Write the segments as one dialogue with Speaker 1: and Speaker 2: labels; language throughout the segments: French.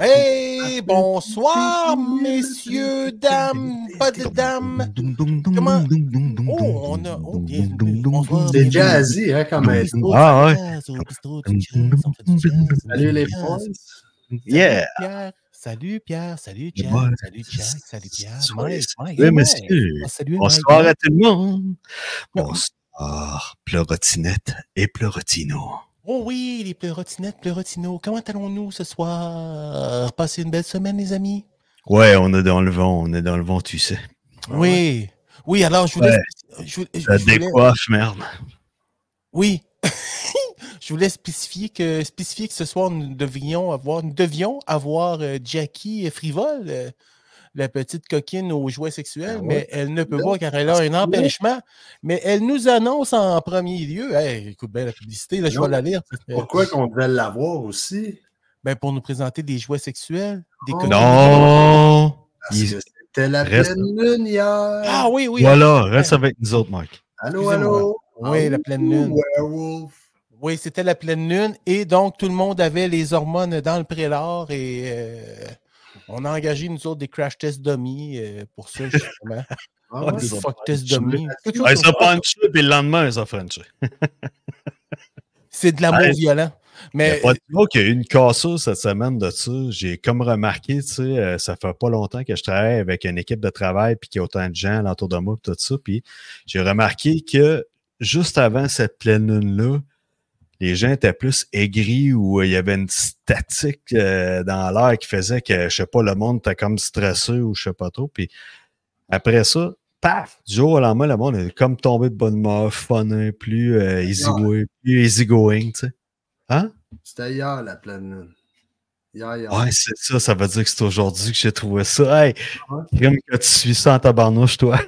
Speaker 1: Hey, bonsoir, messieurs, dames, pas de dames. Comment- Oh, on a. Oh, bien. bonsoir.
Speaker 2: C'est jazzy, hein, quand même.
Speaker 1: Au bistrot
Speaker 3: Ah, ouais.
Speaker 1: du jazz, au bistrot du jazz, on fait du jazz, on fait du
Speaker 2: Salut les
Speaker 1: jazz.
Speaker 2: boys.
Speaker 3: Yeah!
Speaker 1: Pierre. Salut Pierre, salut Jack,
Speaker 3: Ouais.
Speaker 1: salut Jack, salut Pierre.
Speaker 3: Salut,
Speaker 1: Mike, Mike,
Speaker 3: Oui,
Speaker 1: Mike.
Speaker 3: monsieur.
Speaker 1: Ah, salut,
Speaker 3: Bonsoir
Speaker 1: Mike.
Speaker 3: à tout le monde. Bonsoir, pleurotinette et pleurotino.
Speaker 1: Oh oui, les pleuretinettes, pleuretinos, comment allons-nous ce soir? Passez une belle semaine, les amis.
Speaker 3: Ouais, on est dans le vent, on est dans le vent, tu sais.
Speaker 1: Oui, oui, alors je voulais. Je, voulais- je
Speaker 3: Ça
Speaker 1: voulais-
Speaker 3: décoiffe, merde.
Speaker 1: Oui. Je voulais spécifier que, spécifier que ce soir, nous devions avoir, nous devions avoir euh, Jackie Frivole, euh, la petite coquine aux jouets sexuels,
Speaker 2: Ah ouais.
Speaker 1: mais elle ne peut
Speaker 2: Non,
Speaker 1: pas car elle a un empêchement. Mais elle nous annonce en premier lieu, Hey, écoute bien la publicité, là, je
Speaker 2: Non.
Speaker 1: vais la lire. Euh,
Speaker 2: Pourquoi qu'on devait l'avoir aussi?
Speaker 1: ben, pour nous présenter des jouets sexuels, des
Speaker 2: Oh.
Speaker 1: coquines.
Speaker 3: Non!
Speaker 2: Parce
Speaker 3: Il-
Speaker 2: que c'était la
Speaker 3: Reste-
Speaker 2: pleine lune hier.
Speaker 1: Ah oui, oui.
Speaker 3: Voilà, reste avec nous autres, Mike.
Speaker 2: allô,
Speaker 1: excusez-moi.
Speaker 2: allô.
Speaker 1: Oui, la pleine lune.
Speaker 2: Werewolf.
Speaker 1: Oui, c'était la pleine lune et donc tout le monde avait les hormones dans le prélard et euh, on a engagé nous autres des crash tests dummy euh, pour ça justement.
Speaker 2: Ah,
Speaker 1: des
Speaker 2: ouais,
Speaker 1: fuck tests dummy. Quelque chose
Speaker 3: Ah, ils
Speaker 1: comme
Speaker 3: sont
Speaker 1: ça.
Speaker 3: punchés, puis le lendemain, ils sont frenchés.
Speaker 1: C'est de l'amour
Speaker 3: Ouais.
Speaker 1: violent.
Speaker 3: Il n'y a
Speaker 1: Mais euh,
Speaker 3: pas de doute qu'il y a eu une cassure cette semaine de ça. J'ai comme remarqué, tu sais, euh, ça fait pas longtemps que je travaille avec une équipe de travail puis qu'il y a autant de gens autour de moi puis tout ça. Puis j'ai remarqué que juste avant cette pleine lune-là, les gens étaient plus aigris ou euh, il y avait une statique euh, dans l'air qui faisait que, je sais pas, le monde était comme stressé ou je sais pas trop. Puis après ça, paf, du jour au lendemain, le monde est comme tombé de bonne humeur, fun, hein, plus euh, easygoing, plus easygoing, tu sais. Hein?
Speaker 2: C'était hier, la pleine lune. Hier, hier.
Speaker 3: Ouais, c'est ça, ça veut dire que c'est aujourd'hui que j'ai trouvé ça. Hey,
Speaker 2: Ouais.
Speaker 3: crime que tu suis ça en tabarnouche, toi.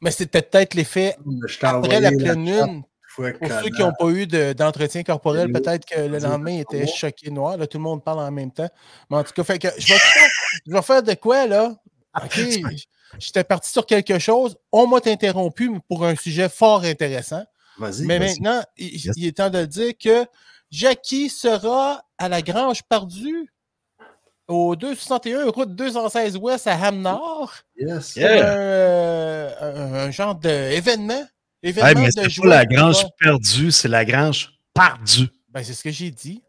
Speaker 1: mais c'était peut-être l'effet
Speaker 2: Je t'ai
Speaker 1: après
Speaker 2: envoyé
Speaker 1: la pleine
Speaker 2: chat.
Speaker 1: lune.
Speaker 2: Faut
Speaker 1: Pour
Speaker 2: connaître.
Speaker 1: ceux qui n'ont pas eu de- d'entretien corporel,
Speaker 2: Hello.
Speaker 1: peut-être que le
Speaker 2: Vas-y,
Speaker 1: lendemain était
Speaker 2: bonjour.
Speaker 1: choqué noir. Là, tout le monde parle en même temps. Mais en tout cas, fait que je vais, faire, je vais faire de quoi là?
Speaker 3: Ah,
Speaker 1: OK. J'étais parti sur quelque chose. On m'a interrompu mais pour un sujet fort intéressant.
Speaker 2: Vas-y.
Speaker 1: Mais
Speaker 2: vas-y.
Speaker 1: maintenant, il,
Speaker 3: Yes.
Speaker 1: il est temps de le dire que Jackie sera à la Grange Pardue au 261 route 216 Ouest à Hamnard.
Speaker 2: Yes.
Speaker 3: Yeah.
Speaker 1: Euh, un, un genre d'événement. Événement
Speaker 3: Hey, mais
Speaker 1: de
Speaker 3: c'est
Speaker 1: jouets.
Speaker 3: pas la grange perdue, c'est la grange perdue.
Speaker 1: Ben, c'est ce que j'ai dit.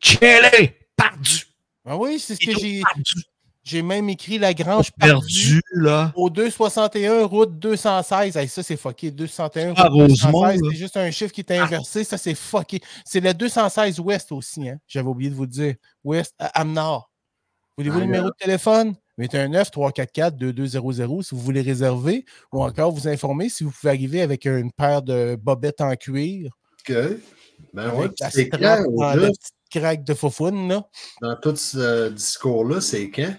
Speaker 3: Chillé, perdue.
Speaker 1: Ah oui, c'est ce que j'ai.
Speaker 3: Perdue,
Speaker 1: J'ai même écrit la grange perdue
Speaker 3: perdu, là.
Speaker 1: au 261 route 216. Hey, ça, c'est fucké. 261
Speaker 3: Ah,
Speaker 1: route
Speaker 3: Rosemont,
Speaker 1: 216.
Speaker 3: là.
Speaker 1: C'est juste un chiffre qui est inversé. Ça, c'est fucké. C'est le 216 ouest aussi. Hein? J'avais oublié de vous le dire. Ouest à Amnor. Voulez-vous
Speaker 2: Ah,
Speaker 1: le numéro de téléphone? Mettez un 9 344 2200 si vous voulez réserver ou encore vous informer si vous pouvez arriver avec une paire de bobettes en cuir.
Speaker 2: Ok. Ben ouais,
Speaker 1: avec
Speaker 2: puis
Speaker 1: la
Speaker 2: c'est
Speaker 1: strap
Speaker 2: quand,
Speaker 1: dans
Speaker 2: au
Speaker 1: la
Speaker 2: juste,
Speaker 1: petite craque de faufoune, là.
Speaker 2: dans tout ce discours-là, c'est quand?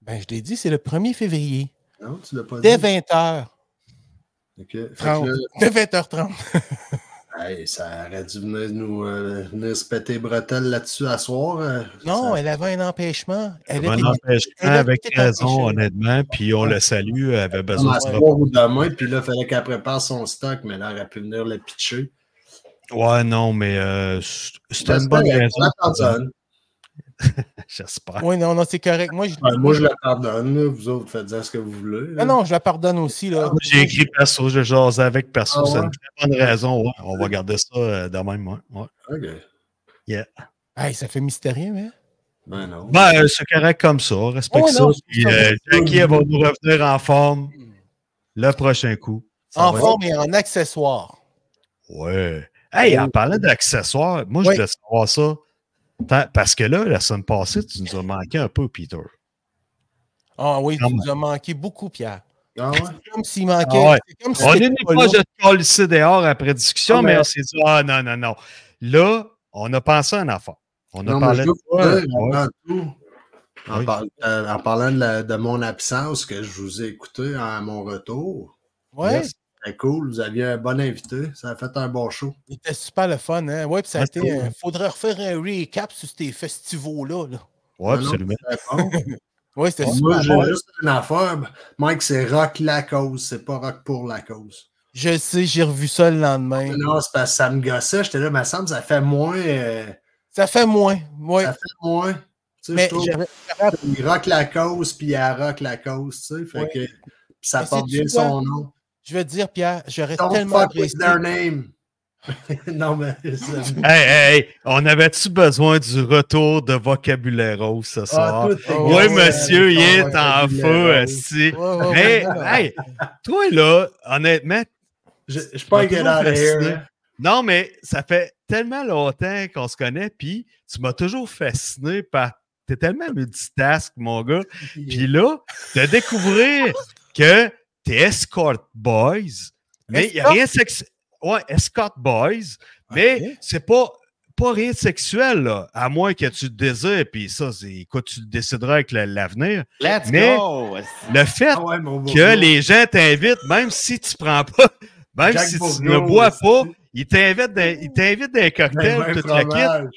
Speaker 1: Ben, je l'ai dit, c'est le 1er février.
Speaker 2: Non, tu l'as pas
Speaker 1: Dès
Speaker 2: dit.
Speaker 1: 20h.
Speaker 2: Ok. Fait que
Speaker 1: 30.
Speaker 2: là,
Speaker 1: De 20h30.
Speaker 2: Hey, ça aurait dû venir nous euh, venir se péter bretelles là-dessus à soir. hein.
Speaker 1: Non,
Speaker 2: Ça-
Speaker 1: elle avait un empêchement. Elle
Speaker 3: Bon
Speaker 1: était-
Speaker 3: empêchement
Speaker 1: elle a
Speaker 3: avec
Speaker 1: été
Speaker 3: raison,
Speaker 1: empêchée.
Speaker 3: honnêtement. Puis on le salue, elle avait besoin
Speaker 2: à
Speaker 3: de se
Speaker 2: soir ou demain, puis là, il fallait qu'elle prépare son stock, mais là, elle aurait pu venir le pitcher.
Speaker 3: Ouais, non, mais euh, c'est- c'est une
Speaker 2: J'espère
Speaker 3: bonne
Speaker 2: qu'elle- on
Speaker 3: raison.
Speaker 2: la pardonne.
Speaker 3: J'espère.
Speaker 1: Oui, non, non, c'est correct. Moi, je...
Speaker 2: Ben,
Speaker 3: Ah,
Speaker 2: moi, je la pardonne. là. Vous autres, faites ce que vous voulez. là.
Speaker 1: Ah non, je la pardonne aussi. Là.
Speaker 3: Ah, Moi, J'ai écrit perso, je jase avec perso.
Speaker 2: Ah
Speaker 3: C'est
Speaker 2: ouais?
Speaker 3: une très bonne raison. ouais. On va garder ça euh, de même. ouais, ouais.
Speaker 2: Ok.
Speaker 1: Hey, ça fait mystérieux, hein? mais.
Speaker 2: Ben non.
Speaker 3: Ben, euh, c'est correct comme ça. On respecte
Speaker 1: Ouais,
Speaker 3: ça.
Speaker 1: non,
Speaker 3: Puis,
Speaker 1: c'est
Speaker 3: euh,
Speaker 2: ça.
Speaker 3: Jackie, elle va nous revenir en forme le prochain coup. Ça
Speaker 1: En
Speaker 3: va
Speaker 1: forme et en accessoire.
Speaker 3: être- Ouais. Hey, en parlant d'accessoires, moi,
Speaker 1: Oh. Ouais.
Speaker 3: je voulais savoir ça. Tant- Parce que là, la semaine passée, tu nous as manqué un peu, Peter.
Speaker 1: Ah oui,
Speaker 3: Ah
Speaker 1: tu nous as manqué beaucoup, Pierre.
Speaker 2: Ah ouais?
Speaker 1: C'est comme s'il manquait.
Speaker 3: Ah ouais.
Speaker 1: C'est comme si
Speaker 3: On
Speaker 1: t'étais
Speaker 3: est
Speaker 1: pas ben.
Speaker 3: pas proche
Speaker 1: là.
Speaker 3: de te colisser dehors après discussion,
Speaker 2: Ah,
Speaker 3: mais
Speaker 2: mais-
Speaker 3: on s'est dit, ah non, non, non. Là, on a pensé à un enfant. On a
Speaker 2: Non, mais
Speaker 3: parlé
Speaker 2: je veux vous
Speaker 3: Ouais,
Speaker 2: dire,
Speaker 3: ouais.
Speaker 2: avant tout, en,
Speaker 3: Oui.
Speaker 2: par- euh, en parlant de, la- de mon absence, que je vous ai écouté à mon retour,
Speaker 1: Ouais,
Speaker 3: Yes.
Speaker 2: c'était cool. Vous aviez un bon invité. Ça a fait un bon show.
Speaker 1: c'était super le fun. Hein? Ouais, puis ça a
Speaker 3: Ouais,
Speaker 1: été.
Speaker 3: c'est
Speaker 1: euh, faudrait refaire un recap sur ces festivals-là. Là.
Speaker 3: Ouais,
Speaker 2: Non, non,
Speaker 3: absolument.
Speaker 2: c'était bon.
Speaker 1: Ouais, c'était
Speaker 2: Moi,
Speaker 1: super.
Speaker 2: j'ai
Speaker 1: bon.
Speaker 2: juste une affaire. ben, Mike, c'est rock la cause, c'est pas rock pour la cause.
Speaker 1: Je sais, j'ai revu ça le lendemain.
Speaker 2: Non, c'est parce que ça me gossait. J'étais là, mais ça me semble, ça fait moins. euh,
Speaker 1: Ça fait moins. Ouais.
Speaker 2: ça fait moins. Tu Tu sais, je trouve qu'il rock la cause, puis elle rock la cause, tu sais. Fait
Speaker 1: Ouais.
Speaker 2: que puis ça
Speaker 1: Mais
Speaker 2: porte
Speaker 1: sais-tu
Speaker 2: bien
Speaker 1: quoi?
Speaker 2: son nom.
Speaker 1: Je veux te dire, Pierre, j'aurais
Speaker 2: Don't
Speaker 1: tellement
Speaker 2: fuck with
Speaker 1: apprécié.
Speaker 2: their name. non, mais ça-
Speaker 3: Hey, hey, hey, on avait-tu besoin du retour de vocabulaire ce
Speaker 2: Ah,
Speaker 3: soir?
Speaker 2: tout est
Speaker 1: Oh,
Speaker 3: oui,
Speaker 2: gagné,
Speaker 1: ouais,
Speaker 3: monsieur, il
Speaker 2: ton
Speaker 3: est en feu,
Speaker 2: vocabulaire.
Speaker 3: si.
Speaker 1: Ouais, ouais, ouais,
Speaker 3: Mais,
Speaker 1: non, non.
Speaker 3: hey, toi là, honnêtement,
Speaker 2: Je je suis pas un get out of here. hein.
Speaker 3: non, mais ça fait tellement longtemps qu'on se connaît, puis tu m'as toujours fasciné par. T'es tellement multitask, mon gars. Puis là, de découvrir que t'es escort boys, mais il n'y a
Speaker 1: Escort?
Speaker 3: rien sexuel. Ouais, escort boys, mais
Speaker 1: Ok.
Speaker 3: c'est pas, pas rien de sexuel, là, à moins que tu le désires, puis ça, c'est écoute, tu le décideras avec la- l'avenir.
Speaker 4: Let's
Speaker 3: Mais-
Speaker 4: go!
Speaker 3: Le fait
Speaker 2: Ah ouais, mon
Speaker 3: que
Speaker 2: Bourgeois.
Speaker 3: les gens t'invitent, même si tu prends pas, même
Speaker 2: Jacques
Speaker 3: si tu
Speaker 2: Bourgeois,
Speaker 3: ne bois
Speaker 2: aussi.
Speaker 3: pas, ils t'invitent dans, ils t'invitent dans les cocktails,
Speaker 2: Ben, ben,
Speaker 3: toute la kit.
Speaker 2: fromage.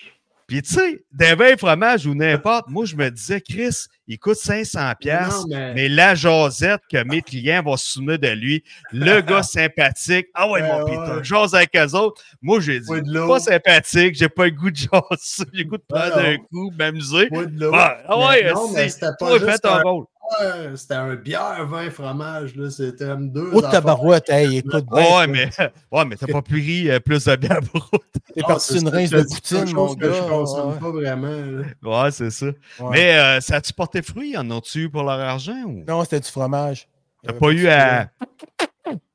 Speaker 3: Puis tu sais, des vins fromages ou n'importe, moi je me disais, Chris, il coûte 500 pièces,
Speaker 2: Non, mais-
Speaker 3: mais... la jasette que mes clients vont se souvenir de lui, le gars sympathique, ah ouais,
Speaker 2: Ben
Speaker 3: mon
Speaker 2: ouais.
Speaker 3: Peter, jase avec eux autres. Moi j'ai dit,
Speaker 2: Bois de
Speaker 3: pas
Speaker 2: l'eau.
Speaker 3: sympathique, j'ai pas le goût de jaser, j'ai le goût de prendre
Speaker 2: Ben non.
Speaker 3: un coup, m'amuser.
Speaker 2: Pas de l'eau.
Speaker 3: Ah, ah
Speaker 2: Mais
Speaker 3: ouais,
Speaker 2: non,
Speaker 3: si,
Speaker 2: mais c'était pas
Speaker 3: toi fais
Speaker 2: juste
Speaker 3: ton
Speaker 2: un
Speaker 3: rôle.
Speaker 2: beurre, c'était un bière, vin, fromage, là, c'était comme deux.
Speaker 1: Oh,
Speaker 2: affaires.
Speaker 1: tabarouette, hey, écoute, ben,
Speaker 3: Ouais,
Speaker 1: toi,
Speaker 3: mais, ouais, mais t'as pas pris euh, plus de bière pour autre.
Speaker 1: t'es
Speaker 2: Ah,
Speaker 1: parti
Speaker 2: c'est-
Speaker 1: une rince
Speaker 2: c'est
Speaker 1: de
Speaker 2: quelque
Speaker 1: poutine,
Speaker 2: chose
Speaker 1: mon
Speaker 2: que
Speaker 1: gars.
Speaker 2: Je consomme
Speaker 1: ouais,
Speaker 2: pas vraiment. là.
Speaker 3: Ouais, c'est ça.
Speaker 1: ouais.
Speaker 3: Mais euh, ça a-tu porté fruit? En ont-tu eu pour leur argent? Ou...
Speaker 1: Non, c'était du fromage.
Speaker 3: T'as
Speaker 1: Euh,
Speaker 3: pas eu à.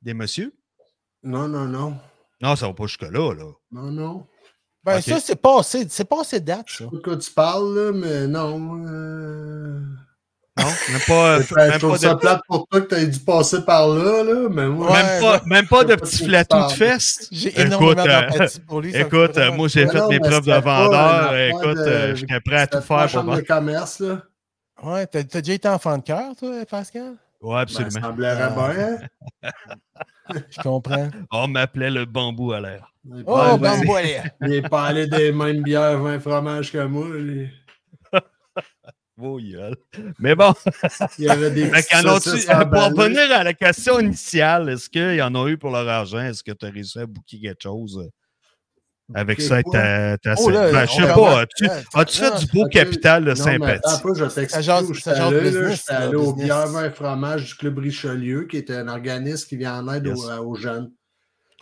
Speaker 3: Des messieurs?
Speaker 2: Non, non, non.
Speaker 3: Non, ça va pas jusque-là, là.
Speaker 2: Non, non.
Speaker 1: Ben,
Speaker 3: Ok.
Speaker 1: ça, c'est passé, c'est passé date,
Speaker 2: Je
Speaker 1: ça.
Speaker 2: sais pas de quoi tu parles, là, mais non. euh,
Speaker 3: Non, même pas,
Speaker 2: je trouve- je
Speaker 3: même
Speaker 2: trouve
Speaker 3: pas
Speaker 2: ça
Speaker 3: de,
Speaker 2: plate pour toi que t'aies dû passer par là, là, mais moi.
Speaker 1: Ouais.
Speaker 3: même pas, même pas
Speaker 2: je
Speaker 3: de
Speaker 2: sais pas de quoi
Speaker 3: petits
Speaker 2: tu
Speaker 3: flatous de
Speaker 2: parles.
Speaker 3: fesses.
Speaker 1: J'ai
Speaker 3: Écoute,
Speaker 1: énormément
Speaker 3: euh,
Speaker 1: d'empathie pour lui. ça me fait
Speaker 3: Écoute, euh,
Speaker 1: vraiment
Speaker 3: moi, j'ai
Speaker 2: Ouais,
Speaker 3: fait
Speaker 2: non,
Speaker 3: mes
Speaker 2: mais
Speaker 3: preuves de
Speaker 2: c'était pas
Speaker 3: vendeur.
Speaker 2: une affaire
Speaker 3: Écoute,
Speaker 2: de-
Speaker 3: euh, j'étais prêt à
Speaker 2: c'était
Speaker 3: tout
Speaker 2: pas la
Speaker 3: faire pour
Speaker 2: chambre
Speaker 3: moi.
Speaker 2: de commerce, là.
Speaker 1: Ouais, t'as t'as déjà été enfant de cœur, toi, Pascal?
Speaker 3: Ouais,
Speaker 2: Ben, Ça
Speaker 3: absolument.
Speaker 1: Ah.
Speaker 2: semblerait bien. hein?
Speaker 1: Je comprends.
Speaker 3: On m'appelait Oh, le bambou à l'air.
Speaker 2: Il est
Speaker 1: Oh,
Speaker 2: pas allé-
Speaker 1: ben,
Speaker 3: vas-y.
Speaker 1: voilà.
Speaker 2: Il est pas allé des mêmes bières, vin, fromage que moi. lui.
Speaker 3: Oh, gueule. Mais bon,
Speaker 2: Il y avait des
Speaker 3: fait
Speaker 2: petites
Speaker 3: qu'en ont-tu-
Speaker 2: saucisses
Speaker 3: pour
Speaker 2: emballées.
Speaker 3: revenir à la question initiale, est-ce qu'ils en ont eu pour leur argent? Est-ce que tu as réussi à booker quelque chose euh, avec
Speaker 2: Booker
Speaker 3: ça?
Speaker 2: quoi?
Speaker 3: t'as- t'as-
Speaker 1: Oh, là,
Speaker 3: Ben, je
Speaker 1: on
Speaker 3: sais
Speaker 1: commence-
Speaker 3: pas. As-tu
Speaker 1: Ouais,
Speaker 3: as-tu
Speaker 1: non,
Speaker 3: fait du beau
Speaker 2: Ah, ok.
Speaker 3: capital de
Speaker 2: Non, mais
Speaker 3: sympathie?
Speaker 2: attends un peu, je vais t'expliquer
Speaker 1: jase-
Speaker 2: où je suis
Speaker 1: ça jase
Speaker 2: allé. là.
Speaker 1: business,
Speaker 2: Je suis
Speaker 1: là,
Speaker 2: allé au
Speaker 1: business.
Speaker 2: bière, vin, fromage du Club Richelieu, qui était un organisme qui vient en aide
Speaker 3: Yes.
Speaker 2: aux, euh, aux jeunes.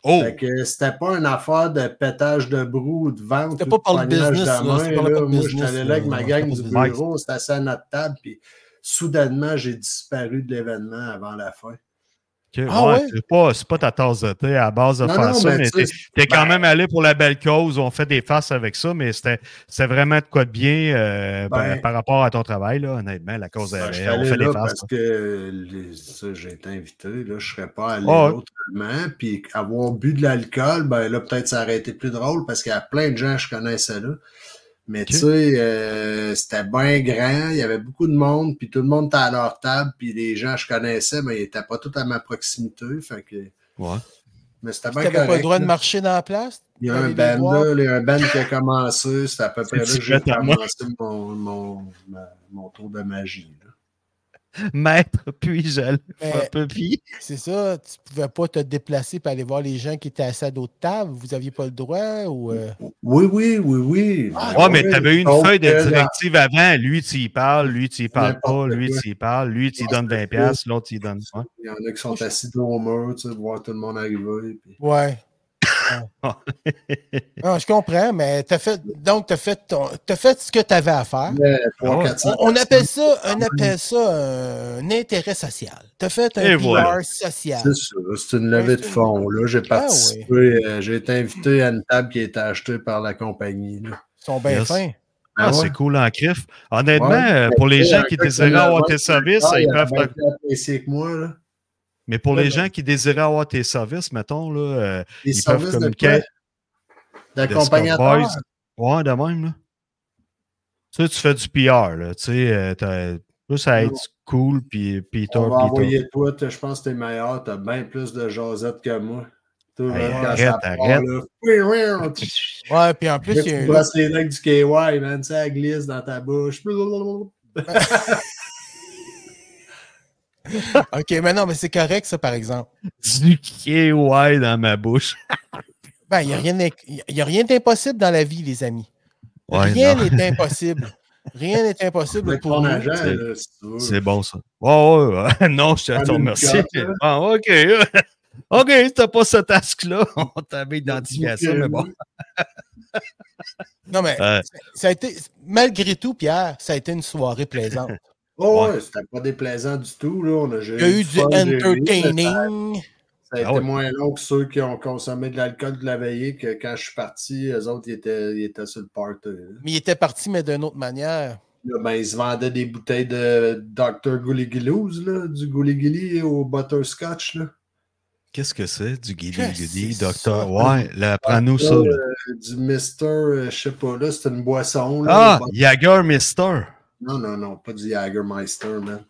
Speaker 3: Oh,
Speaker 2: Fait que c'était pas une affaire de pétage de brou ou de vente.
Speaker 1: C'était
Speaker 2: ou
Speaker 1: pas
Speaker 2: de
Speaker 1: par le
Speaker 2: pognage
Speaker 1: business,
Speaker 2: de
Speaker 1: là,
Speaker 2: main,
Speaker 1: c'est par le
Speaker 2: là.
Speaker 1: pas de
Speaker 2: Moi, je suis
Speaker 1: business,
Speaker 2: allé là
Speaker 1: là,
Speaker 2: avec ma
Speaker 1: c'est
Speaker 2: gang
Speaker 1: pas
Speaker 2: du
Speaker 1: de
Speaker 3: business.
Speaker 2: bureau, c'était assis à notre table, puis soudainement, j'ai disparu de l'événement avant la fin.
Speaker 3: Ok,
Speaker 1: Ah
Speaker 3: ouais,
Speaker 1: ouais?
Speaker 3: C'est pas, c'est pas ta tasse de thé à base de
Speaker 2: Non,
Speaker 3: faire
Speaker 2: non,
Speaker 3: ça,
Speaker 2: mais
Speaker 3: mais
Speaker 2: tu
Speaker 3: t'es
Speaker 2: sais,
Speaker 3: t'es quand
Speaker 2: ben-
Speaker 3: même allé pour la belle cause. On fait des faces avec ça, mais c'était c'était vraiment de quoi de bien euh, par-
Speaker 2: Ben-
Speaker 3: par rapport à ton travail, là, honnêtement. La cause,
Speaker 2: Ben,
Speaker 3: elle-
Speaker 2: je suis
Speaker 3: on
Speaker 2: allé
Speaker 3: fait
Speaker 2: là
Speaker 3: des faces.
Speaker 2: parce que les- ça, j'ai été invité. Là, je serais pas allé
Speaker 3: Ah ouais.
Speaker 2: autrement. Puis avoir bu de l'alcool, ben là, peut-être ça aurait été plus drôle parce qu'il y a plein de gens que je connaissais là. Mais tu sais, euh, c'était bien grand, il y avait beaucoup de monde, puis tout le monde était à leur table, puis les gens que je connaissais, mais ils n'étaient pas tous à ma proximité. Fait que...
Speaker 3: Ouais.
Speaker 2: Mais c'était bien
Speaker 1: T'avais pas le
Speaker 2: correct,
Speaker 1: droit de
Speaker 2: là.
Speaker 1: marcher dans la place?
Speaker 2: Il y a un
Speaker 1: d'aller
Speaker 2: band
Speaker 1: les voir?
Speaker 2: là, il y a un band qui a commencé, c'est à peu près là
Speaker 3: C'est-tu
Speaker 2: que j'ai
Speaker 3: fait à moi?
Speaker 2: commencé mon, mon, ma- mon tour de magie. là.
Speaker 3: Maître, puis-je aller
Speaker 1: Mais-
Speaker 3: faire pipi?
Speaker 1: C'est ça, tu pouvais pas te déplacer pour aller voir les gens qui étaient assis à d'autres tables, vous aviez pas le droit ou... euh,
Speaker 2: Oui, oui, oui, oui.
Speaker 1: Ah,
Speaker 3: Ouais, mais t'avais eu une
Speaker 2: Sauf
Speaker 3: feuille de
Speaker 2: que
Speaker 3: directive avant. Lui, tu y parles, lui, tu y parles pas,
Speaker 2: euh, N'importe
Speaker 3: lui,
Speaker 2: quoi.
Speaker 3: tu y parles, lui, tu y
Speaker 2: Ouais,
Speaker 3: donnes
Speaker 2: c'est
Speaker 3: 20$, piastres, l'autre, tu y donnes. Ouais.
Speaker 2: Il y en a qui sont assis dos au mur, tu sais, voir tout le monde arriver. puis-
Speaker 1: Ouais. Ouais. non, je comprends, mais t'as fait... Donc, t'as fait, ton... t'as fait ce que t'avais à faire.
Speaker 2: Mais trois,
Speaker 3: Ah ouais.
Speaker 2: quatre cents
Speaker 1: On, on appelle ça, on appelle ça euh, un intérêt social. T'as fait
Speaker 3: Et
Speaker 1: un PR
Speaker 3: voilà.
Speaker 1: social.
Speaker 2: C'est sûr, c'est une levée de fonds. Ah Là, j'ai participé, euh, j'ai été invité à une table qui a été achetée par la compagnie. là.
Speaker 1: Ils sont bien
Speaker 3: Yes.
Speaker 1: fins.
Speaker 3: Ah,
Speaker 2: Ah ouais.
Speaker 3: c'est cool en crif. Honnêtement,
Speaker 2: Ouais.
Speaker 3: euh, pour les
Speaker 2: Et
Speaker 3: gens
Speaker 2: un
Speaker 3: qui
Speaker 2: gars
Speaker 3: désiraient
Speaker 2: avait
Speaker 3: avoir tes
Speaker 2: 25
Speaker 3: services,
Speaker 2: ans,
Speaker 3: ils
Speaker 2: Ah, il avait
Speaker 3: peuvent te
Speaker 2: 25 ans apprécié que moi. Là.
Speaker 3: Mais pour
Speaker 2: Ouais,
Speaker 3: les
Speaker 2: ben-
Speaker 3: gens qui désiraient avoir tes services, mettons, là, euh,
Speaker 2: Les
Speaker 3: Ils peuvent
Speaker 2: services
Speaker 3: communiquer.
Speaker 2: de quoi? D'accompagnateur.
Speaker 3: Boys. Ouais, de même, là. Tu sais, tu fais du PR, là. Tu sais, euh, t'as- plus ça être cool, puis Peter,
Speaker 2: On va
Speaker 3: Peter.
Speaker 2: envoyer toi, t'es- je pense que t'es meilleur, t'as bien plus de Josette que moi. Toi,
Speaker 3: Hey,
Speaker 2: quand
Speaker 3: arrête,
Speaker 2: ça part,
Speaker 3: arrête.
Speaker 2: là, oui, oui, on-
Speaker 1: Ouais, puis en plus,
Speaker 2: Là,
Speaker 1: il y a
Speaker 2: tu
Speaker 1: un-
Speaker 2: brosses les legs du KY, man, tu sais, elle glisse dans ta bouche.
Speaker 1: OK, mais non, mais c'est correct, ça, par exemple.
Speaker 3: Du KY dans ma bouche.
Speaker 1: Ben, il n'y a rien d'in- il y a rien d'impossible dans la vie, les amis.
Speaker 3: Ouais,
Speaker 1: rien
Speaker 3: non.
Speaker 1: n'est impossible. Rien n'est impossible pour nous.
Speaker 2: agent,
Speaker 3: c'est-
Speaker 2: là, si tu veux.
Speaker 3: C'est bon, ça. Oh, ouais, ouais. non, je te
Speaker 2: Allume
Speaker 3: remercie.
Speaker 2: carte, hein? là.
Speaker 3: Ah, OK. OK, t'as pas ce task-là. On t'avait identifié à ça, mais bon.
Speaker 1: Non, mais
Speaker 3: Euh,
Speaker 1: ça a été, malgré tout, Pierre, ça a été une soirée plaisante.
Speaker 2: Oh,
Speaker 3: Ouais.
Speaker 2: ouais, c'était pas déplaisant du tout. Là. On a,
Speaker 1: Il y a eu du
Speaker 2: fun, j'ai ri, mais Ça,
Speaker 1: entertaining.
Speaker 2: ça a été
Speaker 3: Ah ouais.
Speaker 2: moins long que ceux qui ont consommé de l'alcool de la veillée que quand je suis parti, eux autres, ils étaient, ils étaient sur le party. là.
Speaker 1: Mais il était parti, mais d'une autre manière.
Speaker 2: Là, ben, ils se vendaient des bouteilles de Dr. Gouligilouz, là, du Gouligili au butterscotch. Là.
Speaker 3: Qu'est-ce que c'est du
Speaker 1: Que
Speaker 3: guilly guilly,
Speaker 1: c'est ça?
Speaker 3: docteur? Ouais, là, prends-nous ça.
Speaker 2: Là,
Speaker 3: là.
Speaker 2: euh, du Mister, euh, je sais pas, là, c'est une boisson. Là,
Speaker 3: Ah, Jagger Mister.
Speaker 2: Non, non, non, pas du Jagermeister, man.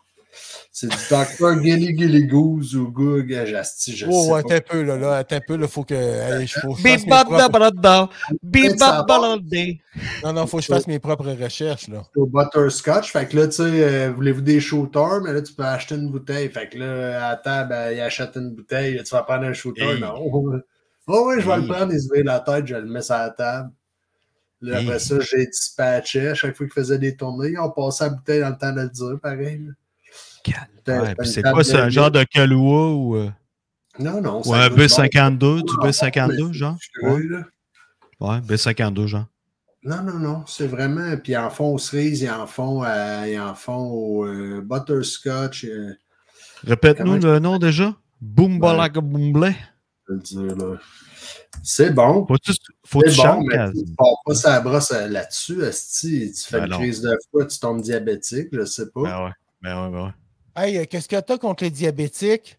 Speaker 2: C'est du Dr. Gilly Gilly Goose ou Goog, Ajasti, je
Speaker 1: Oh,
Speaker 2: sais
Speaker 1: ouais,
Speaker 2: pas.
Speaker 1: attends un peu, là, là, attends un peu, là, faut que. allez, je- faut que je fasse mes
Speaker 3: Bebop
Speaker 1: propres-
Speaker 3: da Bebop
Speaker 1: Non, non, faut que je fasse mes propres recherches, là.
Speaker 2: Au butterscotch, fait que là, tu sais, euh, voulez-vous des shooters, mais là, tu peux acheter une bouteille. Fait que là, à la table, euh, il achète une bouteille, tu vas prendre un shooter,
Speaker 3: Hey.
Speaker 2: non. Oh, ouais, je vais
Speaker 3: Hey.
Speaker 2: le prendre, il se met la tête, je le mets sur la table. Là,
Speaker 3: Hey.
Speaker 2: après ça, j'ai dispatché. À chaque fois qu'il faisait des tournées, on passait la bouteille dans le temps de le dire, pareil. là. C'était- c'était une
Speaker 3: C'est
Speaker 2: table
Speaker 3: quoi,
Speaker 2: de
Speaker 3: c'est un
Speaker 2: nuit.
Speaker 3: genre de Kahlua ou, euh,
Speaker 2: Non, non.
Speaker 3: ou un B52, du
Speaker 2: Ah,
Speaker 3: B52, genre? Ouais,
Speaker 2: Oui, là.
Speaker 3: ouais, B52, genre.
Speaker 2: Non, non, non, c'est vraiment. Puis ils en font aux cerises, ils en font, à- ils en font au euh, butterscotch. euh,
Speaker 3: Répète-nous
Speaker 2: Comment-
Speaker 3: le nom déjà. Boom balaka boom blé.
Speaker 2: je veux dire, là. C'est bon.
Speaker 3: Faut-tu faut
Speaker 2: C'est bon,
Speaker 3: chanter?
Speaker 2: mais tu pars pas sa brosse euh, là-dessus, esti. Tu fais
Speaker 3: Ben
Speaker 2: une
Speaker 3: non.
Speaker 2: crise de foie, tu tombes diabétique, je sais pas.
Speaker 3: Ben ouais, ben ouais, ben ouais.
Speaker 1: Hey, euh, qu'est-ce que t'as contre les diabétiques?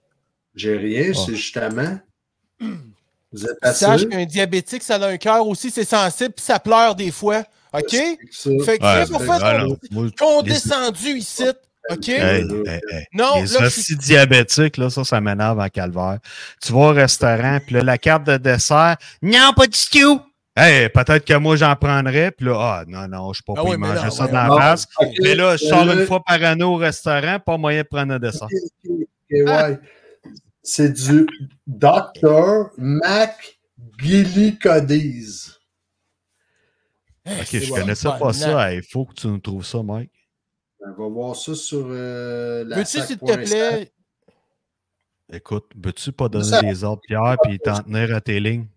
Speaker 2: J'ai rien,
Speaker 3: Oh.
Speaker 2: c'est justement. Vous êtes
Speaker 1: Sache
Speaker 2: assez.
Speaker 1: qu'un diabétique, ça a un cœur aussi, c'est sensible, puis ça pleure des fois. OK? Fait
Speaker 2: Ça.
Speaker 1: que qu'est-ce qu'on
Speaker 2: ben,
Speaker 1: fait
Speaker 2: voilà.
Speaker 1: ton-
Speaker 3: Moi,
Speaker 1: condescendu ici? OK?
Speaker 3: Hey,
Speaker 2: Euh,
Speaker 3: hey, hey.
Speaker 1: Non,
Speaker 3: les
Speaker 1: là, je suis-
Speaker 3: hosties diabétiques, là, ça, ça m'énerve en calvaire. Tu vas au restaurant, puis là, la carte de dessert, non, pas du tout. Hey, peut-être que moi, j'en prendrais, puis là, ah, non, non, je suis pas
Speaker 1: Ah
Speaker 3: pour
Speaker 1: oui,
Speaker 3: y
Speaker 1: mais
Speaker 3: manger
Speaker 1: non,
Speaker 3: ça
Speaker 1: mais
Speaker 3: dans
Speaker 2: non.
Speaker 3: la face.
Speaker 2: Ok,
Speaker 3: Mais Ben là, je sors
Speaker 2: euh,
Speaker 3: une fois par année au restaurant, pas moyen de prendre un dessert.
Speaker 2: Ok,
Speaker 3: Ah!
Speaker 2: ouais. C'est du Dr. Mac Gillicuddies.
Speaker 3: Ok,
Speaker 1: c'est
Speaker 3: je
Speaker 1: bon.
Speaker 3: connaissais
Speaker 1: Ouais,
Speaker 3: pas ça. Il faut que tu nous trouves ça, Mike.
Speaker 2: On Ben, va voir ça sur euh, la
Speaker 1: Veux-tu, s'il te
Speaker 2: sac.ca.
Speaker 1: plaît?
Speaker 3: Écoute, veux-tu pas donner
Speaker 2: Ça-
Speaker 3: des ordres, Pierre, puis t'en tenir à tes lignes?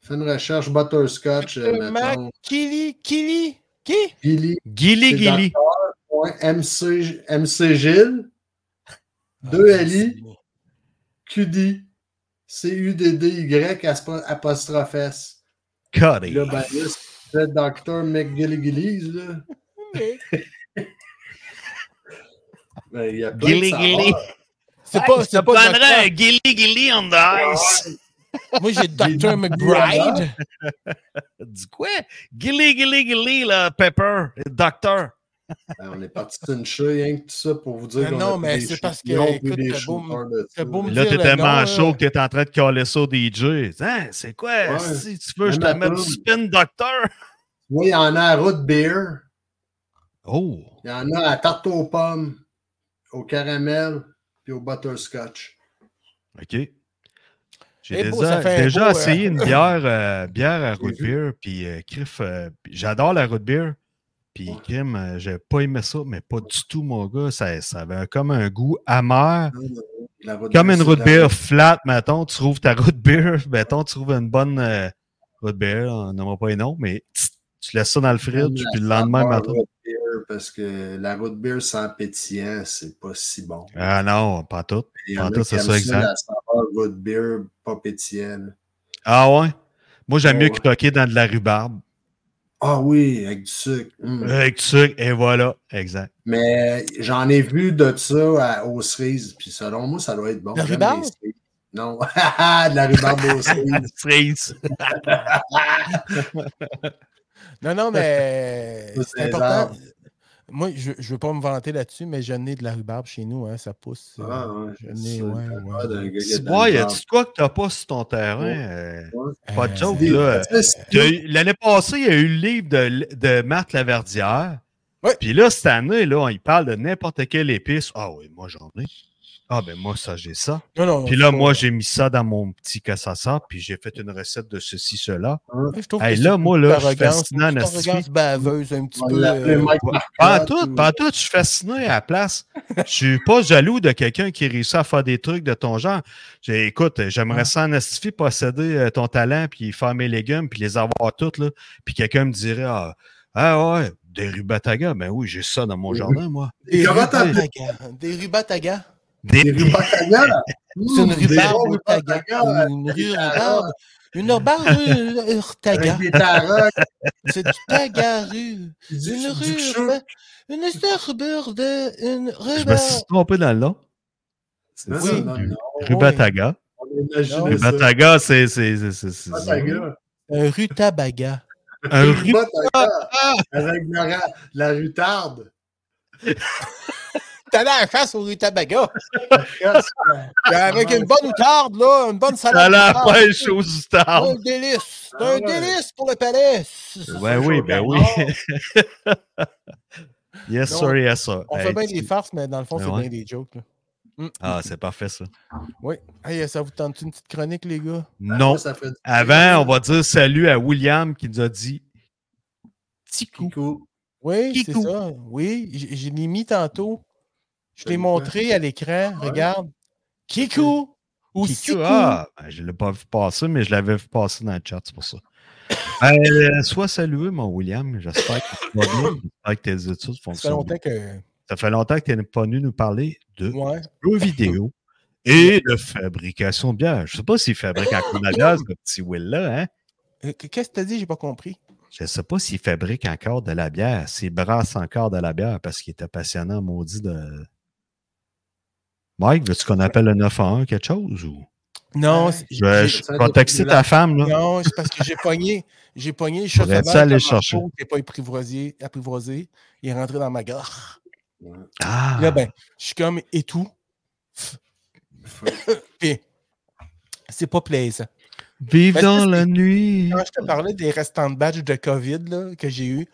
Speaker 2: Fais une recherche butterscotch, euh,
Speaker 1: euh, Mac,
Speaker 2: mettons.
Speaker 1: Kili, Kili, qui?
Speaker 2: Gilly.
Speaker 3: Guilly, Guilly.
Speaker 2: MC, MC Gilles. 2 LI. QD. C-U-D-D-Y aspo- apostrophe S. Puis
Speaker 3: Cody.
Speaker 2: Là, ben, là, c'est le Dr. McGilligillies, là. Ben, il y a plein de
Speaker 3: Gilly,
Speaker 2: saveurs.
Speaker 3: Gilly.
Speaker 1: C'est pas, c'est pas
Speaker 3: Prendrais
Speaker 1: docteur.
Speaker 3: un Guilly, Guilly on the ice.
Speaker 1: Moi, j'ai Dr. McBride.
Speaker 3: Du quoi? Gilly, Gilly, Gilly, là, Pepper, docteur.
Speaker 2: Ben, on est parti sur une chute, rien que tout ça, pour vous dire.
Speaker 1: Non,
Speaker 2: qu'on
Speaker 1: Ben non,
Speaker 2: a
Speaker 1: mais
Speaker 2: pris des
Speaker 1: c'est parce que,
Speaker 2: champignons puis
Speaker 1: écoute,
Speaker 2: des
Speaker 1: t'as beau me-
Speaker 2: shooters de
Speaker 1: t'as
Speaker 2: ça.
Speaker 1: beau me
Speaker 3: Là,
Speaker 1: dire
Speaker 3: t'es
Speaker 1: le nom,
Speaker 3: tellement
Speaker 1: là.
Speaker 3: chaud que t'es en train de coller ça au DJ. Hein, c'est quoi?
Speaker 2: Ouais.
Speaker 3: Si tu veux, je te
Speaker 2: Même
Speaker 3: mets
Speaker 2: après.
Speaker 3: du spin docteur.
Speaker 2: Oui, il y en a à root beer.
Speaker 3: Oh!
Speaker 2: Il y en a à tarte aux pommes, au caramel, puis au butterscotch.
Speaker 3: OK. J'ai
Speaker 1: Eh, beau,
Speaker 3: déjà,
Speaker 1: ça fait un
Speaker 3: déjà
Speaker 1: beau, euh,
Speaker 3: essayé une bière, euh, bière à
Speaker 2: J'ai
Speaker 3: root
Speaker 2: vu.
Speaker 3: beer, puis euh, crif, euh, puis j'adore la root beer. Puis
Speaker 2: Ouais.
Speaker 3: crime, euh, j'ai pas aimé ça, mais pas du tout, mon gars. Ça, ça avait comme un goût amer.
Speaker 2: La root
Speaker 3: Comme
Speaker 2: beer,
Speaker 3: une
Speaker 2: c'est
Speaker 3: root
Speaker 2: la-
Speaker 3: beer flat, mettons, tu trouves ta root beer, mettons, tu trouves une bonne euh, root beer, on n'aura pas les noms, mais tss, tu laisses ça dans le fridge,
Speaker 2: la
Speaker 3: puis le lendemain,
Speaker 2: saveur
Speaker 3: mettons.
Speaker 2: root beer, Parce que la root beer sans pétillant, c'est pas si bon.
Speaker 3: Ah non, pas tout.
Speaker 2: Il y en a
Speaker 3: ah, toi,
Speaker 2: qui
Speaker 3: c'est
Speaker 2: aiment
Speaker 3: ça, exact.
Speaker 2: La saveur root beer pas pétillant.
Speaker 3: Ah ouais? Moi, j'aime
Speaker 2: Ouais,
Speaker 3: mieux
Speaker 2: Ah ouais.
Speaker 3: croquer dans de la rhubarbe.
Speaker 2: Ah oui, avec du sucre. hum.
Speaker 3: Avec du sucre, et voilà. Exact.
Speaker 2: Mais j'en ai vu de ça à- aux cerises. Puis selon moi, ça doit être bon.
Speaker 1: La
Speaker 2: J'aime
Speaker 1: rhubarbe?
Speaker 2: les cerises. Non, de la rhubarbe aux
Speaker 3: La
Speaker 2: cerises.
Speaker 3: cerise.
Speaker 1: Non, non, mais
Speaker 2: Ça,
Speaker 1: c'est
Speaker 2: c'est les
Speaker 1: important.
Speaker 2: arbres.
Speaker 1: Moi, je ne veux pas me vanter là-dessus, mais j'en ai de la rhubarbe chez nous, hein, ça pousse. euh,
Speaker 2: Ah, ouais,
Speaker 1: j'en
Speaker 2: c'est
Speaker 1: ai,
Speaker 2: ça,
Speaker 1: ouais,
Speaker 2: t'as
Speaker 1: ouais.
Speaker 2: l'air d'un gars qui a de la
Speaker 3: Ouais, y
Speaker 2: rhubarbe.
Speaker 3: a-tu quoi que t'as pas sur ton terrain? euh, Pas de
Speaker 1: Euh,
Speaker 3: joke,
Speaker 2: Des-
Speaker 3: là.
Speaker 2: tu sais, c'est-
Speaker 3: Il y a eu- L'année passée, il y a eu le livre de, de Marthe Laverdière.
Speaker 1: Ouais.
Speaker 3: Puis là, cette année, là, on y parle de n'importe quelle épice. Ah oui, moi j'en ai. Ah, ben moi, ça, j'ai ça.
Speaker 1: Non, non,
Speaker 3: Puis
Speaker 1: faut
Speaker 3: là,
Speaker 1: pas-
Speaker 3: moi, j'ai mis ça dans mon petit cassassa, puis j'ai fait une recette de ceci, cela.
Speaker 1: Je trouve
Speaker 3: Hey,
Speaker 1: que
Speaker 3: là,
Speaker 1: c'est
Speaker 3: moi,
Speaker 1: une
Speaker 3: là,
Speaker 1: petite
Speaker 3: je suis
Speaker 1: arrogance,
Speaker 3: fasciné en
Speaker 1: une petite
Speaker 3: esti.
Speaker 1: arrogance baveuse, un petit
Speaker 2: On
Speaker 1: peu.
Speaker 2: l'appelait
Speaker 1: euh,
Speaker 2: Mike
Speaker 3: Pas en
Speaker 2: Marcotte.
Speaker 3: tout,
Speaker 2: ou-
Speaker 3: pas en tout, je suis fasciné à la place. Je suis pas jaloux de quelqu'un qui réussit à faire des trucs de ton genre. J'ai, écoute, j'aimerais ça en estifier, posséder euh, ton talent, puis faire mes légumes, puis les avoir toutes, là. Puis quelqu'un me dirait, ah, ah ouais, des rubatagas, ben oui, j'ai ça dans mon jardin, moi.
Speaker 1: des
Speaker 2: Comment t'appelles-
Speaker 1: rubatagas. Des rubatagas.
Speaker 3: Des,
Speaker 2: Des rubatagas, là.
Speaker 1: C'est une
Speaker 2: Mmh, des
Speaker 1: rhubarbe
Speaker 2: bons
Speaker 1: Urtaga.
Speaker 2: rubatagas,
Speaker 1: Une
Speaker 2: avec des
Speaker 1: rhubarbe. Une rhubarbe euh, Urtaga.
Speaker 2: Avec des tarots,
Speaker 1: C'est du tagaru.
Speaker 2: du, du,
Speaker 1: Une
Speaker 2: du chou.
Speaker 1: rhubarbe. Une serbe de. Une
Speaker 3: je me suis
Speaker 1: rhubarbe.
Speaker 3: trompé dans le nom.
Speaker 2: Non,
Speaker 1: Oui.
Speaker 2: non, non, non,
Speaker 3: Rubataga.
Speaker 2: on imagine
Speaker 1: Oui.
Speaker 2: ça.
Speaker 3: Rubataga, c'est. c'est- c'est- c'est- c'est-
Speaker 2: Rubataga.
Speaker 1: Un rutabaga.
Speaker 3: Un ru-
Speaker 2: Rubataga. Avec la, la rutarde.
Speaker 1: T'allais à la chasse au rutabaga.
Speaker 3: Ah,
Speaker 2: Qu'est-ce que-
Speaker 1: Avec une bonne outarde, là. Une bonne
Speaker 3: à
Speaker 1: salade.
Speaker 3: la
Speaker 1: d'outarde.
Speaker 3: pêche aux stars.
Speaker 1: Un délice. C'est
Speaker 2: Ah
Speaker 1: un
Speaker 2: ouais.
Speaker 1: délice pour le palais.
Speaker 3: Ben oui,
Speaker 1: Ah,
Speaker 3: ben oui. yes,
Speaker 1: Non,
Speaker 3: sir, yes, sir.
Speaker 1: On
Speaker 3: Hey,
Speaker 1: fait bien
Speaker 3: tu-
Speaker 1: des farces, mais dans le fond,
Speaker 3: Ben
Speaker 1: c'est
Speaker 3: ouais.
Speaker 1: bien des jokes. là.
Speaker 3: Ah, c'est parfait, ça.
Speaker 1: Oui. Hey, ça vous tente une petite chronique, les gars?
Speaker 3: Non.
Speaker 2: Ah, Ça fait du
Speaker 3: Avant, on va dire salut à William qui nous a dit Ticou.
Speaker 2: Kikou.
Speaker 1: Oui, c'est
Speaker 3: Kikou.
Speaker 1: ça. Oui, j- je l'ai mis tantôt. Je
Speaker 2: T'as
Speaker 1: l'ai
Speaker 2: mis
Speaker 1: montré à l'écran.
Speaker 2: Ouais.
Speaker 1: Regarde. Kikou ou Sikou.
Speaker 3: Ah, ben, je ne l'ai pas vu passer, mais je l'avais vu passer dans le chat, c'est pour ça. Ben, euh, sois salué, mon William. J'espère que tu vas bien. J'espère que tes études
Speaker 1: Ça fait
Speaker 3: fonctionnent. bien.
Speaker 1: longtemps que.
Speaker 3: Ça fait longtemps que tu n'es pas venu nous parler de
Speaker 1: Ouais.
Speaker 3: jeux vidéo et de fabrication de bière. Je ne sais pas s'il fabrique en Canada, ce petit Will-là. Hein?
Speaker 1: Euh, qu- Qu'est-ce que t'as dit? J'ai pas compris.
Speaker 3: Je ne sais pas s'il fabrique encore de la bière, s'il brasse encore de la bière parce qu'il était passionnant, maudit de. Mike, veux-tu qu'on appelle le 911 quelque chose ou.
Speaker 1: Non,
Speaker 2: Ouais.
Speaker 1: c'est-
Speaker 3: Je vais
Speaker 1: j'ai-
Speaker 3: je vais contacter ta femme, là.
Speaker 1: non, c'est parce que j'ai pogné. J'ai pogné le chat
Speaker 3: Faudrait-tu
Speaker 1: sauvage
Speaker 3: aller
Speaker 1: dans ma
Speaker 3: chercher?
Speaker 1: peau, T'es pas apprivoisé, apprivoisé. Il est rentré dans ma gare.
Speaker 3: Ah,
Speaker 1: Là, ben, je suis comme et tout. Puis, c'est pas plaisant.
Speaker 3: vive
Speaker 1: ben,
Speaker 3: dans
Speaker 1: c'est-
Speaker 3: la nuit.
Speaker 1: Quand je te parlais des restants de badges de COVID là, que j'ai eu,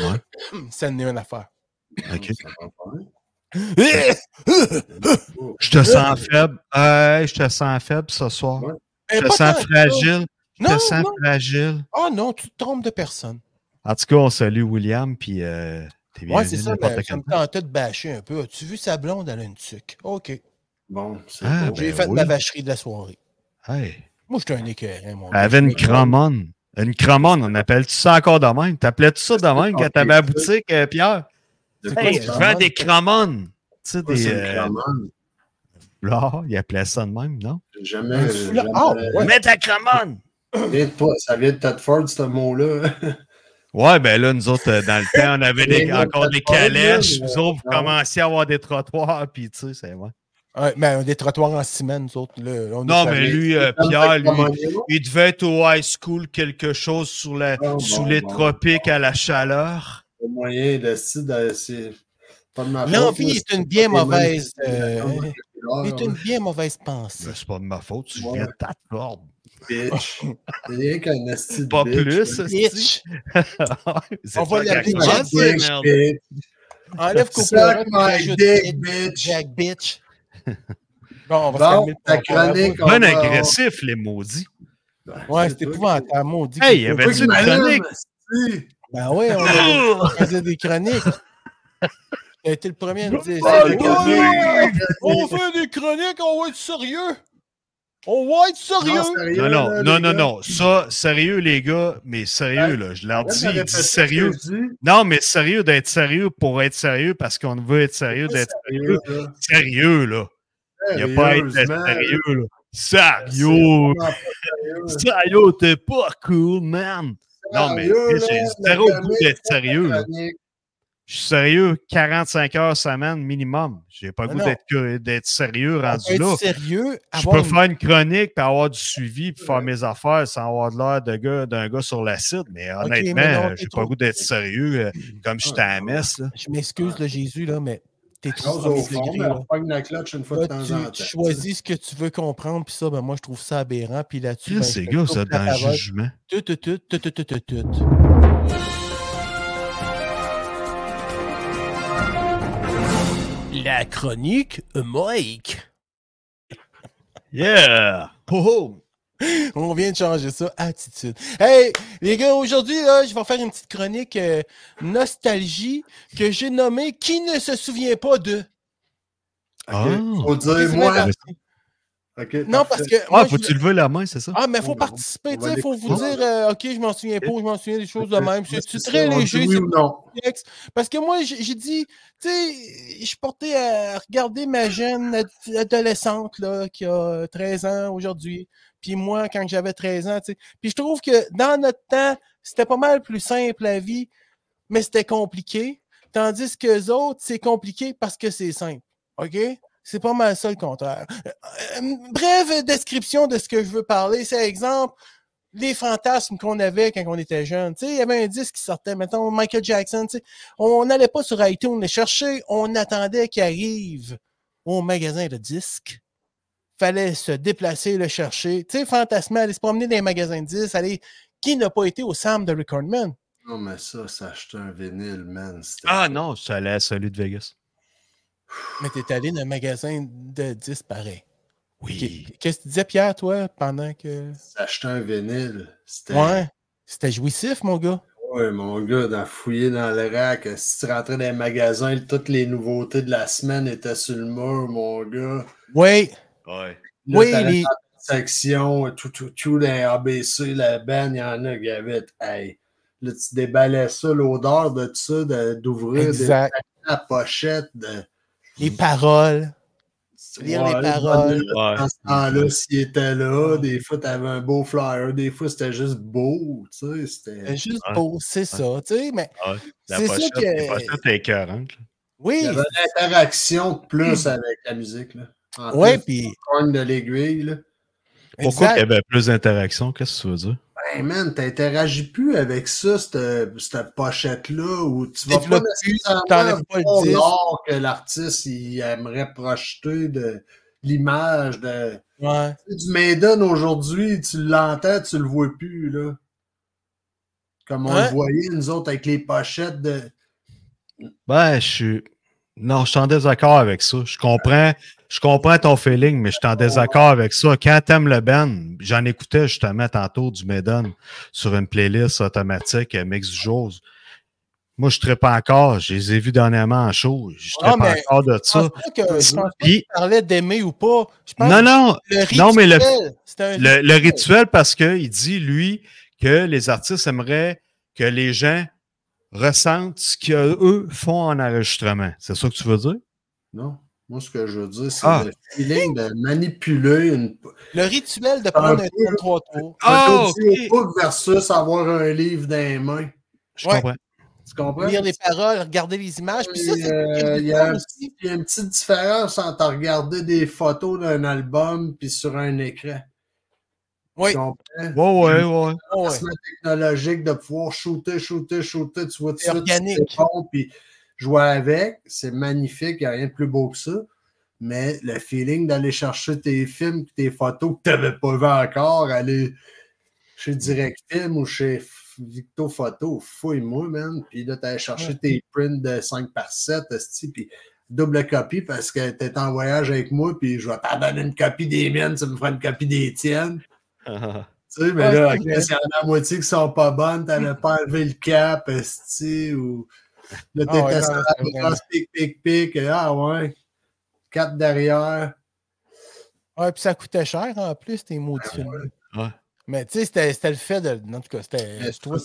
Speaker 3: Ouais.
Speaker 1: ça n'est une affaire.
Speaker 3: Ok.
Speaker 2: Ah, Ça va pas, Oh, hein?
Speaker 3: Je te sens faible. Hey, je te sens faible ce soir.
Speaker 2: Ouais.
Speaker 3: Je
Speaker 1: Eh,
Speaker 3: te
Speaker 1: pas
Speaker 3: sens
Speaker 1: tant que ça.
Speaker 3: fragile. Je
Speaker 1: Non,
Speaker 3: te sens
Speaker 1: non.
Speaker 3: fragile.
Speaker 1: Ah non, tu te trompes de personne.
Speaker 3: En tout cas, on salue William, puis euh, t'es bien
Speaker 1: ouais, c'est ça,
Speaker 3: n'importe
Speaker 1: mais ça me
Speaker 3: quand.
Speaker 1: tentait de bâcher un peu. As-tu vu sa blonde, elle a une tuque? OK.
Speaker 2: Bon, c'est
Speaker 3: Ah,
Speaker 2: beau.
Speaker 3: ben
Speaker 1: J'ai fait
Speaker 3: oui.
Speaker 1: ma vacherie de la soirée.
Speaker 3: Hey.
Speaker 1: Moi, j'étais un écœurant, mon
Speaker 3: Elle avait une cramone. Une cramone, on appelle-tu ça encore de même? T'appelais-tu ça de même quand t'avais la boutique, euh, Pierre?
Speaker 2: C'est pas
Speaker 1: quoi, c'est
Speaker 3: Hey,
Speaker 2: une
Speaker 3: je
Speaker 1: vraiment-
Speaker 3: vends des cramones. Tu sais,
Speaker 2: cramone,
Speaker 3: des.
Speaker 2: c'est une
Speaker 3: euh,
Speaker 2: cramone.
Speaker 3: blards, il appelait ça de même, non?
Speaker 2: J'ai Jamais.
Speaker 1: Un
Speaker 2: j'ai
Speaker 1: foulard.
Speaker 2: jamais-
Speaker 1: Ah, ouais.
Speaker 3: Mets ta cramone!
Speaker 2: Ça vient de pas- Ça vient de Tadford, ce mot-là.
Speaker 3: Ouais, ben là, nous autres, euh, dans le temps, on avait des-
Speaker 2: Mais non,
Speaker 3: encore
Speaker 2: ça
Speaker 3: des
Speaker 2: te parle,
Speaker 3: calèches.
Speaker 2: là,
Speaker 3: Vous autres, vous
Speaker 2: non.
Speaker 3: commenciez à avoir des trottoirs, puis tu sais, c'est vrai.
Speaker 1: Ouais, mais on a des trottoirs en ciment, nous autres. Là, on
Speaker 3: Non,
Speaker 1: est
Speaker 3: mais
Speaker 1: allés.
Speaker 3: lui, euh,
Speaker 2: Comme
Speaker 3: Pierre,
Speaker 2: ça,
Speaker 3: lui,
Speaker 2: Cramonio.
Speaker 3: il devait être au high school quelque chose sous, la,
Speaker 2: Bon,
Speaker 3: sous
Speaker 2: bon,
Speaker 3: les
Speaker 2: bon.
Speaker 3: tropiques à la chaleur.
Speaker 2: Le moyen de si- de- c'est pas de ma faute,
Speaker 1: L'envie
Speaker 2: là,
Speaker 1: est une
Speaker 2: c'est
Speaker 1: bien
Speaker 2: pas des mêmes-
Speaker 1: mauvaise. euh, est une
Speaker 2: une
Speaker 1: bien mauvaise pensée.
Speaker 3: Ben, c'est pas de ma faute, je
Speaker 2: Ouais.
Speaker 3: viens de ta corde.
Speaker 2: bitch. C'est rien qu'un asti de
Speaker 3: Pas
Speaker 2: bitch,
Speaker 3: plus.
Speaker 2: là.
Speaker 1: Bitch,
Speaker 3: C'est
Speaker 1: On va
Speaker 3: pas
Speaker 1: l'appeler
Speaker 3: quelque
Speaker 2: Jack
Speaker 3: chose,
Speaker 2: bitch,
Speaker 3: merde.
Speaker 2: bitch.
Speaker 1: enlève coupe
Speaker 2: Suck my dick, bitch.
Speaker 1: Jack bitch. Bon, on va
Speaker 2: Bon,
Speaker 1: se calmer
Speaker 2: ta
Speaker 1: le pompon, là.
Speaker 2: chronique, on
Speaker 3: Ben
Speaker 2: va-
Speaker 3: agressif, les maudits.
Speaker 1: Ouais, c'était
Speaker 2: toi
Speaker 1: épouvantable. Maudit.
Speaker 3: Hey, il y
Speaker 1: Ben
Speaker 2: qui-
Speaker 3: avait-tu
Speaker 2: toi qui
Speaker 3: une
Speaker 2: m'allume,
Speaker 3: chronique?
Speaker 2: asti.
Speaker 1: ouais,
Speaker 2: Ah,
Speaker 1: on a-
Speaker 3: Oh!
Speaker 1: On faisait des chroniques. T'as été le premier à me dire
Speaker 2: Ah,
Speaker 1: ça.
Speaker 2: le
Speaker 1: Ouais,
Speaker 2: gars,
Speaker 1: On fait des chroniques, on va être sérieux. On va être
Speaker 2: Non,
Speaker 1: sérieux.
Speaker 2: sérieux,
Speaker 3: Non,
Speaker 2: là,
Speaker 3: non, non,
Speaker 2: les
Speaker 3: non,
Speaker 2: gars.
Speaker 3: non. Ça, sérieux, les gars, mais sérieux,
Speaker 2: Ouais.
Speaker 3: là, je leur
Speaker 2: Là,
Speaker 3: dis,
Speaker 2: ça
Speaker 3: ils
Speaker 2: répète ce
Speaker 3: disent
Speaker 2: que
Speaker 3: sérieux.
Speaker 2: je dis.
Speaker 3: Non, mais sérieux d'être sérieux pour être sérieux parce qu'on veut être sérieux d'être
Speaker 2: Sérieux, là.
Speaker 3: sérieux, là. Il n'y a pas à être
Speaker 2: Sérieusement,
Speaker 3: sérieux, là.
Speaker 2: c'est
Speaker 3: Sérieux!
Speaker 2: vraiment pas sérieux.
Speaker 3: Sérieux, t'es pas cool, man! Non, mais
Speaker 2: Sérieux, là,
Speaker 3: j'ai
Speaker 2: la
Speaker 3: zéro
Speaker 2: chronique,
Speaker 3: goût d'être sérieux, là.
Speaker 2: chronique.
Speaker 3: Je suis sérieux 45 heures semaine minimum. J'ai pas
Speaker 2: Ah
Speaker 1: Mais
Speaker 3: goût
Speaker 1: non.
Speaker 3: d'être que- d'être sérieux
Speaker 1: On
Speaker 3: rendu
Speaker 1: peut
Speaker 3: là.
Speaker 1: être sérieux.
Speaker 3: Je
Speaker 1: avoir
Speaker 3: peux
Speaker 1: une-
Speaker 3: faire une chronique, puis avoir du suivi, puis faire
Speaker 2: Ouais.
Speaker 3: mes affaires sans avoir de l'air de gars- d'un gars, sur la site. Mais
Speaker 1: Ok,
Speaker 3: honnêtement,
Speaker 1: mais non, t'es
Speaker 3: j'ai
Speaker 1: trop-
Speaker 3: pas goût d'être sérieux euh, comme je suis à la messe. Là.
Speaker 1: Je m'excuse, là, Jésus, là, mais t'es trop
Speaker 2: Chose au
Speaker 1: premier
Speaker 2: fond,
Speaker 1: degré,
Speaker 2: mais
Speaker 1: là.
Speaker 2: on pogne la cloche une fois de
Speaker 1: Là,
Speaker 2: temps
Speaker 1: tu,
Speaker 2: en temps.
Speaker 1: tu choisis ce que tu veux comprendre, puis ça, ben moi, je trouve ça aberrant. Puis là-dessus, ben,
Speaker 3: Chris,
Speaker 1: je
Speaker 3: c'est
Speaker 1: te
Speaker 3: gars,
Speaker 1: coupe
Speaker 3: ça,
Speaker 1: la
Speaker 3: dans le
Speaker 1: parole.
Speaker 3: jugement.
Speaker 1: Tout, tout, tout, tout, tout, tout, tout, tout. La chronique Mike.
Speaker 3: Yeah! Ho,
Speaker 1: ho! Oh, On vient de changer ça, attitude. Hey, les gars, aujourd'hui, là, je vais faire une petite chronique euh, nostalgie que j'ai nommée Qui ne se souvient pas de?
Speaker 2: Okay. Oh. Faut dire moi.
Speaker 1: Okay, Ah. non, parce que.
Speaker 3: Ah, moi, faut que je... tu lever la main, c'est ça?
Speaker 1: Ah, mais il faut participer, tu sais. Il faut vous dire, euh, OK, je m'en souviens pas, je m'en souviens des choses de même. C'est très léger,
Speaker 2: oui ou non.
Speaker 1: Complexe. Parce que moi, j'ai dit, tu sais, je portais à regarder ma jeune adolescente, là, qui a 13 ans aujourd'hui. Puis moi, quand j'avais 13 ans, tu sais. Puis je trouve que dans notre temps, c'était pas mal plus simple la vie, mais c'était compliqué. Tandis que les autres, c'est compliqué parce que c'est simple. OK? C'est pas mal ça le contraire. Euh, Brève description de ce que je veux parler, c'est exemple les fantasmes qu'on avait quand on était jeune. Tu sais, il y avait un disque qui sortait, mettons Michael Jackson. Tu sais, on n'allait pas sur iTunes le chercher, on attendait qu'il arrive au magasin de disques. Fallait se déplacer, le chercher. Tu sais, fantasmer, aller se promener dans les magasins de disques, aller. Qui n'a pas été au Sam de Recordman?
Speaker 2: Non, mais ça, s'acheter un vinyle, man.
Speaker 3: Ah non, je suis allé à celui de Vegas.
Speaker 1: Mais t'es allé dans un magasin de 10 pareil. Oui. Qu'est-ce que tu disais, Pierre, toi, pendant que.
Speaker 2: Acheter un vinyle. C'était...
Speaker 1: Ouais. C'était jouissif, mon gars.
Speaker 2: Ouais, mon gars, d'en fouiller dans le rack. Si tu rentrais dans un magasin, toutes les nouveautés de la semaine étaient sur le mur, mon gars.
Speaker 1: Oui.
Speaker 3: Ouais.
Speaker 1: Là, oui, les.
Speaker 2: Section, tout, tout, tout, les ABC, la banne, il y en a qui avaient. Hey. Là, tu déballais ça, l'odeur de ça, d'ouvrir des... la pochette. De...
Speaker 1: Les paroles. Lire ouais, les paroles.
Speaker 2: Dans ce temps-là, s'il était là, des fois, tu avais un beau flyer, des fois, c'était juste beau. Tu sais, c'était
Speaker 1: Euh, juste beau, c'est ouais. ça. Tu sais, mais
Speaker 3: Ah ouais. c'est ça que. écœurante.
Speaker 1: Oui.
Speaker 2: Il y avait l'interaction de plus mmh.
Speaker 1: Hmm.
Speaker 2: avec la musique. Là.
Speaker 1: Oui, puis.
Speaker 2: de l'aiguille.
Speaker 3: Pourquoi il y avait plus d'interaction? Qu'est-ce que tu veux dire?
Speaker 2: Ben, man, t'interagis plus avec ça, cette, cette pochette-là, où tu vas pas nécessairement voir l'art que l'artiste il aimerait projeter de l'image de.
Speaker 1: Ouais.
Speaker 2: Du Maiden aujourd'hui, tu l'entends, tu le vois plus, là. Comme on ouais. le voyait, nous autres, avec les pochettes de.
Speaker 3: Ben, je suis. Non, je suis en désaccord avec ça. Je comprends, je comprends ton feeling, mais je suis en désaccord avec ça. Quand t'aimes le band, j'en écoutais justement tantôt du Médon sur une playlist automatique euh, Mix Jose. Moi, je ne pas encore. Je les ai vus dernièrement en show. Je ne pas encore de ça.
Speaker 1: Que, Ah, je pense pas que tu parlais d'aimer ou pas. Je pense
Speaker 3: non, non.
Speaker 1: Que le rituel,
Speaker 3: non, mais le, le, le rituel, parce qu'il dit, lui, que les artistes aimeraient que les gens ressentent ce qu'eux font en enregistrement. C'est ça que tu veux dire?
Speaker 2: Non. Moi, ce que je veux dire, c'est ah. le feeling de manipuler une.
Speaker 1: Le rituel de prendre un, un 33 tours.
Speaker 2: Ah! Okay. versus avoir un livre dans les mains.
Speaker 3: Je ouais. comprends.
Speaker 2: Tu comprends?
Speaker 1: Lire les paroles, regarder les images. Puis ça,
Speaker 2: euh, il, y a un petit, il y a une petite différence entre regarder des photos d'un album puis sur un écran.
Speaker 1: Oui.
Speaker 3: Oui, oui, oui.
Speaker 1: Ah
Speaker 2: L'avancement technologique de pouvoir shooter, shooter, shooter, tu vois tout
Speaker 1: de
Speaker 2: suite, bon, puis jouer avec, c'est magnifique, il n'y a rien de plus beau que ça. Mais le feeling d'aller chercher tes films, tes photos que tu n'avais pas vu encore, aller chez Direct Film ou chez Victo Photo, fouille-moi, man. Puis là, tu chercher ouais. tes prints de 5 par 7, puis double copie parce que tu es en voyage avec moi, puis je vais t'en donner une copie des miennes, tu me feras une copie des tiennes. Tu sais, mais ah, là, s'il y en a la moitié qui sont pas bonnes, t'allais pas enlever le cap, esti, ou là, t'étais oh, ouais, sur la brosse, pic, pic, pic, et, ah ouais, quatre derrière.
Speaker 1: Ouais, puis ça coûtait cher en plus, tes maudits ah, ouais.
Speaker 3: ouais.
Speaker 1: Mais tu sais, c'était le fait de. En tout cas, c'était.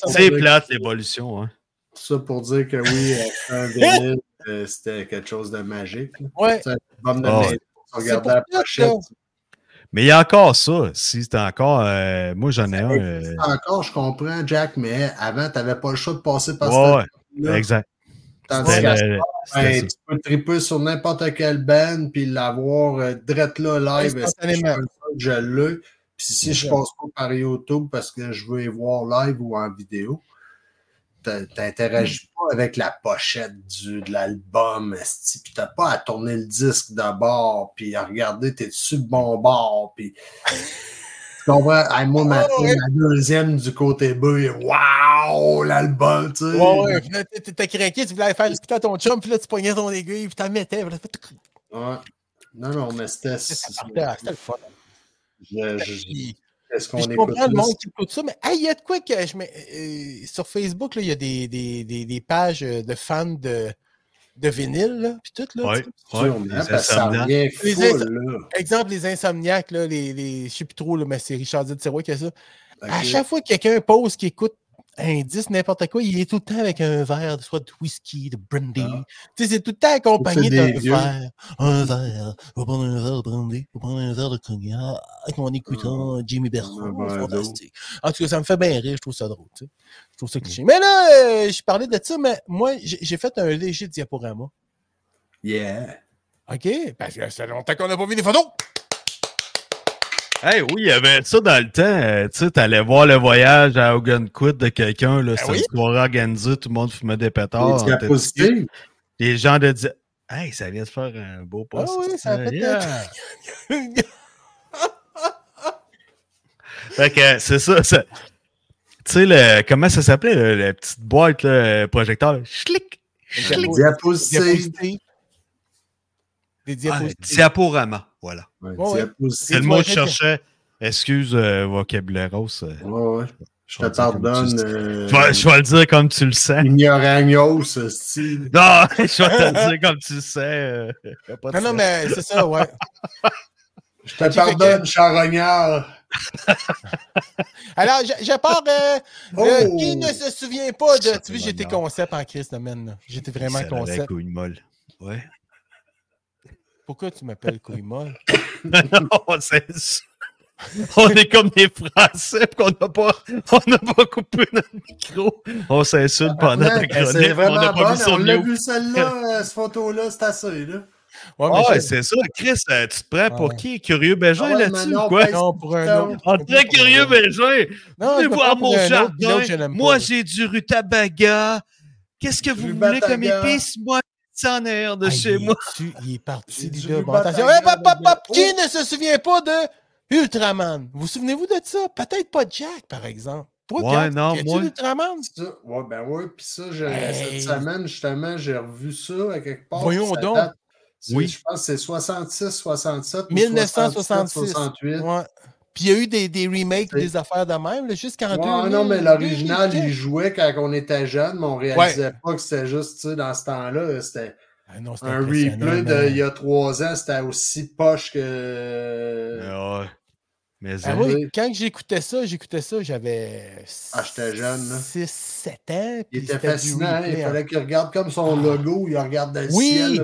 Speaker 3: C'est plate l'évolution, hein.
Speaker 2: Tout ça pour dire que oui, un vinyle, euh, c'était quelque chose de magique.
Speaker 1: Ouais.
Speaker 2: C'est oh, la pochette. Que...
Speaker 3: Mais il y a encore ça. Si t'es encore. Euh, moi, j'en ai un. Euh...
Speaker 2: Encore, je comprends, Jack, mais avant, t'avais pas le choix de passer par ouais,
Speaker 3: cette ouais, exact.
Speaker 2: Tandis qu'à ce ben, tu peux triper sur n'importe quelle band puis l'avoir euh, direct là, live. Si je, je l'ai. Puis si ouais. je passe pas par YouTube parce que je veux y voir live ou en vidéo, t'interagis pas avec la pochette du, de l'album, puis t'as pas à tourner le disque d'abord, puis à regarder, t'es dessus de bon bord, puis... tu comprends? Hey, moi, ma, oh, ouais. la deuxième du côté B, waouh, l'album, tu sais!
Speaker 1: Ouais, ouais, là, t'as craqué, tu voulais faire écouter à ton chum, puis là, tu pognais ton aiguille, puis t'en mettais,
Speaker 2: Ouais. Non, non, mais c'était...
Speaker 1: C'était Ah, le fun.
Speaker 2: Je- je-
Speaker 1: Ben, Puis-
Speaker 2: Est-ce qu'on
Speaker 1: puis je
Speaker 2: écoute
Speaker 1: comprends le
Speaker 2: plus?
Speaker 1: monde qui écoute ça, mais hey, il y a de quoi que je mets. euh, sur Facebook, là, il y a des, des, des, des pages euh, de fans de, de vinyle, là, puis tout. Là,
Speaker 3: Ouais,
Speaker 1: tu sais.
Speaker 3: ouais,
Speaker 2: Sûrement,
Speaker 3: les
Speaker 2: hein, parce que ça
Speaker 3: insomniaques.
Speaker 2: revient
Speaker 1: Les
Speaker 2: full, là.
Speaker 1: Exemple, les insomniaques, là, les, les, je sais plus trop, là, mais c'est Richard Did, c'est vrai que ça. À
Speaker 2: Ok.
Speaker 1: chaque fois que quelqu'un pose, qui écoute un disque, n'importe quoi, il est tout le temps avec un verre, soit de whisky, de brandy.
Speaker 2: Ah.
Speaker 1: Tu sais, c'est tout le temps accompagné
Speaker 2: C'est des
Speaker 1: d'un
Speaker 2: vieux.
Speaker 1: verre. Un verre. On va prendre un verre de brandy, on va prendre un verre de cognac, en écoutant Jimmy Bertrand.
Speaker 2: Ah. Un verre
Speaker 1: fantastique. En tout cas, ça me fait bien rire, je trouve ça drôle. tu sais. Je trouve ça
Speaker 2: Mm.
Speaker 1: cliché. Mais là, euh, je parlais de ça, mais moi, j'ai j'ai fait un léger diaporama.
Speaker 2: Yeah.
Speaker 1: OK? Parce que ça fait longtemps qu'on n'a pas vu des photos.
Speaker 3: Hey, oui, il y avait ça dans le temps. euh, tu sais, t'allais voir le voyage à Ogunquit de quelqu'un. là,
Speaker 1: Ben
Speaker 3: C'était
Speaker 1: oui.
Speaker 3: une soirée organisée, tout le monde fumait des pétards.
Speaker 2: Handicap
Speaker 3: on était-
Speaker 2: positif.
Speaker 3: Les gens de dire Hey, ça vient de faire un beau
Speaker 1: Ah
Speaker 3: poste.
Speaker 1: oui, ça a fait
Speaker 3: Yeah. Fait que euh, c'est ça. ça- Tu sais, le- comment ça s'appelait, le- la petite boîte, le projecteur? là? Schlick! Schlick!
Speaker 1: Diapo-
Speaker 2: Diapositive.
Speaker 1: diapositives. Des
Speaker 3: Ah,
Speaker 1: diapositives.
Speaker 3: diaporama, voilà.
Speaker 2: Ouais,
Speaker 1: Ouais, ouais.
Speaker 3: C'est
Speaker 2: diapositive.
Speaker 3: le mot que
Speaker 1: tu
Speaker 3: je
Speaker 1: vois,
Speaker 3: cherchais. Excuse, euh, vocabulaire rose. euh,
Speaker 2: Ouais, ouais. Je te
Speaker 3: vais le dire comme tu
Speaker 2: pardonne.
Speaker 3: le-
Speaker 2: euh,
Speaker 3: Je vais, je vais le dire comme tu le sens.
Speaker 2: Ignoragnos, ce style.
Speaker 3: Non, je vais te le dire comme tu le sais. euh, y a pas de
Speaker 1: Non, non,
Speaker 3: stress.
Speaker 1: mais c'est ça, ouais.
Speaker 2: Je te pardonne, charognard.
Speaker 1: Alors, je, je pars. euh,
Speaker 2: Oh!
Speaker 1: de- qui ne se souvient pas de.
Speaker 3: Ça
Speaker 1: Tu vois,
Speaker 3: fait
Speaker 1: j'étais
Speaker 3: mal, non.
Speaker 1: concept en Chris, domaine. là. J'étais vraiment
Speaker 3: Ça l'avait
Speaker 1: concept.
Speaker 3: couille molle. Ouais.
Speaker 1: Pourquoi tu m'appelles couille molle?
Speaker 3: non, c'est ça. On est comme des Français puis qu'on n'a pas, on n'a pas coupé notre micro. On s'insulte pendant la
Speaker 2: Ouais,
Speaker 3: chronique.
Speaker 2: C'est
Speaker 3: On n'a
Speaker 2: vraiment
Speaker 3: pas
Speaker 2: bon.
Speaker 3: mis sur
Speaker 2: On l'a
Speaker 3: mute.
Speaker 2: vu celle-là, euh, cette photo-là, c'est assez, là.
Speaker 1: Ouais,
Speaker 3: Ah, ouais,
Speaker 1: je- Ah
Speaker 3: c'est ça. Chris, euh, tu te prends pour
Speaker 1: Ouais.
Speaker 3: qui? Curieux Bégin
Speaker 2: Ah ouais,
Speaker 3: là-dessus
Speaker 2: mais
Speaker 3: ou
Speaker 2: non,
Speaker 3: quoi?
Speaker 2: ben,
Speaker 1: Non, pour un autre.
Speaker 3: On dirait Curieux Bégin.
Speaker 1: Non,
Speaker 3: Venez
Speaker 1: je me
Speaker 3: voir
Speaker 1: prends pour
Speaker 3: mon
Speaker 1: un autre, puis
Speaker 3: jardin.
Speaker 1: l'autre, je l'aime
Speaker 3: Moi,
Speaker 1: pas.
Speaker 3: j'ai du rutabaga. Qu'est-ce que vous voulez
Speaker 2: Rutabaga.
Speaker 3: comme épice? Moi, c'est en air de
Speaker 1: Ah,
Speaker 3: chez
Speaker 1: il
Speaker 3: moi.
Speaker 1: est dessus, Il est parti,
Speaker 2: C'est du
Speaker 1: Lila. Bon,
Speaker 2: Bataille
Speaker 1: attention. Hey, pop, pop, pop,
Speaker 2: de
Speaker 1: Qui ne se souvient pas de Ultraman? Vous vous souvenez-vous de ça? Peut-être pas Jack, par exemple. Toi,
Speaker 3: Ouais,
Speaker 1: Pierre,
Speaker 3: non,
Speaker 1: tu
Speaker 3: moi-
Speaker 1: Ultraman?
Speaker 2: Ça, ouais, ben ouais, puis ça, j'ai-
Speaker 1: Hey.
Speaker 2: cette semaine, justement, j'ai revu ça à quelque part.
Speaker 1: Voyons
Speaker 2: puis ça
Speaker 1: donc.
Speaker 2: date- c'est-
Speaker 3: Oui.
Speaker 2: Je pense que c'est 66, 67,
Speaker 1: 1966.
Speaker 2: 68. Ouais,
Speaker 1: Ouais. Puis il y a eu des, des remakes,
Speaker 2: C'est-
Speaker 1: des affaires de même, là, jusqu'en
Speaker 2: ah
Speaker 1: 2000,
Speaker 2: non, mais l'original, il
Speaker 1: 2000.
Speaker 2: jouait quand on était jeune, mais on réalisait pas que c'était juste, tu sais, dans ce temps-là, c'était
Speaker 1: Ah non, c'est
Speaker 2: un
Speaker 1: impressionnant,
Speaker 2: replay
Speaker 1: man.
Speaker 2: d'il y a trois ans, c'était aussi poche que.
Speaker 3: Ah ouais. Mais
Speaker 1: Euh, Ah
Speaker 3: euh,
Speaker 1: oui, quand j'écoutais ça, j'écoutais ça, j'avais
Speaker 2: Ah, j'étais jeune, là.
Speaker 1: 6, 7 ans.
Speaker 2: Il
Speaker 1: puis
Speaker 2: était
Speaker 1: c'était du
Speaker 2: fascinant, hein, il
Speaker 1: replay en
Speaker 2: fallait qu'il regarde comme son
Speaker 1: Ah.
Speaker 2: logo, il regarde dans le
Speaker 1: Oui.
Speaker 2: ciel, là,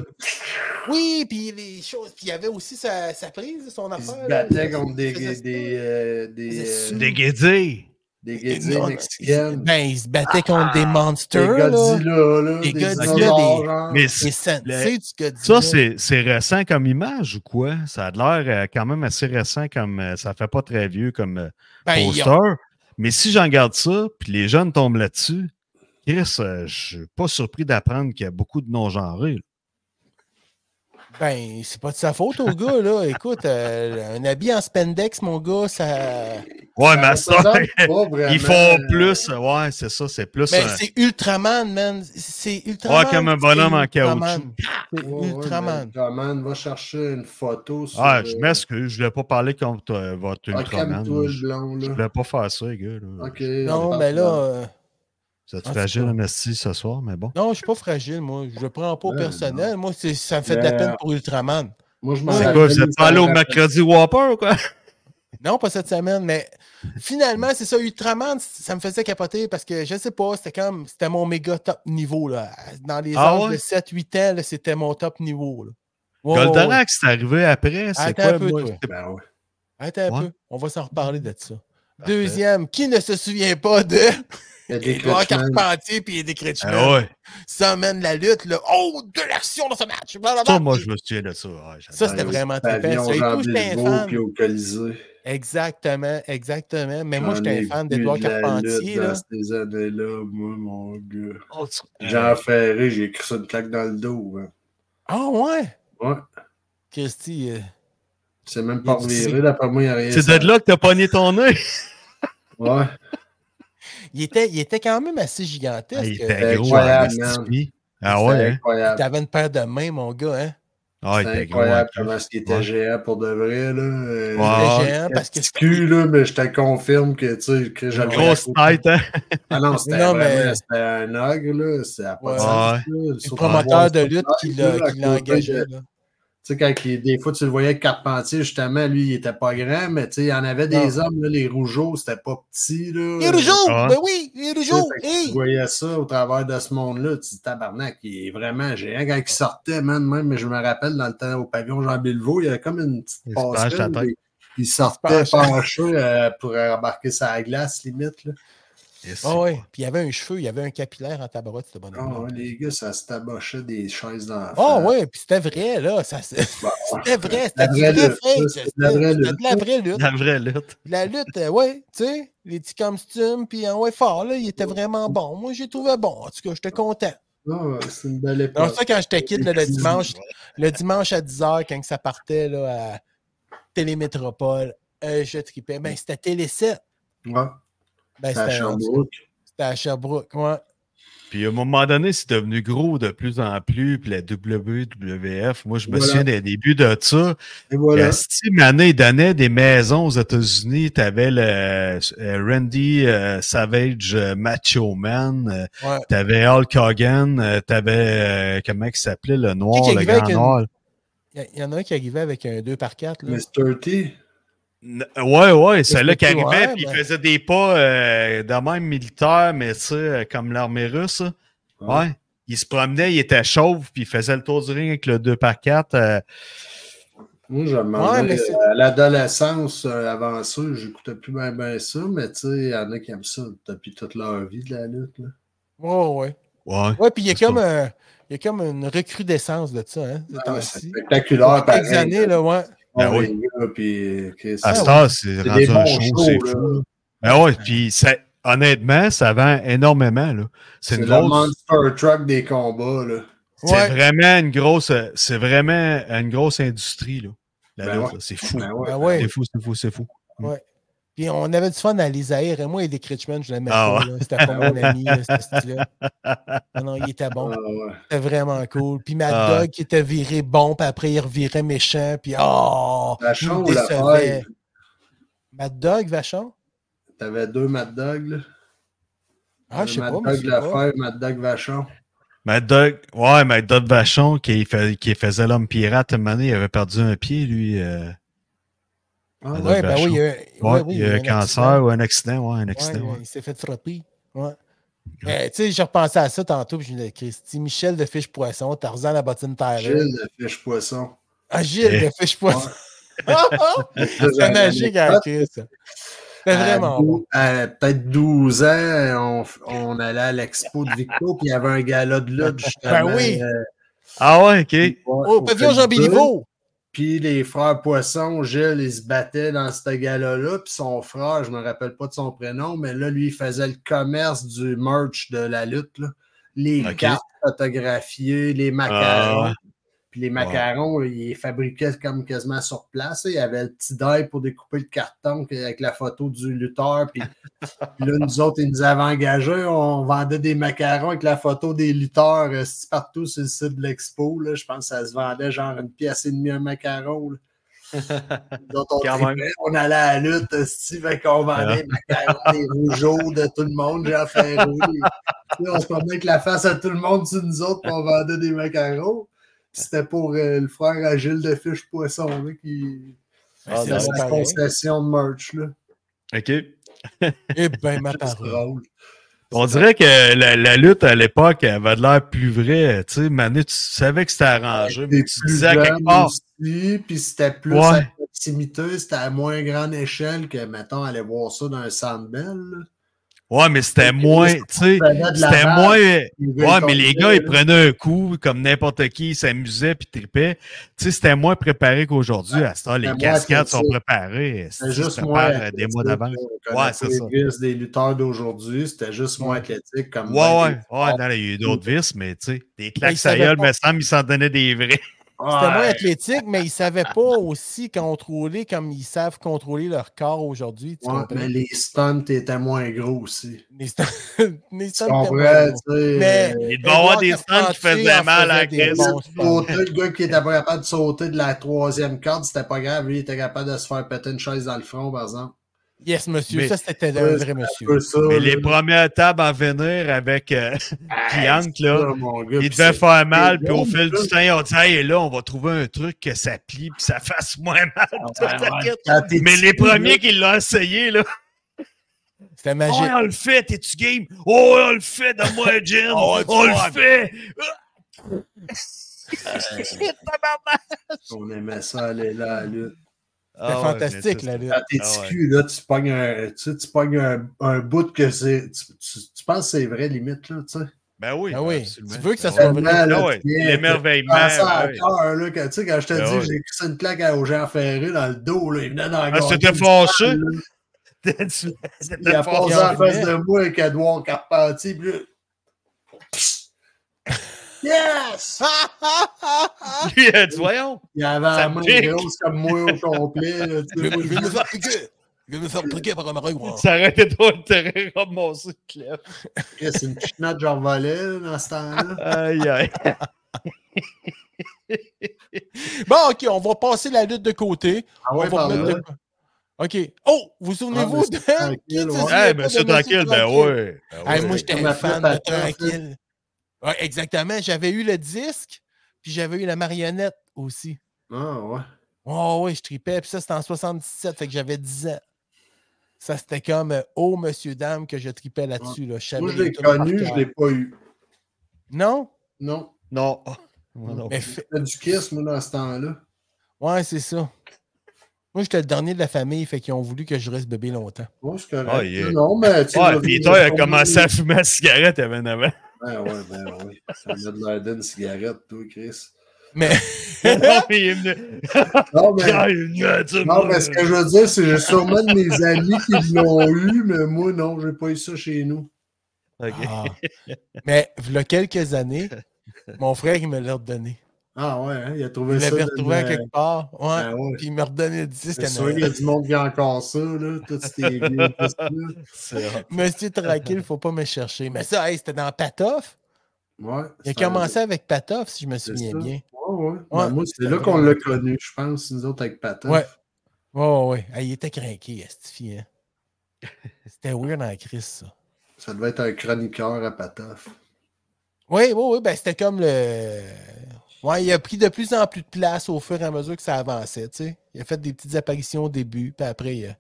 Speaker 1: Oui, puis les choses. Puis il y avait aussi sa, sa prise, son
Speaker 2: il
Speaker 1: affaire.
Speaker 2: se
Speaker 1: là.
Speaker 2: battait contre des,
Speaker 1: Il faisait
Speaker 2: des,
Speaker 1: ça.
Speaker 2: des, euh, des,
Speaker 1: faisait
Speaker 2: euh,
Speaker 1: ça.
Speaker 3: des guédés.
Speaker 2: des
Speaker 1: Et
Speaker 2: guédilles
Speaker 1: non,
Speaker 2: mexicaines.
Speaker 1: Ben, il se battait contre des
Speaker 2: Des
Speaker 1: monsters. là.
Speaker 2: Godzilla, là,
Speaker 1: Des
Speaker 2: des
Speaker 1: Godzilla,
Speaker 2: dinosaures, Ben,
Speaker 1: des-
Speaker 2: genre.
Speaker 3: Mais
Speaker 1: Des sensei
Speaker 3: Le-
Speaker 1: du Godzilla.
Speaker 3: Ça, c'est c'est récent comme image ou quoi? Ça a l'air euh, quand même assez récent comme. euh, ça fait pas très vieux comme euh,
Speaker 1: Ben, ils
Speaker 3: poster. Mais si j'en garde ça, puis les jeunes tombent là-dessus, Chris, euh, je suis pas surpris d'apprendre qu'il y a beaucoup de non-genrés. là.
Speaker 1: Ben, c'est pas de sa faute au gars, là. Écoute, euh, un habit en spandex, mon gars, ça.
Speaker 3: Ouais,
Speaker 2: Ça
Speaker 3: mais ça,
Speaker 2: ressemble pas vraiment,
Speaker 3: ils font plus. euh, Ouais, c'est ça, c'est plus.
Speaker 1: Ben,
Speaker 3: euh,
Speaker 1: c'est Ultraman, man. C'est Ultraman.
Speaker 3: Ouais, comme un
Speaker 1: c'est
Speaker 3: bonhomme en
Speaker 1: Ultraman.
Speaker 3: caoutchouc.
Speaker 1: C'est
Speaker 2: Ouais, ouais, mais
Speaker 1: Ultraman.
Speaker 2: Ultraman, va chercher une photo. Sur,
Speaker 3: ah, je
Speaker 2: euh,
Speaker 3: m'excuse, je voulais pas parler contre euh, votre
Speaker 2: ah,
Speaker 3: Ultraman.
Speaker 2: calme-toi,
Speaker 3: là.
Speaker 2: le
Speaker 3: Je
Speaker 2: blond,
Speaker 3: je
Speaker 2: là.
Speaker 3: voulais pas faire ça, les gars. là.
Speaker 2: Ok, on
Speaker 1: Non,
Speaker 2: passe
Speaker 1: mais là.
Speaker 2: dans-
Speaker 1: euh,
Speaker 3: Vous êtes
Speaker 1: en tout
Speaker 3: fragile,
Speaker 1: cas.
Speaker 3: en esti, ce soir, mais bon.
Speaker 1: Non, je suis pas fragile, moi. Je le prends pas au
Speaker 2: Ouais,
Speaker 1: personnel. Moi, c'est- ça me fait de la
Speaker 2: Mais-
Speaker 1: peine pour Ultraman.
Speaker 2: Moi, je m'en
Speaker 1: C'est
Speaker 3: C'est
Speaker 2: rappelle,
Speaker 3: quoi, vous
Speaker 2: ça
Speaker 3: êtes pas allé
Speaker 2: me
Speaker 3: au
Speaker 2: rappelle-
Speaker 3: mercredi Whopper ou quoi?
Speaker 1: Oh, Non, pas cette semaine, mais finalement, c'est ça. Ultraman, c- ça me faisait capoter parce que je sais pas, c'était comme c'était mon méga top niveau. Là. Dans les
Speaker 3: Ah
Speaker 1: âges de
Speaker 3: ouais?
Speaker 1: 7-8 ans, là, c'était mon top niveau. Là. Ouais, ouais, ouais.
Speaker 3: Goldorak, c'est arrivé après. C'est
Speaker 1: oh. Attends
Speaker 3: quoi,
Speaker 1: un peu,
Speaker 3: moi?
Speaker 1: toi.
Speaker 3: c'est-
Speaker 2: Ben ouais.
Speaker 1: Attends un
Speaker 3: Ouais.
Speaker 1: peu, on va s'en reparler de ça.
Speaker 3: Parfait.
Speaker 1: Deuxième, qui ne se souvient pas de
Speaker 2: Il y a des
Speaker 1: Edouard
Speaker 2: Crutchman.
Speaker 1: Carpentier puis des Critchman?
Speaker 3: Ah ouais.
Speaker 1: Ça mène la lutte, le oh, de l'action dans ce match. blablabla.
Speaker 3: Ça, moi, je me souviens de ça. Ouais, j'adore.
Speaker 1: Ça, c'était
Speaker 2: Ouais,
Speaker 1: vraiment très bien.
Speaker 2: Ben Pavillon Jean
Speaker 1: j'étais un
Speaker 2: Bilbao,
Speaker 1: fan.
Speaker 2: puis au Colisée.
Speaker 1: Exactement, exactement. Mais Ben, moi,
Speaker 2: J'en
Speaker 1: j'étais
Speaker 2: ai
Speaker 1: un fan
Speaker 2: vu
Speaker 1: d'Edouard
Speaker 2: de la
Speaker 1: Carpentier.
Speaker 2: lutte hein.
Speaker 1: là. Euh.
Speaker 2: Dans ces années-là, moi, mon gars.
Speaker 3: Oh, tu-
Speaker 2: Jean Ferré, j'ai écrit ça une claque dans le dos. hein.
Speaker 1: Ah ouais?
Speaker 2: Ouais.
Speaker 1: Christy, euh,
Speaker 2: C'est même
Speaker 1: Il
Speaker 2: pas
Speaker 1: est difficile.
Speaker 2: reviré, d'après moi, il n'y a rien.
Speaker 3: C'est de là que t'as pogné ton œil.
Speaker 2: Ouais.
Speaker 1: il, était, il était quand même assez gigantesque.
Speaker 3: Ah, il
Speaker 1: Euh,
Speaker 3: était gros en
Speaker 2: incroyable,
Speaker 3: esti.
Speaker 2: man.
Speaker 3: Ah ouais,
Speaker 2: C'était
Speaker 3: hein?
Speaker 2: incroyable.
Speaker 1: T'avais une paire de mains, mon gars, hein?
Speaker 3: Ah,
Speaker 2: c'est
Speaker 3: il était gros,
Speaker 2: incroyable
Speaker 3: hein.
Speaker 2: comment ce qui était
Speaker 3: Ouais.
Speaker 2: géant pour de vrai. Là. Euh,
Speaker 3: Ouais. Ah,
Speaker 1: C'était géant parce que
Speaker 2: petit cul, là, mais je te confirme que tu sais, j'avais
Speaker 3: Grosse tête, hein?
Speaker 2: Ah non, c'était vraiment-
Speaker 1: Non, mais-
Speaker 2: c'était un ogre, là. C'est à pas de
Speaker 1: Ouais.
Speaker 2: sens, là.
Speaker 1: c'est le
Speaker 2: Surtout
Speaker 1: promoteur de
Speaker 2: voir
Speaker 1: lutte
Speaker 2: ce
Speaker 1: qui
Speaker 2: gars-là,
Speaker 1: l'a
Speaker 2: à
Speaker 1: qui
Speaker 2: côté
Speaker 1: l'a engagé.
Speaker 2: de-
Speaker 1: là.
Speaker 3: Ah
Speaker 2: Tu sais, quand il- des fois, tu le voyais avec Carpentier, justement, lui, il était pas grand, mais tu sais, il y en avait des
Speaker 1: Non.
Speaker 2: hommes, là, les Rougeaux, c'était pas petit, là.
Speaker 1: Et Rougeau!
Speaker 3: Ouais.
Speaker 1: Ben oui! Et
Speaker 2: Tu sais,
Speaker 1: Rougeau!
Speaker 2: fait que
Speaker 1: hey!
Speaker 2: Tu voyais ça au travers de ce monde-là, tu te dis, tabarnak, il est vraiment géant. Quand il sortait, man, même, mais je me rappelle, dans le temps au pavillon Jean Bilvaux, il y avait comme une petite
Speaker 3: Il se penche
Speaker 2: passerelle.
Speaker 3: la tête.
Speaker 2: Il, il sortait
Speaker 1: penche.
Speaker 2: penché euh, pour embarquer sa glace, limite, là.
Speaker 3: Yes.
Speaker 1: Ah ouais. Puis il y avait un cheveu, il y avait un capillaire en tabarouette, ce
Speaker 2: Ah
Speaker 1: bonhomme.
Speaker 2: ouais, les gars, ça se tabochait des chaises d'enfant.
Speaker 1: Ah ouais, puis c'était vrai, là. ça-
Speaker 2: Bon,
Speaker 1: C'était
Speaker 2: la
Speaker 1: vrai, c'était du
Speaker 2: vraie
Speaker 1: vrai
Speaker 2: lutte,
Speaker 1: fake,
Speaker 2: ça,
Speaker 1: c'était-
Speaker 2: c'est de la vraie
Speaker 1: C'était
Speaker 2: lutte.
Speaker 1: de la vraie lutte.
Speaker 3: La vraie lutte.
Speaker 1: De La lutte, euh, ouais, tu sais, les petits costumes, puis en ouais, fort, là, il était vraiment bon. Moi, j'ai trouvé bon. En tout cas, j'étais content.
Speaker 2: Ah, c'est une belle époque.
Speaker 1: Alors ça, quand j'étais kid, là, le dimanche, le dimanche à 10h, quand que ça partait là, à Télémétropole, euh, je tripais. Ben, c'était Télé 7.
Speaker 2: Ouais,
Speaker 1: Ben,
Speaker 2: c'est à
Speaker 1: c'était
Speaker 2: Sherbrooke.
Speaker 1: c'était à Sherbrooke, ouais.
Speaker 3: Puis à un moment donné, c'est devenu gros de plus en plus. Puis la WWF, moi, je me
Speaker 2: Voilà.
Speaker 3: souviens des débuts de ça.
Speaker 2: Et voilà.
Speaker 3: Euh, Si Mané donnait des maisons aux États-Unis, t'avais le euh, Randy euh, Savage euh, Macho Man, euh,
Speaker 1: ouais.
Speaker 3: t'avais Hulk Hogan, euh, t'avais euh, comment il s'appelait le
Speaker 1: Qui
Speaker 3: noir,
Speaker 1: qui
Speaker 3: le
Speaker 1: arrivait
Speaker 3: grand
Speaker 1: avec une-
Speaker 3: noir.
Speaker 1: Il y- il y en a un qui arrivait avec un 2 par 4 là.
Speaker 2: Mr. T.
Speaker 3: N- Ouais, ouais, celui-là qui
Speaker 1: Respectueux,
Speaker 3: arrivait,
Speaker 1: ouais,
Speaker 3: puis il
Speaker 2: ben?
Speaker 1: mais-
Speaker 3: faisait des pas euh, de même militaire, mais tu sais, euh, comme l'armée russe. là.
Speaker 2: Ouais.
Speaker 3: Ouais. Il se promenait, il était chauve, puis il faisait le tour du ring avec le 2x4. euh,
Speaker 2: Moi, je
Speaker 1: Ouais,
Speaker 2: demandais
Speaker 1: mais c'est-
Speaker 2: à Euh, l'adolescence euh, avant ça, j'écoutais plus bien ben ça, mais tu sais, il y en a qui aiment ça depuis toute leur vie de la lutte. Là.
Speaker 1: Ouais, ouais.
Speaker 3: ouais.
Speaker 1: Ouais, puis il y a
Speaker 3: C'est
Speaker 1: comme un- il y a comme une recrudescence de ça, hein, ces
Speaker 2: Ah, c'est
Speaker 1: temps-ci.
Speaker 2: spectaculaire,
Speaker 1: Quelques
Speaker 2: pareil.
Speaker 1: années, là, ouais.
Speaker 2: Ah,
Speaker 3: Ben oui.
Speaker 2: les gars, puis, Chris,
Speaker 3: À
Speaker 1: Ah
Speaker 3: ce
Speaker 1: ouais.
Speaker 3: temps, c'est
Speaker 2: c'est des
Speaker 3: rendu un
Speaker 2: bons
Speaker 3: show,
Speaker 2: shows,
Speaker 3: c'est fou.
Speaker 2: là.
Speaker 3: Ben ouais, puis ça- honnêtement, ça vend énormément. là. C'est
Speaker 2: C'est
Speaker 3: une
Speaker 2: le
Speaker 3: grosse.
Speaker 2: monster truck des combats, là.
Speaker 3: C'est
Speaker 1: Ouais.
Speaker 3: vraiment une grosse. euh, C'est vraiment une grosse industrie, là. La
Speaker 2: Ben
Speaker 3: lutte,
Speaker 2: ouais.
Speaker 3: là. c'est fou.
Speaker 2: Ben ouais.
Speaker 1: Ben
Speaker 3: C'est
Speaker 1: ouais.
Speaker 3: fou, c'est fou, c'est fou.
Speaker 1: Puis on avait du fun à les haïr. Et moi, Eddie Critchman, je l'aimais
Speaker 3: Ah
Speaker 1: pas. là. C'était pas mon ami, là, ce style-là. Non, non, il était
Speaker 2: Ah,
Speaker 1: bon.
Speaker 2: ouais.
Speaker 1: C'était vraiment cool. Puis Mad
Speaker 3: Ah.
Speaker 1: Dog qui était viré bon, puis après il revirait méchant, puis oh!
Speaker 2: La
Speaker 1: il me
Speaker 2: chance, la
Speaker 1: décevait.
Speaker 2: faille.
Speaker 1: Mad Dog, Vachon?
Speaker 2: T'avais deux Mad Dog, là.
Speaker 1: Ah, je sais
Speaker 2: Euh, Mad
Speaker 1: pas, mais je
Speaker 2: Dog
Speaker 1: sais pas.
Speaker 2: Lafleur, Mad Dog Vachon.
Speaker 3: Mad Dog, ouais, Mad Dog Vachon qui, fait- qui faisait l'homme pirate, une année, il avait perdu un pied, lui. euh,
Speaker 2: Ah,
Speaker 3: Mad Dog
Speaker 1: Ouais, ben
Speaker 3: Vachon.
Speaker 1: oui, il y a,
Speaker 3: Ouais,
Speaker 1: ouais, oui,
Speaker 3: il y a eu un cancer
Speaker 1: accident.
Speaker 3: ou un accident, ouais, un accident,
Speaker 1: Ouais,
Speaker 3: ouais.
Speaker 1: Il s'est fait frapper. Ouais. Mais, tu sais, j'ai repensé à ça tantôt, puis je me disais, Christy, Michel de Fiche Poisson, Tarzan la bottine Tyler.
Speaker 2: Gilles, le fiche poisson.
Speaker 1: Ah, Gilles de
Speaker 3: Eh.
Speaker 1: Fiche Poisson. C'est magique hein. à Chris. ça. C'est vraiment
Speaker 2: à,
Speaker 1: bon.
Speaker 2: dou- à peut-être 12 ans, on, on allait à l'expo de Victo, puis il y avait un gala de lutte, justement.
Speaker 1: Ben oui.
Speaker 2: euh,
Speaker 3: Ah ouais, ok.
Speaker 2: au-
Speaker 1: Oh,
Speaker 2: au
Speaker 1: pavillon
Speaker 2: Festival.
Speaker 1: Jean Béliveau!
Speaker 2: Puis les frères Poisson, Gilles, ils se battaient dans ce gala-là. Puis son frère, je me rappelle pas de son prénom, mais là, lui, il faisait le commerce du merch de la lutte. là. Les
Speaker 3: Ok.
Speaker 2: cartes photographiées, les macarons.
Speaker 3: Ah ouais.
Speaker 2: Puis les macarons, ils les fabriquaient comme quasiment sur place. là. Il y avait le petit die pour découper le carton que- avec la photo du lutteur. Puis, puis là, nous autres, ils nous avaient engagés. On vendait des macarons avec la photo des lutteurs euh, partout sur le site de l'expo. là. Je pense que ça se vendait genre une pièce et demie un macaron. là. Nous autres, on,
Speaker 3: Quand même. Ah.
Speaker 2: tripait, on allait à la lutte, si fait qu'on vendait les macarons, les rougeaux de tout le monde, Jean Ferrou. Puis là, on se promenait avec la face à tout le monde sur nous autres, puis on vendait des macarons. Puis C'était pour euh, le frère à Gilles de Fiche Poisson là, qui
Speaker 1: Ben,
Speaker 3: Ah,
Speaker 1: C'est
Speaker 2: faisait
Speaker 3: non,
Speaker 1: vrai,
Speaker 2: sa
Speaker 1: pareil.
Speaker 2: concession de merch. Là.
Speaker 3: Ok.
Speaker 1: Eh ben, ma
Speaker 2: C'est
Speaker 1: parole.
Speaker 2: drôle.
Speaker 3: On dirait que la, la lutte à l'époque, elle avait de l'air plus vraie. Tu sais, Manu, tu savais que c'était arrangé, mais
Speaker 2: T'es
Speaker 3: tu
Speaker 2: plus
Speaker 3: disais à
Speaker 2: jeune
Speaker 3: quelque part.
Speaker 2: aussi, puis c'était plus
Speaker 3: Ouais.
Speaker 2: à proximité, c'était à moins grande échelle que, mettons, aller voir ça dans un Sandbell.
Speaker 3: Ouais, mais c'était moins. Tu sais, c'était moins. Ouais, mais les gars, ils prenaient un coup, comme n'importe qui, ils s'amusaient puis tripaient. Tu sais, c'était moins préparé qu'aujourd'hui. À ce temps, les
Speaker 2: c'était moins
Speaker 3: cascades sont
Speaker 2: athlétique.
Speaker 3: préparées.
Speaker 2: C'était
Speaker 3: C'est
Speaker 2: juste
Speaker 3: juste
Speaker 2: moins athlétique,
Speaker 3: euh, des mois d'avance.
Speaker 2: on
Speaker 3: Ouais,
Speaker 2: connaît
Speaker 3: c'est
Speaker 2: les
Speaker 3: ça.
Speaker 2: vices des lutteurs d'aujourd'hui, c'était juste moins
Speaker 1: Ouais.
Speaker 2: athlétique comme
Speaker 3: Ouais, ouais.
Speaker 2: Mike.
Speaker 3: Ouais, non, il y a eu d'autres vis, mais tu sais, des
Speaker 1: ils
Speaker 3: claques sa
Speaker 1: savaient
Speaker 3: gueule,
Speaker 1: pas.
Speaker 3: me semble, ils s'en donnaient des vrais.
Speaker 1: C'était moins athlétique, mais ils ne savaient pas aussi contrôler comme ils savent contrôler leur corps aujourd'hui. tu
Speaker 2: Ouais,
Speaker 1: comprends?
Speaker 2: mais les stunts étaient moins gros aussi.
Speaker 1: Les Stan- les
Speaker 2: Tu
Speaker 1: Stan
Speaker 2: comprends,
Speaker 1: Terrell.
Speaker 2: tu sais.
Speaker 1: Mais-
Speaker 2: euh,
Speaker 4: Il devait y avoir des
Speaker 1: Edouard
Speaker 4: stands qui
Speaker 1: Carpentier
Speaker 4: faisaient
Speaker 1: en
Speaker 4: mal à la
Speaker 1: faisait des
Speaker 4: Grèce.
Speaker 1: bons stands.
Speaker 2: Sauter, le gars qui était pas capable de sauter de la troisième corde, c'était pas grave. Lui, il était capable de se faire péter une chaise dans le front, par exemple.
Speaker 1: Yes, monsieur,
Speaker 3: Mais-
Speaker 1: ça c'était un
Speaker 2: Ouais,
Speaker 1: vrai
Speaker 2: Un
Speaker 1: monsieur.
Speaker 2: peu ça,
Speaker 3: Mais
Speaker 2: là.
Speaker 3: les premières tables à venir avec euh, Priyank, là,
Speaker 2: Ça, mon gars,
Speaker 3: il
Speaker 2: puis
Speaker 3: devait
Speaker 2: c'est-
Speaker 3: faire mal, puis au
Speaker 2: c'est-
Speaker 3: fil du temps, ils ont dit Hey, là, on va trouver un truc que ça plie, puis ça fasse moins mal. T'inquiète.
Speaker 2: Quand t'es
Speaker 3: Mais
Speaker 2: petit,
Speaker 3: les
Speaker 2: là,
Speaker 3: premiers qui l'ont essayé, là,
Speaker 1: C'était
Speaker 3: oh,
Speaker 1: magique.
Speaker 3: on le fait, t'es-tu game? Oh, on le fait, donne-moi un gin!
Speaker 1: Oh, ouais, tu
Speaker 3: on
Speaker 1: vois.
Speaker 3: le fait!
Speaker 2: On aimait ça aller là, à la lutte.
Speaker 1: C'était fantastique, la lutte.
Speaker 2: Quand t'es
Speaker 3: Ah
Speaker 2: petit
Speaker 3: ouais.
Speaker 2: cul, là, tu pognes un, tu sais, tu pognes un, un bout que c'est. Tu, tu, tu penses que c'est vrai, limite, là, tu sais.
Speaker 3: Ben oui.
Speaker 1: Ah oui,
Speaker 3: absolument.
Speaker 1: tu veux que ça
Speaker 3: Ah
Speaker 1: soit
Speaker 2: Tellement,
Speaker 1: vrai.
Speaker 2: là,
Speaker 3: Ah ouais,
Speaker 2: tu viens,
Speaker 3: l'émerveillement.
Speaker 2: Ah, ça
Speaker 3: ah
Speaker 2: à
Speaker 3: ouais.
Speaker 2: cœur, là, quand, tu sais, quand je te
Speaker 3: Ben
Speaker 2: dis
Speaker 3: oui.
Speaker 2: que j'ai pris une claque à- au Jean Ferré dans le dos, là, il venait dans la
Speaker 3: Ah,
Speaker 2: gorge.
Speaker 3: c'était fâché.
Speaker 2: là, Il
Speaker 3: C'était
Speaker 2: a
Speaker 3: fâché.
Speaker 2: passé
Speaker 1: fort.
Speaker 2: en face de moi avec Edouard Carpentier, puis là... Yes!
Speaker 3: Lui, a dit, voyons.
Speaker 2: Il avait
Speaker 3: Ah! Ça
Speaker 2: la
Speaker 3: me
Speaker 2: main
Speaker 3: pique.
Speaker 2: grosse comme moi au complet. Là, tu sais, moi, je-
Speaker 1: faire piquer. Je vais me faire piquer par un marin noir.
Speaker 3: Ça aurait été trop intéressant, comme mon cycle.
Speaker 2: C'est une petite note genre volet là, dans ce temps-là.
Speaker 3: Aïe, aïe.
Speaker 1: Bon, OK, on va passer la lutte de côté.
Speaker 2: Ah
Speaker 1: On
Speaker 2: ouais,
Speaker 1: va
Speaker 2: par
Speaker 1: remettre
Speaker 2: là.
Speaker 1: de- OK. Oh, vous souvenez-vous
Speaker 2: Ah, mais c'est
Speaker 1: de...
Speaker 2: tranquille,
Speaker 1: Qui
Speaker 2: ouais.
Speaker 1: dit- pas
Speaker 3: Hey, monsieur
Speaker 1: de monsieur
Speaker 3: tranquille, ben
Speaker 1: tranquille.
Speaker 3: oui.
Speaker 1: Hey, moi,
Speaker 2: ouais.
Speaker 1: j'étais
Speaker 2: Comme
Speaker 1: un
Speaker 2: la
Speaker 1: fan
Speaker 2: flûte
Speaker 1: de
Speaker 2: à temps,
Speaker 1: tranquille. Ouais, exactement. J'avais eu le disque, puis j'avais eu la marionnette aussi.
Speaker 2: Ah ouais.
Speaker 1: Oh oui, je tripais. Puis ça, c'était en 77, fait que j'avais 10 ans. Ça, c'était comme euh, Oh, monsieur, dame, que je tripais là-dessus. Là. savais
Speaker 2: Moi, je
Speaker 1: les
Speaker 2: l'ai
Speaker 1: tunes par
Speaker 2: connu,
Speaker 1: cœur.
Speaker 2: je l'ai pas eu.
Speaker 1: Non?
Speaker 2: Non.
Speaker 3: Non. Moi non
Speaker 1: Mais
Speaker 3: plus.
Speaker 1: fait-
Speaker 2: C'était du kiss, moi, dans ce temps-là.
Speaker 1: Ouais, c'est ça. Moi, j'étais le dernier de la famille, fait qu'ils ont voulu que je reste bébé longtemps.
Speaker 2: Bon, c'est correct.
Speaker 3: Ah, yeah.
Speaker 2: Non, mais tu sais,
Speaker 3: Ouais,
Speaker 2: là,
Speaker 3: Peter a commencé à fumer la cigarette avant avant.
Speaker 2: Ben ouais, ben ouais. Ça me de l'air d'une cigarette, toi, Chris.
Speaker 1: Mais
Speaker 3: Non, mais il est venu.
Speaker 2: Non, mais,
Speaker 3: Ah, il est venu à dire,
Speaker 2: non,
Speaker 3: moi,
Speaker 2: mais ce que je veux dire, c'est que j'ai sûrement de mes amis qui l'ont eu, mais moi, non, j'ai pas eu ça chez nous.
Speaker 3: Ok.
Speaker 1: Ah. Mais il y a quelques années, mon frère, il me l'a redonné.
Speaker 2: Ah ouais, hein, il a trouvé
Speaker 1: Il
Speaker 2: ça.
Speaker 1: l'avait
Speaker 2: dans-
Speaker 1: retrouvé à quelque part. Ouais.
Speaker 2: Ben ouais.
Speaker 1: Puis il me redonnait le disque.
Speaker 2: C'est
Speaker 1: à
Speaker 2: sûr, il y
Speaker 1: Noël.
Speaker 2: a du monde qui a encore ça, là, toutes ces vieilles pistes-là.
Speaker 3: C'est-
Speaker 1: Monsieur Tranquille, faut pas me chercher. Mais ça, hey, c'était dans Patoff.
Speaker 2: Ouais,
Speaker 1: Il a
Speaker 2: c'est un-
Speaker 1: commencé avec Patoff, si je me
Speaker 2: C'est
Speaker 1: souviens
Speaker 2: ça.
Speaker 1: bien.
Speaker 2: Ouais, ouais. Ben, moi, c'est
Speaker 1: c'est
Speaker 2: là
Speaker 1: vrai.
Speaker 2: qu'on l'a connu, je pense, nous autres, avec Patin.
Speaker 1: Ouais. Ouais, ouais, ouais. Ah, il était craqué, Astifi. Hein? C'était weird dans la crise, ça.
Speaker 2: Ça devait être un chroniqueur à Patoff.
Speaker 1: Oui, oui, oui. Ben, c'était comme le. Ouais, il a pris de plus en plus de place au fur et à mesure que ça avançait, tu sais. Il a fait des petites apparitions au début, puis après, il a,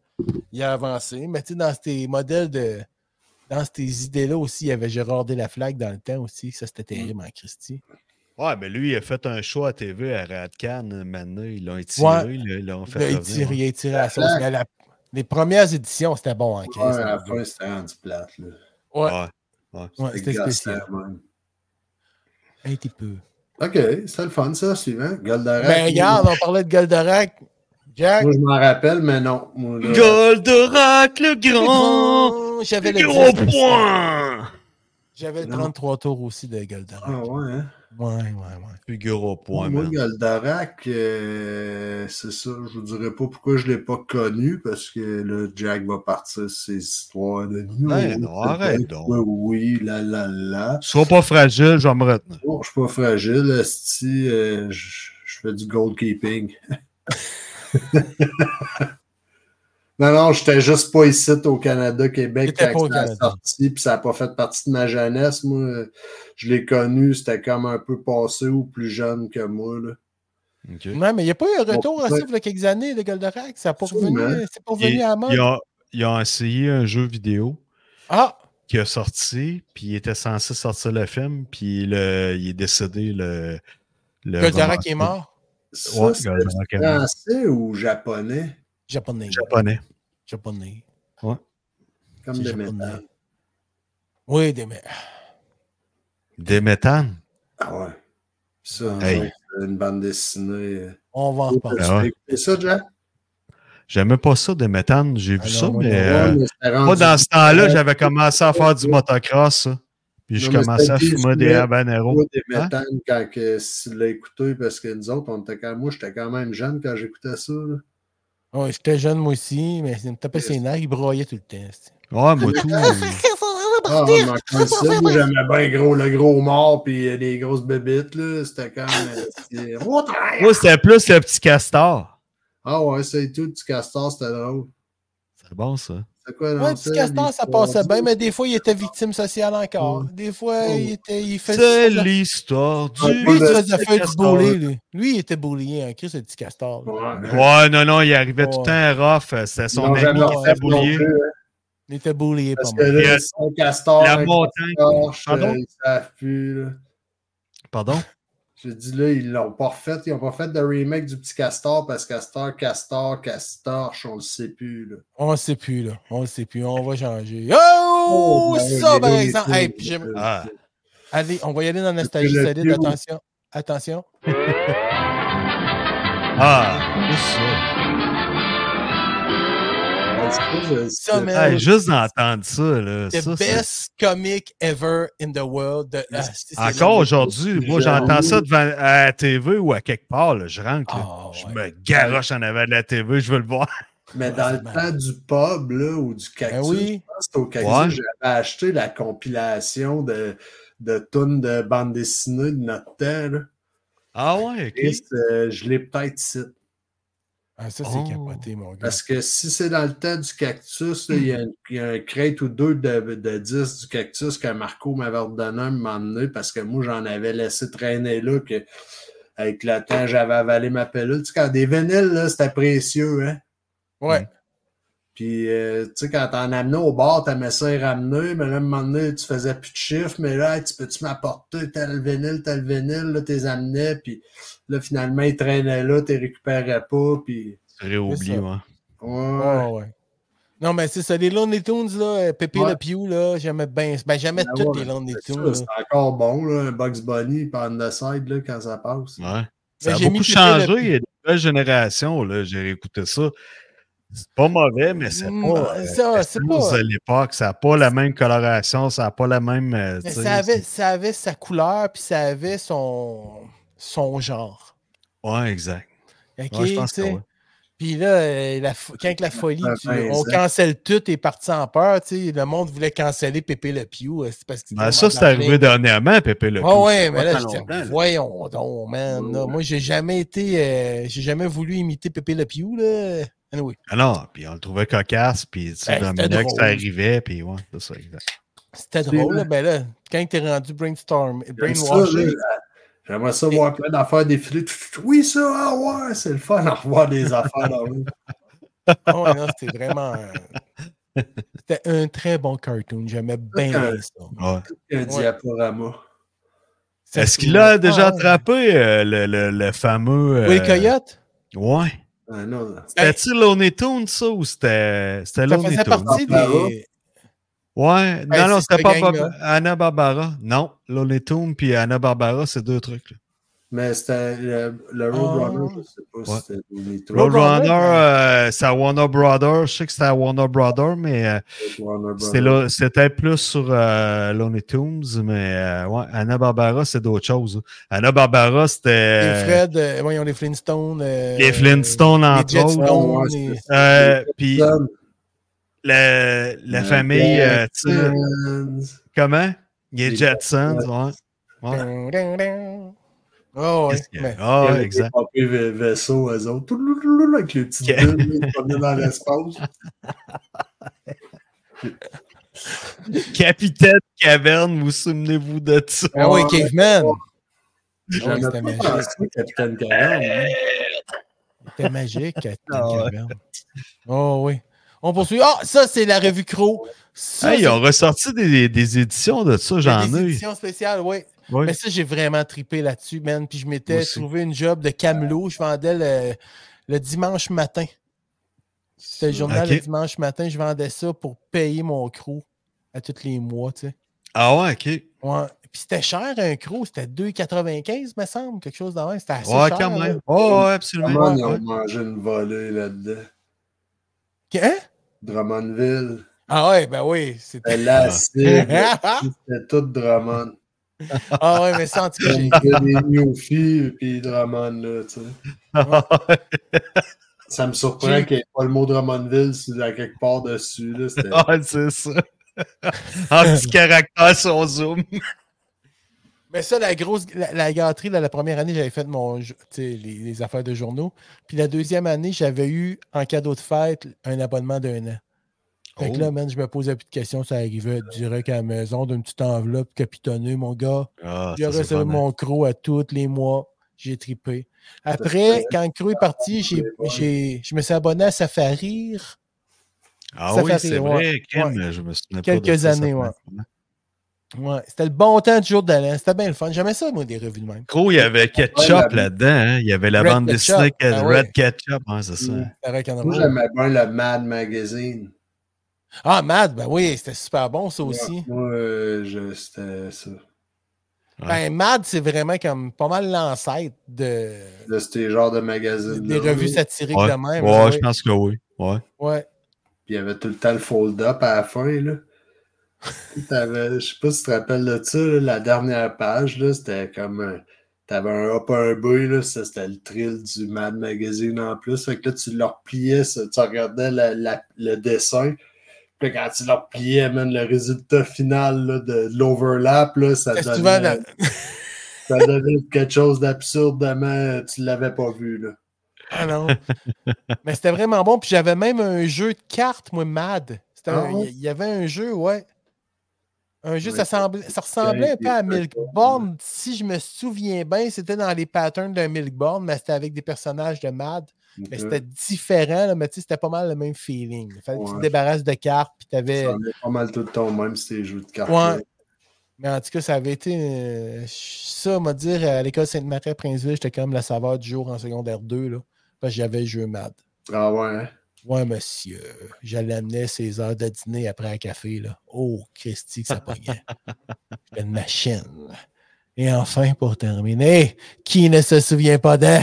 Speaker 1: il a avancé. Mais tu sais, dans ces modèles de. Dans ces idées-là aussi, il y avait Gérard Delaflaque dans le temps aussi. Ça, c'était terrible en Christie.
Speaker 3: Ouais, mais lui, il a fait un show à TV à Radcan. Maintenant, ils l'ont étiré.
Speaker 1: Ouais.
Speaker 3: là, ils l'ont fait
Speaker 1: Là, il
Speaker 3: revenir.
Speaker 1: tire, il a tiré la sauce. Mais à la- Les premières éditions, c'était bon en
Speaker 2: Ouais,
Speaker 1: Christie.
Speaker 2: à la fin, c'était rendu plate, là.
Speaker 1: Ouais,
Speaker 3: Ouais.
Speaker 1: ouais, c'était
Speaker 2: gossant,
Speaker 1: spécial.
Speaker 2: même.
Speaker 1: Un petit peu.
Speaker 2: OK, c'était le fun, ça, suivant. Goldorak.
Speaker 1: Ben, regarde, on parlait de Goldorak. Jack.
Speaker 2: Moi, je m'en rappelle, mais non. Moi, là,
Speaker 3: Goldorak, le grand,
Speaker 1: J'avais le
Speaker 3: le gros
Speaker 1: 10%.
Speaker 3: point.
Speaker 1: J'avais le
Speaker 2: Oh, Non.
Speaker 1: 33 tours aussi de Goldorak.
Speaker 2: Ah ouais, hein?
Speaker 1: Ouais, ouais, ouais.
Speaker 3: Plus gros point,
Speaker 2: Moi,
Speaker 3: man.
Speaker 2: Goldorak, euh, c'est ça. Je vous dirais pas pourquoi je l'ai pas connu, parce que là, Jack va partir ses histoires de nous.
Speaker 3: Hey, Ben, non, arrête donc.
Speaker 2: Oui, la la la.
Speaker 3: Sois pas fragile, je vais me retenir.
Speaker 2: Bon, je suis pas fragile, si je je fais du goalkeeping. non, non, j'étais juste pas ici au Canada, Québec,
Speaker 1: T'étais pas au
Speaker 2: quand ça a
Speaker 1: Canada.
Speaker 2: sorti, puis ça n'a pas fait partie de ma jeunesse. Moi, je l'ai connu, c'était comme un peu passé ou plus jeune que moi. Là.
Speaker 3: Ok.
Speaker 1: Non, mais il n'y a pas eu un retour
Speaker 2: Bon,
Speaker 1: à ça
Speaker 2: ouais. hein.
Speaker 1: il y a quelques années de Goldorak. Ça a pas
Speaker 2: Sûrement.
Speaker 1: revenu, euh, c'est pas
Speaker 3: Il,
Speaker 1: revenu à la mode.
Speaker 3: il a, il a essayé un jeu vidéo
Speaker 1: Ah!
Speaker 3: qui a sorti, puis il était censé sortir le film, puis le, il est décédé le. le
Speaker 1: Goldorak
Speaker 3: romancier.
Speaker 1: est mort.
Speaker 2: Ça,
Speaker 3: Ouais,
Speaker 2: c'était
Speaker 3: Goldorak est mort.
Speaker 2: français ou japonais?
Speaker 1: Japonais.
Speaker 3: Japonais.
Speaker 1: Japonais.
Speaker 2: Comme
Speaker 1: C'est
Speaker 2: des
Speaker 1: japonais.
Speaker 2: métal.
Speaker 1: Oui, des mé-
Speaker 3: Des méthanes.
Speaker 2: Ah ouais. Ça,
Speaker 1: Hey.
Speaker 2: ouais, c'est une bande dessinée.
Speaker 1: On va en reparler.
Speaker 3: Ah ouais.
Speaker 2: C'est ça, Jack?
Speaker 3: J'aimais pas ça, des méthanes. J'ai vu
Speaker 1: Ah non,
Speaker 3: ça,
Speaker 1: moi
Speaker 3: mais.
Speaker 1: non.
Speaker 3: euh,
Speaker 2: Ouais, mais c'était
Speaker 3: Moi,
Speaker 2: rendu-
Speaker 3: dans ce temps-là, j'avais commencé à faire du motocross. ça. Puis je commençais à fumer des habaneros. Hein?
Speaker 2: des
Speaker 1: Hein?
Speaker 2: méthanes quand que, tu l'as écouté, parce que nous autres, on était quand, moi, j'étais quand même jeune quand j'écoutais ça. là.
Speaker 1: Ouais, j'étais jeune, moi aussi, mais il me tapait ses nerfs, il broyait tout le temps. c'est-
Speaker 3: Ouais, moi tout. euh,
Speaker 2: Ah, ouais, mais encore ça, moi, j'aimais bien gros, le gros mort, puis euh, les grosses bébites, là. C'était euh, quand même. c'était-
Speaker 3: Moi, c'était plus le petit castor.
Speaker 2: Ah ouais, c'est tout, du castor, c'était drôle.
Speaker 3: C'est bon, ça.
Speaker 2: C'était quoi,
Speaker 1: Ouais,
Speaker 2: dans
Speaker 1: le petit castor, ça passait bien, mais des fois, il était victime sociale encore.
Speaker 2: Ouais.
Speaker 1: Des fois,
Speaker 2: Ouais.
Speaker 1: il, était, il faisait.
Speaker 3: C'est l'histoire du.
Speaker 1: Lui, il se faisait
Speaker 3: petit
Speaker 1: faire du
Speaker 3: castor.
Speaker 1: bully, lui. Lui, il était bullyé, hein, Chris, le petit castor. là.
Speaker 2: Ouais.
Speaker 3: Ouais, non, non, il arrivait tout le
Speaker 1: Ouais.
Speaker 3: temps rough. C'était
Speaker 2: Ils l'ont
Speaker 3: son ami
Speaker 2: jamais
Speaker 3: qui
Speaker 2: refait
Speaker 3: était
Speaker 2: non
Speaker 3: boulier.
Speaker 2: plus, hein,
Speaker 1: Il était bullyé pas
Speaker 2: Parce que
Speaker 1: mal.
Speaker 3: Et, euh,
Speaker 2: là, son castor,
Speaker 3: La
Speaker 2: un
Speaker 3: montagne.
Speaker 2: castor,
Speaker 3: Pardon?
Speaker 2: euh, ils savent plus, là.
Speaker 3: Pardon?
Speaker 2: J'ai dit là, ils l'ont pas refait. Ils n'ont pas fait de remake du petit castor parce que castor, castor, castorche, on le sait plus. Là.
Speaker 1: On le sait plus, là. On le sait plus. On va changer. Oh,
Speaker 2: ben oui,
Speaker 1: ça,
Speaker 2: les
Speaker 1: par
Speaker 2: deux,
Speaker 1: exemple.
Speaker 2: les
Speaker 1: Hey,
Speaker 2: deux,
Speaker 1: puis j'aime-
Speaker 2: les deux.
Speaker 3: Ah.
Speaker 1: Allez, on va y aller dans Nostalgie
Speaker 2: le
Speaker 1: solide.
Speaker 2: vieux-
Speaker 1: Attention. Attention.
Speaker 3: Ah, c'est ça.
Speaker 1: Ah.
Speaker 2: Parce que je-
Speaker 1: Ça,
Speaker 2: c'est-
Speaker 1: mais-
Speaker 3: Hey, juste d'entendre ça, là.
Speaker 1: The
Speaker 3: ça, c'est-
Speaker 1: best comic ever in the world. De... Ah, c'est- c'est-
Speaker 3: Encore aujourd'hui, moi,
Speaker 2: Genre-
Speaker 3: j'entends ça devant, à la TV ou à quelque part, là, je rentre, là.
Speaker 1: Ah,
Speaker 3: je
Speaker 1: ouais.
Speaker 3: me garoche en avant de la TV, je veux le voir.
Speaker 2: Mais
Speaker 1: Ouais,
Speaker 2: dans
Speaker 1: Ah, c'est
Speaker 2: le
Speaker 1: mal.
Speaker 2: temps du pub là, ou du
Speaker 1: Ben
Speaker 2: cactus,
Speaker 1: oui.
Speaker 2: je pense que c'était au cactus,
Speaker 3: Ouais.
Speaker 2: j'avais acheté la compilation de, de tunes de bande dessinée de notre temps. là.
Speaker 3: Ah ouais, ok.
Speaker 2: Et, euh, je l'ai peut-être ici.
Speaker 1: Ah, ça, c'est
Speaker 3: Oh.
Speaker 1: capoté, mon gars.
Speaker 2: Parce que si c'est dans le temps du cactus, là, il, y a, une- il y a un crate ou deux de, de disques du cactus que Marco m'avait ordonné à un moment donné parce que moi, j'en avais laissé traîner là que avec le temps, j'avais avalé ma pelule. Tu sais, quand des vinyles, là, c'était précieux, hein?
Speaker 1: Ouais.
Speaker 2: Puis, euh, tu sais, quand t'en amenais au bar, t'aimais ça y ramener, mais là, à un moment donné, tu faisais plus de chiffres, mais là, Hey, tu peux-tu m'apporter tel vinyle, tel vinyle, là, t'es amenais, puis là, finalement, ils traînaient là, t'es récupérais pas, puis...
Speaker 3: J'aurais oublié,
Speaker 1: ça.
Speaker 3: moi.
Speaker 2: Ouais.
Speaker 1: Ouais, Ah, ouais. Non, mais c'est ça, les Lonely Tunes, là, Pépé
Speaker 2: Ouais.
Speaker 1: Le Pew, là, j'aimais bien. Ben, j'aimais
Speaker 2: Ben
Speaker 1: toutes
Speaker 2: ouais,
Speaker 1: les Lonely
Speaker 2: C'est
Speaker 1: Tunes. là.
Speaker 2: encore bon, là, un Bugs Bunny par on the side là, quand ça passe.
Speaker 3: Ouais. Ça
Speaker 1: Mais
Speaker 3: a
Speaker 1: j'ai
Speaker 3: beaucoup
Speaker 1: mis Pépé
Speaker 3: changé.
Speaker 1: Le
Speaker 3: Il y a une nouvelle génération, là. J'ai réécouté ça. C'est pas mauvais, mais c'est
Speaker 1: Mm,
Speaker 3: pas. euh,
Speaker 1: ça,
Speaker 3: la
Speaker 1: c'est
Speaker 3: sauce
Speaker 1: pas-
Speaker 3: de l'époque, ça n'a pas la même coloration, ça n'a pas la même. euh,
Speaker 1: Mais
Speaker 3: tu sais,
Speaker 1: ça avait, ça avait sa couleur, puis ça avait son, son genre.
Speaker 3: Ouais, exact.
Speaker 1: OK,
Speaker 3: Ouais, je pense que
Speaker 1: tu sais.
Speaker 3: ouais.
Speaker 1: Puis là, euh, la fo- quand que la folie,
Speaker 2: Ouais,
Speaker 1: tu-
Speaker 2: ben,
Speaker 1: on
Speaker 2: ça.
Speaker 1: cancelle tout et parti en peur, tu sais, le monde voulait canceller Pépé Le Pew, euh, c'est parce que...
Speaker 3: Ben, ça, c'est arrivé dernièrement, Pépé Le
Speaker 1: Ouais,
Speaker 3: Pew.
Speaker 1: Ah, ouais, mais
Speaker 3: pas
Speaker 1: là,
Speaker 3: tant
Speaker 1: je dis,
Speaker 3: longtemps, là.
Speaker 1: voyons donc, man. là.
Speaker 2: Ouais.
Speaker 1: Moi, j'ai jamais été, euh, j'ai jamais voulu imiter Pépé Le Pew, là. Anyway,
Speaker 3: Ah non, puis on le trouvait cocasse, puis tu sais,
Speaker 1: Ben,
Speaker 3: dans le
Speaker 1: c'était
Speaker 3: milieu que
Speaker 1: drôle.
Speaker 3: ça arrivait, puis ouais, c'est ça, exact.
Speaker 1: c'était
Speaker 2: C'est
Speaker 1: drôle,
Speaker 2: vrai.
Speaker 1: là. Ben là, quand t'es rendu brainstorm,
Speaker 2: J'aime
Speaker 3: Ben,
Speaker 2: ça, là.
Speaker 1: brainwashing,
Speaker 2: J'aimerais ça voir plein d'affaires défiler. Tout- tout- Oui, ça, ah ouais, c'est le fun d'en voir des affaires dans le
Speaker 1: Ah ouais, non, c'était vraiment. euh, C'était un très bon cartoon. J'aimais bien
Speaker 2: Euh,
Speaker 1: ça.
Speaker 3: Ouais.
Speaker 2: un diaporama.
Speaker 1: Ça,
Speaker 3: Est-ce
Speaker 1: c'est-
Speaker 3: qu'il a
Speaker 1: Ah,
Speaker 3: déjà
Speaker 1: ouais.
Speaker 3: attrapé euh, le, le- le fameux. euh,
Speaker 1: Will Coyote?
Speaker 3: Ouais.
Speaker 2: Ah, non, non.
Speaker 1: Ben,
Speaker 3: C'était-tu Looney Tunes, ça, ou c'était
Speaker 1: Ça
Speaker 3: c'était Looney
Speaker 1: faisait
Speaker 3: Tunes?
Speaker 1: partie
Speaker 2: Barbara.
Speaker 1: des.
Speaker 3: Ouais,
Speaker 1: Ouais,
Speaker 3: non, non,
Speaker 1: c'est
Speaker 3: c'était
Speaker 1: ce
Speaker 3: pas
Speaker 1: gang-là.
Speaker 3: Bab- Anna Barbara. Non, Looney Tunes puis Anna Barbara, c'est deux trucs. là.
Speaker 2: Mais c'était le, le Roadrunner, je sais pas
Speaker 3: Ah. Ouais.
Speaker 2: si c'était Looney Tunes,
Speaker 1: Roadrunner,
Speaker 3: Roadrunner, euh, c'est à Warner Brothers. Je sais que c'était à Warner Brothers, mais euh,
Speaker 2: Warner Brothers.
Speaker 3: c'était là- c'était plus sur euh, Looney Tunes. Mais euh, ouais, Anna Barbara, c'est d'autres choses. Anna Barbara,
Speaker 1: Les
Speaker 3: c'était euh,
Speaker 1: Fred, euh, voyons, les Flintstones. euh,
Speaker 3: les Flintstones,
Speaker 1: Les
Speaker 3: entre autres.
Speaker 1: Jetstones.
Speaker 2: Ah, Ouais,
Speaker 1: les-
Speaker 3: Euh, puis
Speaker 2: Simpsons.
Speaker 3: la, la famille, euh, tu sais,
Speaker 2: Simpsons.
Speaker 3: comment? Les
Speaker 2: Les
Speaker 3: Jetsons, ouais. Ouais.
Speaker 1: Dun, dun, dun. Ah ouais,
Speaker 3: Qu'est-ce qu'il y a?
Speaker 1: mais-
Speaker 3: Ah,
Speaker 2: Il y avait
Speaker 3: exact.
Speaker 2: des papiers vais- vaisseaux, eux autres. Toulouloulou, Avec les petites
Speaker 3: Ok. Ah
Speaker 2: bulles là, qui prenaient dans l'espace.
Speaker 3: Capitaine Caverne, vous souvenez-vous de ça?
Speaker 1: Ah ouais,
Speaker 2: Ouais.
Speaker 1: Caveman. Ah ouais,
Speaker 2: J'avais
Speaker 1: C'était
Speaker 2: pas
Speaker 1: magique.
Speaker 2: pensé, Capitaine Caverne. hein.
Speaker 1: C'était magique, Capitaine
Speaker 3: Ah ouais.
Speaker 1: Caveman. Oh oui. On poursuit. Ah, ça, c'est la revue Crow. Ça,
Speaker 3: Hey, ils
Speaker 1: c'est-
Speaker 3: ont ressorti des, des- des éditions de ça, j'en
Speaker 1: des
Speaker 3: ai.
Speaker 1: éditions spéciales, oui.
Speaker 3: Ouais.
Speaker 1: Mais ça, j'ai vraiment tripé là-dessus, man. Puis je
Speaker 3: Moi
Speaker 1: m'étais
Speaker 3: aussi.
Speaker 1: trouvé une job de camelot. Je vendais le, le dimanche matin. C'était le journal
Speaker 3: Ok.
Speaker 1: le dimanche matin. Je vendais ça pour payer mon crew à tous les mois, tu sais.
Speaker 3: Ah ouais, ok.
Speaker 1: Ouais. Puis c'était cher, un crew. C'était 2,95, me semble, quelque chose d'avant. C'était assez
Speaker 3: Ouais,
Speaker 1: cher. hein.
Speaker 3: quand
Speaker 1: là.
Speaker 3: même. Oh, ouais, absolument.
Speaker 2: Drummond, ils
Speaker 3: Ouais.
Speaker 2: ont mangé une volée là-dedans.
Speaker 1: Hein?
Speaker 2: Drummondville.
Speaker 1: Ah ouais, ben oui.
Speaker 2: C'était la C'était tout Drummond.
Speaker 1: Ah ouais, mais ça, en tout cas, j'ai.
Speaker 2: des Newfie puis Drummond, là, tu sais. ça me surprend qu'il n'y ait pas le mot Drummondville à quelque part dessus, là.
Speaker 3: Ah, c'est ça. En petit caractère sur Zoom.
Speaker 1: Mais ça, la grosse, la, la gâterie, là, la première année, j'avais fait mon, les, les affaires de journaux. Puis la deuxième année, j'avais eu en cadeau de fête un abonnement d'un an. Fait que
Speaker 2: Oh.
Speaker 1: là, man, je me posais plus de questions. Ça arrivait direct à la maison d'une petite enveloppe capitonnée, mon gars.
Speaker 3: Ah,
Speaker 1: J'ai
Speaker 3: ça, c'est
Speaker 1: reçu
Speaker 3: pas mal.
Speaker 1: mon croc à tous les mois. J'ai tripé. Après, quand le croc est parti, j'ai, j'ai- je me suis abonné à Safarir.
Speaker 3: Ah
Speaker 1: ça
Speaker 3: oui,
Speaker 1: fait
Speaker 3: c'est
Speaker 1: rire,
Speaker 3: vrai,
Speaker 1: ouais.
Speaker 3: Kim,
Speaker 1: Ouais.
Speaker 3: je me souviens pas de
Speaker 1: Quelques
Speaker 3: ça, ça
Speaker 1: années,
Speaker 3: fait
Speaker 1: ouais.
Speaker 3: longtemps.
Speaker 1: Ouais, c'était le bon temps du jour de l'an. C'était bien le fun. J'aimais ça, moi, des revues de même.
Speaker 3: Gros, il y avait
Speaker 2: Ouais,
Speaker 3: Ketchup
Speaker 2: la-
Speaker 3: là-dedans. hein. Il y avait la
Speaker 1: Red
Speaker 3: bande dessinée
Speaker 1: Ketchup, ah ouais.
Speaker 3: Red Ketchup, hein, c'est ça.
Speaker 2: Mm.
Speaker 1: C'était rock'n'roll.
Speaker 2: Moi, j'aimais bien le Mad Magazine.
Speaker 1: Ah, Mad, ben oui, c'était super bon, ça aussi.
Speaker 2: Moi, euh, je- c'était ça.
Speaker 3: Ouais.
Speaker 1: Ben, Mad, c'est vraiment comme pas mal l'ancêtre de,
Speaker 2: De ce genre de magazine.
Speaker 1: des revues satiriques
Speaker 3: Ouais.
Speaker 1: de même.
Speaker 3: Ouais,
Speaker 1: ouais.
Speaker 3: je pense que oui. Ouais.
Speaker 1: Ouais.
Speaker 2: Puis il y avait tout le temps le fold-up à la fin, là. T'avais- je sais pas si tu te rappelles de ça, là, la dernière page, là, c'était comme un- T'avais un A pas un B, là, ça, c'était le thrill du Mad Magazine en plus. Fait que là, tu le repliais, ça, tu regardais la- la- le dessin. Puis là, quand tu le repliais, man, le résultat final là, de, de l'overlap, là, ça
Speaker 1: C'était
Speaker 2: donnait,
Speaker 1: souvent la-
Speaker 2: ça donnait quelque chose d'absurdement, tu l'avais pas vu. Là.
Speaker 1: Ah non. Mais c'était vraiment bon. Puis j'avais même un jeu de cartes, moi, Mad. C'était un-
Speaker 2: Ah
Speaker 1: Il
Speaker 2: ouais?
Speaker 1: y avait un jeu, ouais. Un jeu,
Speaker 2: Ouais,
Speaker 1: ça, semblait, ça ressemblait un peu à
Speaker 2: des jeux de
Speaker 1: Milk
Speaker 2: cartes,
Speaker 1: Born. Si je me souviens bien, c'était dans les patterns de Milk Born, mais c'était avec des personnages de Mad. Mais c'était différent, là, mais tu sais, c'était pas mal le même feeling. Il fallait que tu te
Speaker 2: Ouais.
Speaker 1: débarrasses de cartes, puis t'avais.
Speaker 2: Ça en est pas mal tout le temps, même si c'est jeux de cartes.
Speaker 1: Ouais. Mais en tout cas, ça avait été. euh, ça, on va dire, à l'école Sainte-Marie-Princeville, j'étais comme la saveur du jour en secondaire 2, là. Parce que j'avais le jeu Mad.
Speaker 2: Ah ouais. hein?
Speaker 1: Ouais, monsieur. J'allais amener ses heures de dîner après un café, là. Oh, Christy, que ça pognait. J'étais une machine. Et enfin, pour terminer, qui ne se souvient pas de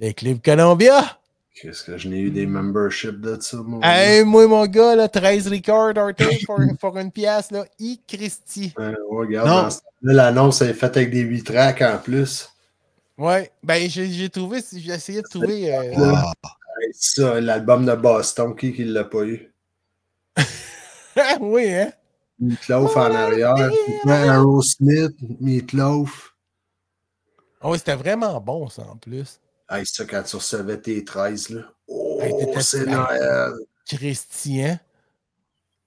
Speaker 1: les clubs Columbia?
Speaker 2: Qu'est-ce que je n'ai eu
Speaker 3: Hmm.
Speaker 2: des memberships de ça, mon gars?
Speaker 1: Hey, moi, mon gars, là, 13 Ricard, Arthur, pour, pour une pièce, là. I Christy.
Speaker 2: Ouais, ouais, regarde,
Speaker 3: Non.
Speaker 2: dans ce temps-là, l'annonce est faite avec des 8 tracks en plus.
Speaker 1: Ouais, ben, j'ai j'ai trouvé, j'ai essayé de trouver. euh,
Speaker 3: Ah,
Speaker 2: Hey, ça, l'album de Boston, qui ne l'a pas eu?
Speaker 1: Ah oui, hein?
Speaker 2: Meatloaf en arrière, Aerosmith, Meatloaf.
Speaker 1: Ah oui, c'était vraiment bon, ça, en plus.
Speaker 2: Hey, ça, quand tu recevais tes 13, là.
Speaker 1: Hey,
Speaker 2: Oh,
Speaker 1: t'étais
Speaker 2: c'est
Speaker 1: plein.
Speaker 2: Noël!
Speaker 1: Christian.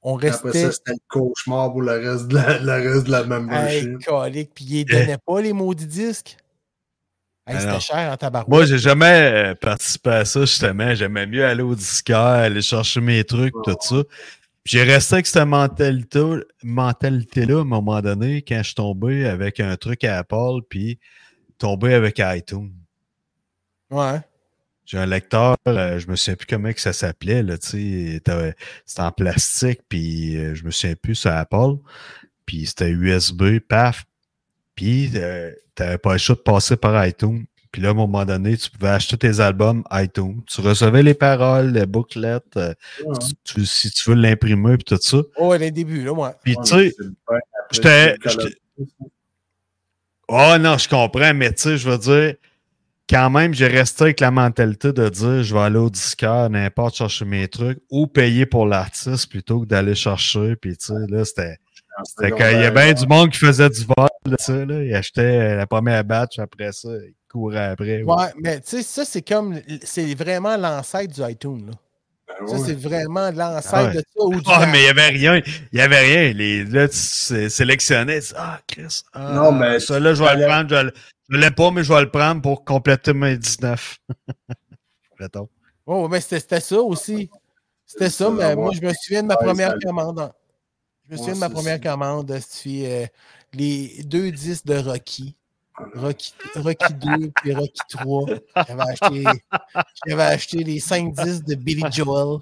Speaker 1: On
Speaker 2: Après ça,
Speaker 1: restait
Speaker 2: c'était le cauchemar pour le reste de la, le reste de la membership.
Speaker 1: alcoolique, puis il donnait pas les maudits disques. Hey,
Speaker 3: Alors,
Speaker 1: c'était cher en tabarouette.
Speaker 3: Ben Moi, j'ai jamais euh, participé à ça, justement. J'aimais mieux aller au disquaire, aller chercher mes trucs, tout ça. Puis J'ai resté avec cette mentalité- mentalité-là à un moment donné quand je suis tombé avec un truc à Apple, puis tombé avec iTunes.
Speaker 1: Ouais.
Speaker 3: J'ai un lecteur, euh, je me souviens plus comment que ça s'appelait, là, tu sais, t'avais- c'était en plastique, puis euh, je me souviens plus, sur Apple, puis c'était USB, paf, puis euh, t'avais pas le choix de passer par iTunes. Puis là, à un moment donné, tu pouvais acheter tes albums iTunes. Tu recevais les paroles, les booklets, euh,
Speaker 2: Ouais.
Speaker 3: tu- tu- si tu veux l'imprimer, puis tout ça.
Speaker 1: Oh, les débuts, là, ouais.
Speaker 3: Puis
Speaker 2: Ouais,
Speaker 3: tu sais,
Speaker 2: c'est bien après
Speaker 3: j'étais-
Speaker 2: le Call of Duty.
Speaker 3: Ah non, je comprends, mais tu sais, je veux dire, quand même, j'ai resté avec la mentalité de dire je vais aller au disquaire, n'importe, chercher mes trucs, ou payer pour l'artiste plutôt que d'aller chercher. Puis tu sais, là, c'était. c'était quand il y a bien du monde qui faisait du vol, là, tu sais, là. Ils achetaient euh, la première batch, après ça, ils couraient après. ouais.
Speaker 1: Ouais, mais tu sais, ça, c'est comme. C'est vraiment l'ancêtre du iTunes, là.
Speaker 2: Ben
Speaker 1: Ça,
Speaker 2: ouais.
Speaker 1: c'est vraiment l'ancêtre
Speaker 3: Ah ouais.
Speaker 1: de ça. Ou du
Speaker 3: Ah, mais il n'y avait rien. Il n'y avait rien. Les, là, tu sé- sélectionnais. tu dis, Ah, Chris. ah,
Speaker 2: Non, mais
Speaker 3: Ça, là, je vais le
Speaker 2: fallait-
Speaker 3: prendre. Je ne l'ai pas, mais je vais le prendre pour compléter mes 19. Mettons.
Speaker 1: Oh, mais c'était c'était ça aussi. C'était ça,
Speaker 2: Ça,
Speaker 1: mais moi,
Speaker 2: ouais.
Speaker 1: je me souviens de ma
Speaker 2: Ouais,
Speaker 1: première
Speaker 2: ça-
Speaker 1: commande. hein. Je me
Speaker 2: Ouais,
Speaker 1: souviens de ma
Speaker 2: c'est-
Speaker 1: première commande. euh, C'était euh, les deux disques de Rocky. Rocky, Rocky 2 puis Rocky 3. J'avais acheté, j'avais acheté les 5 disques de Billy Joel.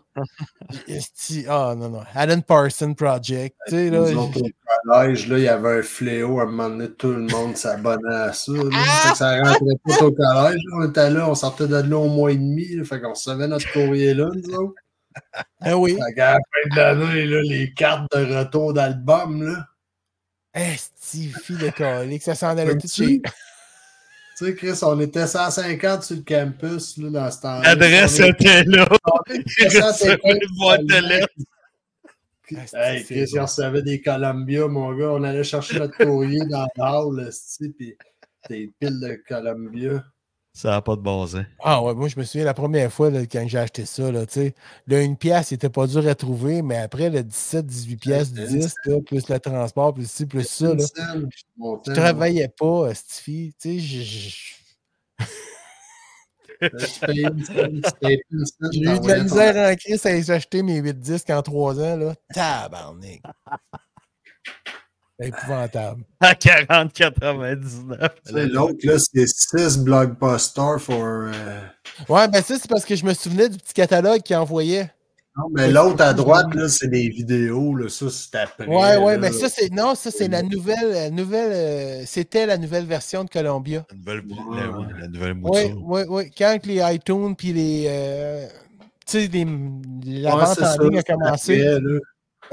Speaker 1: Esti- Ah non, non. Alan Parsons Project. Tu sais, là,
Speaker 2: Nous autres, au collège, là, il y avait un fléau. À un moment donné, tout le monde s'abonnait à ça. là.
Speaker 1: Ah!
Speaker 2: Fait que ça rentrait pas au collège. là. On était là, on sortait de là au mois et demi. là. Fait qu'on recevait notre courrier là, nous autres.
Speaker 1: Ah oui.
Speaker 2: Regarde, à la fin de l'année, là, les cartes de retour d'album, là.
Speaker 1: Estifi le colique, ça s'en allait tout chez.
Speaker 2: Tu sais, Chris, on était 150 sur le campus, là, dans ce temps-là.
Speaker 3: L'adresse
Speaker 2: On est-
Speaker 3: était là.
Speaker 2: on est
Speaker 3: Il
Speaker 2: 150
Speaker 3: recevait une boîte de lettres.
Speaker 2: Hey, Chris, on recevait des Columbia, mon gars. On allait chercher notre courrier dans l'hall, puis des piles de Columbia.
Speaker 3: Ça n'a pas de bon sens.
Speaker 1: Ah ouais, moi je me souviens la première fois là, quand j'ai acheté ça, là, tu sais, le une pièce, c'était pas dur à trouver, mais après le 17, 18 pièces,
Speaker 2: Ouais,
Speaker 1: 10, là, plus le transport, plus ci, plus ça, là,
Speaker 2: Sam, mon
Speaker 1: je
Speaker 2: temps,
Speaker 1: travaillais pas, Stifi, tu sais, je- je-
Speaker 2: je payais une scène, tu payais une scène,
Speaker 1: j'ai eu de
Speaker 2: t'envoyais
Speaker 1: la
Speaker 2: ton-
Speaker 1: misère en crise à les acheter mes 8 disques en 3 ans, là, tabarnak. Épouvantable.
Speaker 3: À 40,99.
Speaker 2: Tu sais, L'autre, là, c'est 6 blockbusters for. euh,
Speaker 1: Ouais, ben ça, c'est parce que je me souvenais du petit catalogue qu'ils envoyait.
Speaker 2: Non, mais l'autre à droite, là, c'est des vidéos, là. Ça, c'est après.
Speaker 1: Ouais, ouais,
Speaker 2: là.
Speaker 1: mais ça, c'est. Non, ça, c'est la nouvelle. la nouvelle euh, C'était la nouvelle version de Columbia.
Speaker 3: La nouvelle,
Speaker 2: Ouais.
Speaker 3: la- ouais, la nouvelle
Speaker 1: Oui,
Speaker 3: mouture.
Speaker 1: oui, oui. Quand que les iTunes puis les. euh, tu sais, les- la
Speaker 2: Ouais,
Speaker 1: vente
Speaker 2: c'est
Speaker 1: en
Speaker 2: ça,
Speaker 1: ligne a
Speaker 2: c'est
Speaker 1: commencé.
Speaker 2: après, là.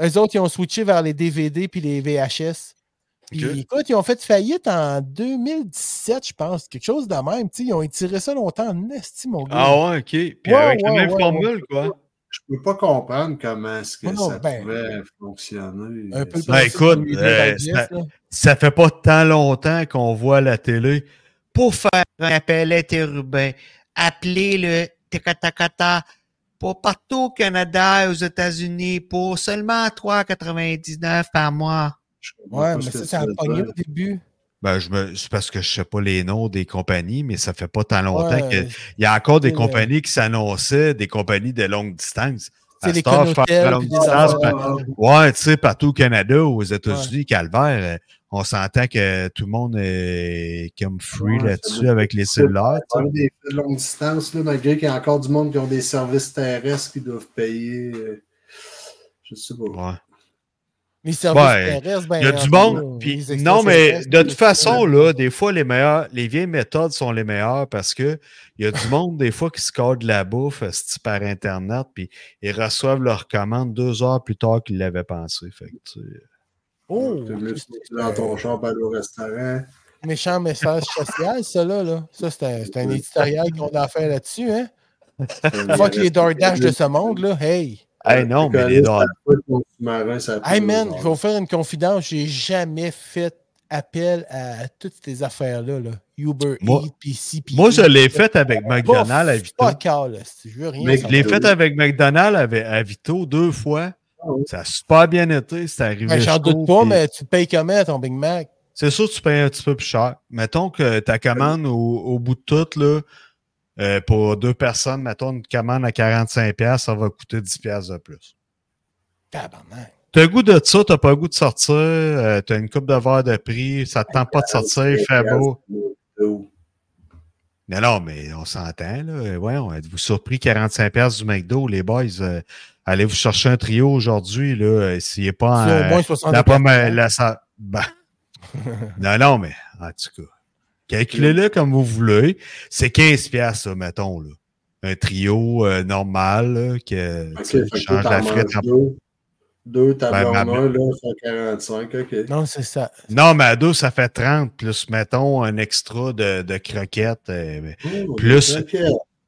Speaker 1: Eux autres, ils ont switché vers les DVD puis les VHS. Puis
Speaker 3: Ok.
Speaker 1: écoute, ils ont fait faillite en 2017, je pense. Quelque chose de même. Tu sais, ils ont étiré ça longtemps en esti, mon gars.
Speaker 3: Ah ouais, ok. Puis
Speaker 1: Ouais,
Speaker 3: avec la
Speaker 1: ouais,
Speaker 3: même
Speaker 1: ouais,
Speaker 3: formule, quoi.
Speaker 2: Je peux pas comprendre comment est-ce que
Speaker 1: Non, non,
Speaker 2: ça
Speaker 1: ben,
Speaker 2: pouvait fonctionner.
Speaker 1: Un peu le
Speaker 2: Ça,
Speaker 3: Ben,
Speaker 1: principe du
Speaker 3: écoute, euh,
Speaker 1: VHS,
Speaker 3: ça-
Speaker 1: là.
Speaker 3: Ça fait pas tant longtemps qu'on voit la télé. Pour faire un appel interurbain, appelez le Tecatacata pour partout au Canada et aux États-Unis pour seulement 3,99 par mois.
Speaker 2: je comprends
Speaker 1: Ouais,
Speaker 2: pas
Speaker 1: mais
Speaker 2: ce que
Speaker 1: ça, ça a
Speaker 2: veut
Speaker 1: pogné
Speaker 2: dire.
Speaker 1: au début.
Speaker 3: Ben, je me, c'est parce que je sais pas les noms des compagnies, mais ça fait pas tant longtemps
Speaker 1: Ouais,
Speaker 3: qu'il y a encore des
Speaker 1: c'est, euh,
Speaker 3: compagnies qui s'annonçaient, des compagnies de longue distance.
Speaker 1: C'est
Speaker 3: À
Speaker 1: les
Speaker 3: cette heure, faire de
Speaker 1: Conotel
Speaker 3: la longue
Speaker 1: puis des
Speaker 3: distance,
Speaker 2: Ah,
Speaker 1: affaires
Speaker 3: ben,
Speaker 1: de même.
Speaker 3: Ouais, tu sais, partout au Canada, aux États-Unis, calvaire, euh, on s'entend que tout le monde est comme free
Speaker 2: Ouais,
Speaker 3: là-dessus
Speaker 2: c'est
Speaker 3: avec les cellulaires. tu
Speaker 2: Ça
Speaker 3: sais.
Speaker 2: veut ah, des frais de longue distance, là, malgré qu'il y a encore du monde qui ont des services terrestres qui doivent payer. euh, Je sais pas.
Speaker 3: Ouais.
Speaker 1: Les services
Speaker 3: Ouais.
Speaker 1: terrestres, ben,
Speaker 3: Il y a
Speaker 1: en
Speaker 3: du
Speaker 1: tout,
Speaker 3: monde.
Speaker 1: les
Speaker 3: puis-
Speaker 1: extraterrestres,
Speaker 3: non, mais
Speaker 1: puis
Speaker 3: de toute
Speaker 1: tout
Speaker 3: façon, là, des fois, les meilleurs, les vieilles méthodes sont les meilleures parce que il y a du monde, des fois, qui se cadre de la bouffe euh, c'ti, par Internet, puis ils reçoivent leur commande deux heures plus tard qu'ils l'avaient pensé. Fait que, tu sais,
Speaker 1: Oh, euh,
Speaker 2: T'as mieux si tu vas dans ton char pour aller au restaurant.
Speaker 1: méchant message social, ça là. là. Ça, c'est un, c'est un éditorial qu'on a à faire là-dessus. Hein? Faut pas que les DoorDash de ce monde, là, hey.
Speaker 3: hey, non, mais les dents-
Speaker 1: Hey man, je vais vous faire une confidence. J'ai jamais fait appel à toutes ces affaires-là. Là. Uber
Speaker 3: Moi-
Speaker 1: Eats, puis ici, puis
Speaker 3: Moi, je
Speaker 1: là.
Speaker 3: l'ai fait avec McDonald's
Speaker 1: Pas
Speaker 3: à Vito.
Speaker 1: fuck all, là, si Je veux rien.
Speaker 2: Mais
Speaker 3: Je
Speaker 1: savoir.
Speaker 3: l'ai fait avec McDonald's avec- à Vito deux fois.
Speaker 2: Ah oui.
Speaker 3: Ça a super bien été. C'est arrivé.
Speaker 1: Ben, J'en
Speaker 3: chaud,
Speaker 1: doute pas,
Speaker 3: puis
Speaker 1: mais tu payes comment ton Big Mac?
Speaker 3: C'est sûr que tu payes un petit peu plus cher. Mettons que ta commande au, au bout de tout, là, euh, pour deux personnes, mettons une commande à 45$, ça va coûter 10$ de plus.
Speaker 1: Tabarnak.
Speaker 3: T'as le goût de ça, t'as pas le goût de sortir, euh, t'as une coupe de verre de prix, ça te tente pas de sortir, il fait beau. Non, non, mais on s'entend, là. Ouais, on êtes-vous surpris 45$ du McDo, les boys? euh, allez vous chercher un trio aujourd'hui, là, euh, s'il n'est pas
Speaker 1: C'est
Speaker 3: en-
Speaker 1: au moins 60
Speaker 3: La euh, première, la sa- ben. non, non, mais en tout cas, calculez-le comme vous voulez. C'est 15 piastres, ça, mettons. Là. Un trio euh, normal, là, que tu sais, tu changes la frite. en-
Speaker 2: Deux, deux t'as
Speaker 3: Ben,
Speaker 2: en
Speaker 3: ma-
Speaker 2: un, là, c'est 45, ok.
Speaker 1: Non, c'est ça.
Speaker 3: Non, mais à deux, ça fait 30, plus, mettons, un extra de, de croquettes. euh, mais-
Speaker 2: Oh,
Speaker 3: Plus-
Speaker 2: ok.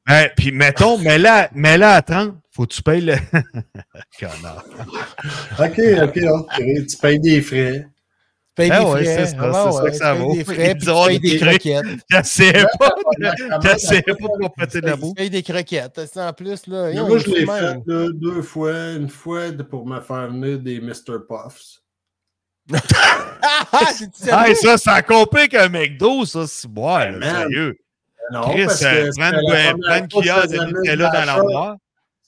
Speaker 3: Ben, puis, mettons, mets-la mets-la à 30, faut que tu payes le... Connard.
Speaker 2: Ok, ok, ok. Tu payes des frais.
Speaker 1: Paye
Speaker 3: Ah
Speaker 1: des
Speaker 3: ouais,
Speaker 1: frais.
Speaker 3: c'est ça, c'est ça que ça
Speaker 1: tu payes
Speaker 3: vaut.
Speaker 1: des frais,
Speaker 3: Ils oh,
Speaker 1: puis tu
Speaker 3: ont
Speaker 1: payes des
Speaker 3: des
Speaker 1: croquettes.
Speaker 3: J'essaie pas de... J'essaie pas
Speaker 2: Moi,
Speaker 3: de pas péter la boue.
Speaker 1: Tu payes des croquettes. C'est en plus, là. Yo,
Speaker 2: je
Speaker 1: il
Speaker 2: l'ai
Speaker 1: est fumé.
Speaker 2: fait là, deux fois. Une fois de- pour me faire venir des Mr. Puffs.
Speaker 1: Ah, ah, c'est sérieux?
Speaker 3: Hey, ça, ça complique un McDo, ça, c'est bois,
Speaker 2: Ben,
Speaker 3: là,
Speaker 2: man.
Speaker 3: sérieux.
Speaker 2: Ben Non,
Speaker 3: Chris,
Speaker 2: parce
Speaker 3: euh,
Speaker 2: que
Speaker 3: prends
Speaker 2: c'était la
Speaker 3: une-
Speaker 2: première
Speaker 3: prends une
Speaker 2: fois que je
Speaker 3: cuillère de
Speaker 2: faisais venir
Speaker 3: Nutella dans
Speaker 2: Dasher.
Speaker 3: l'armoire. Hein?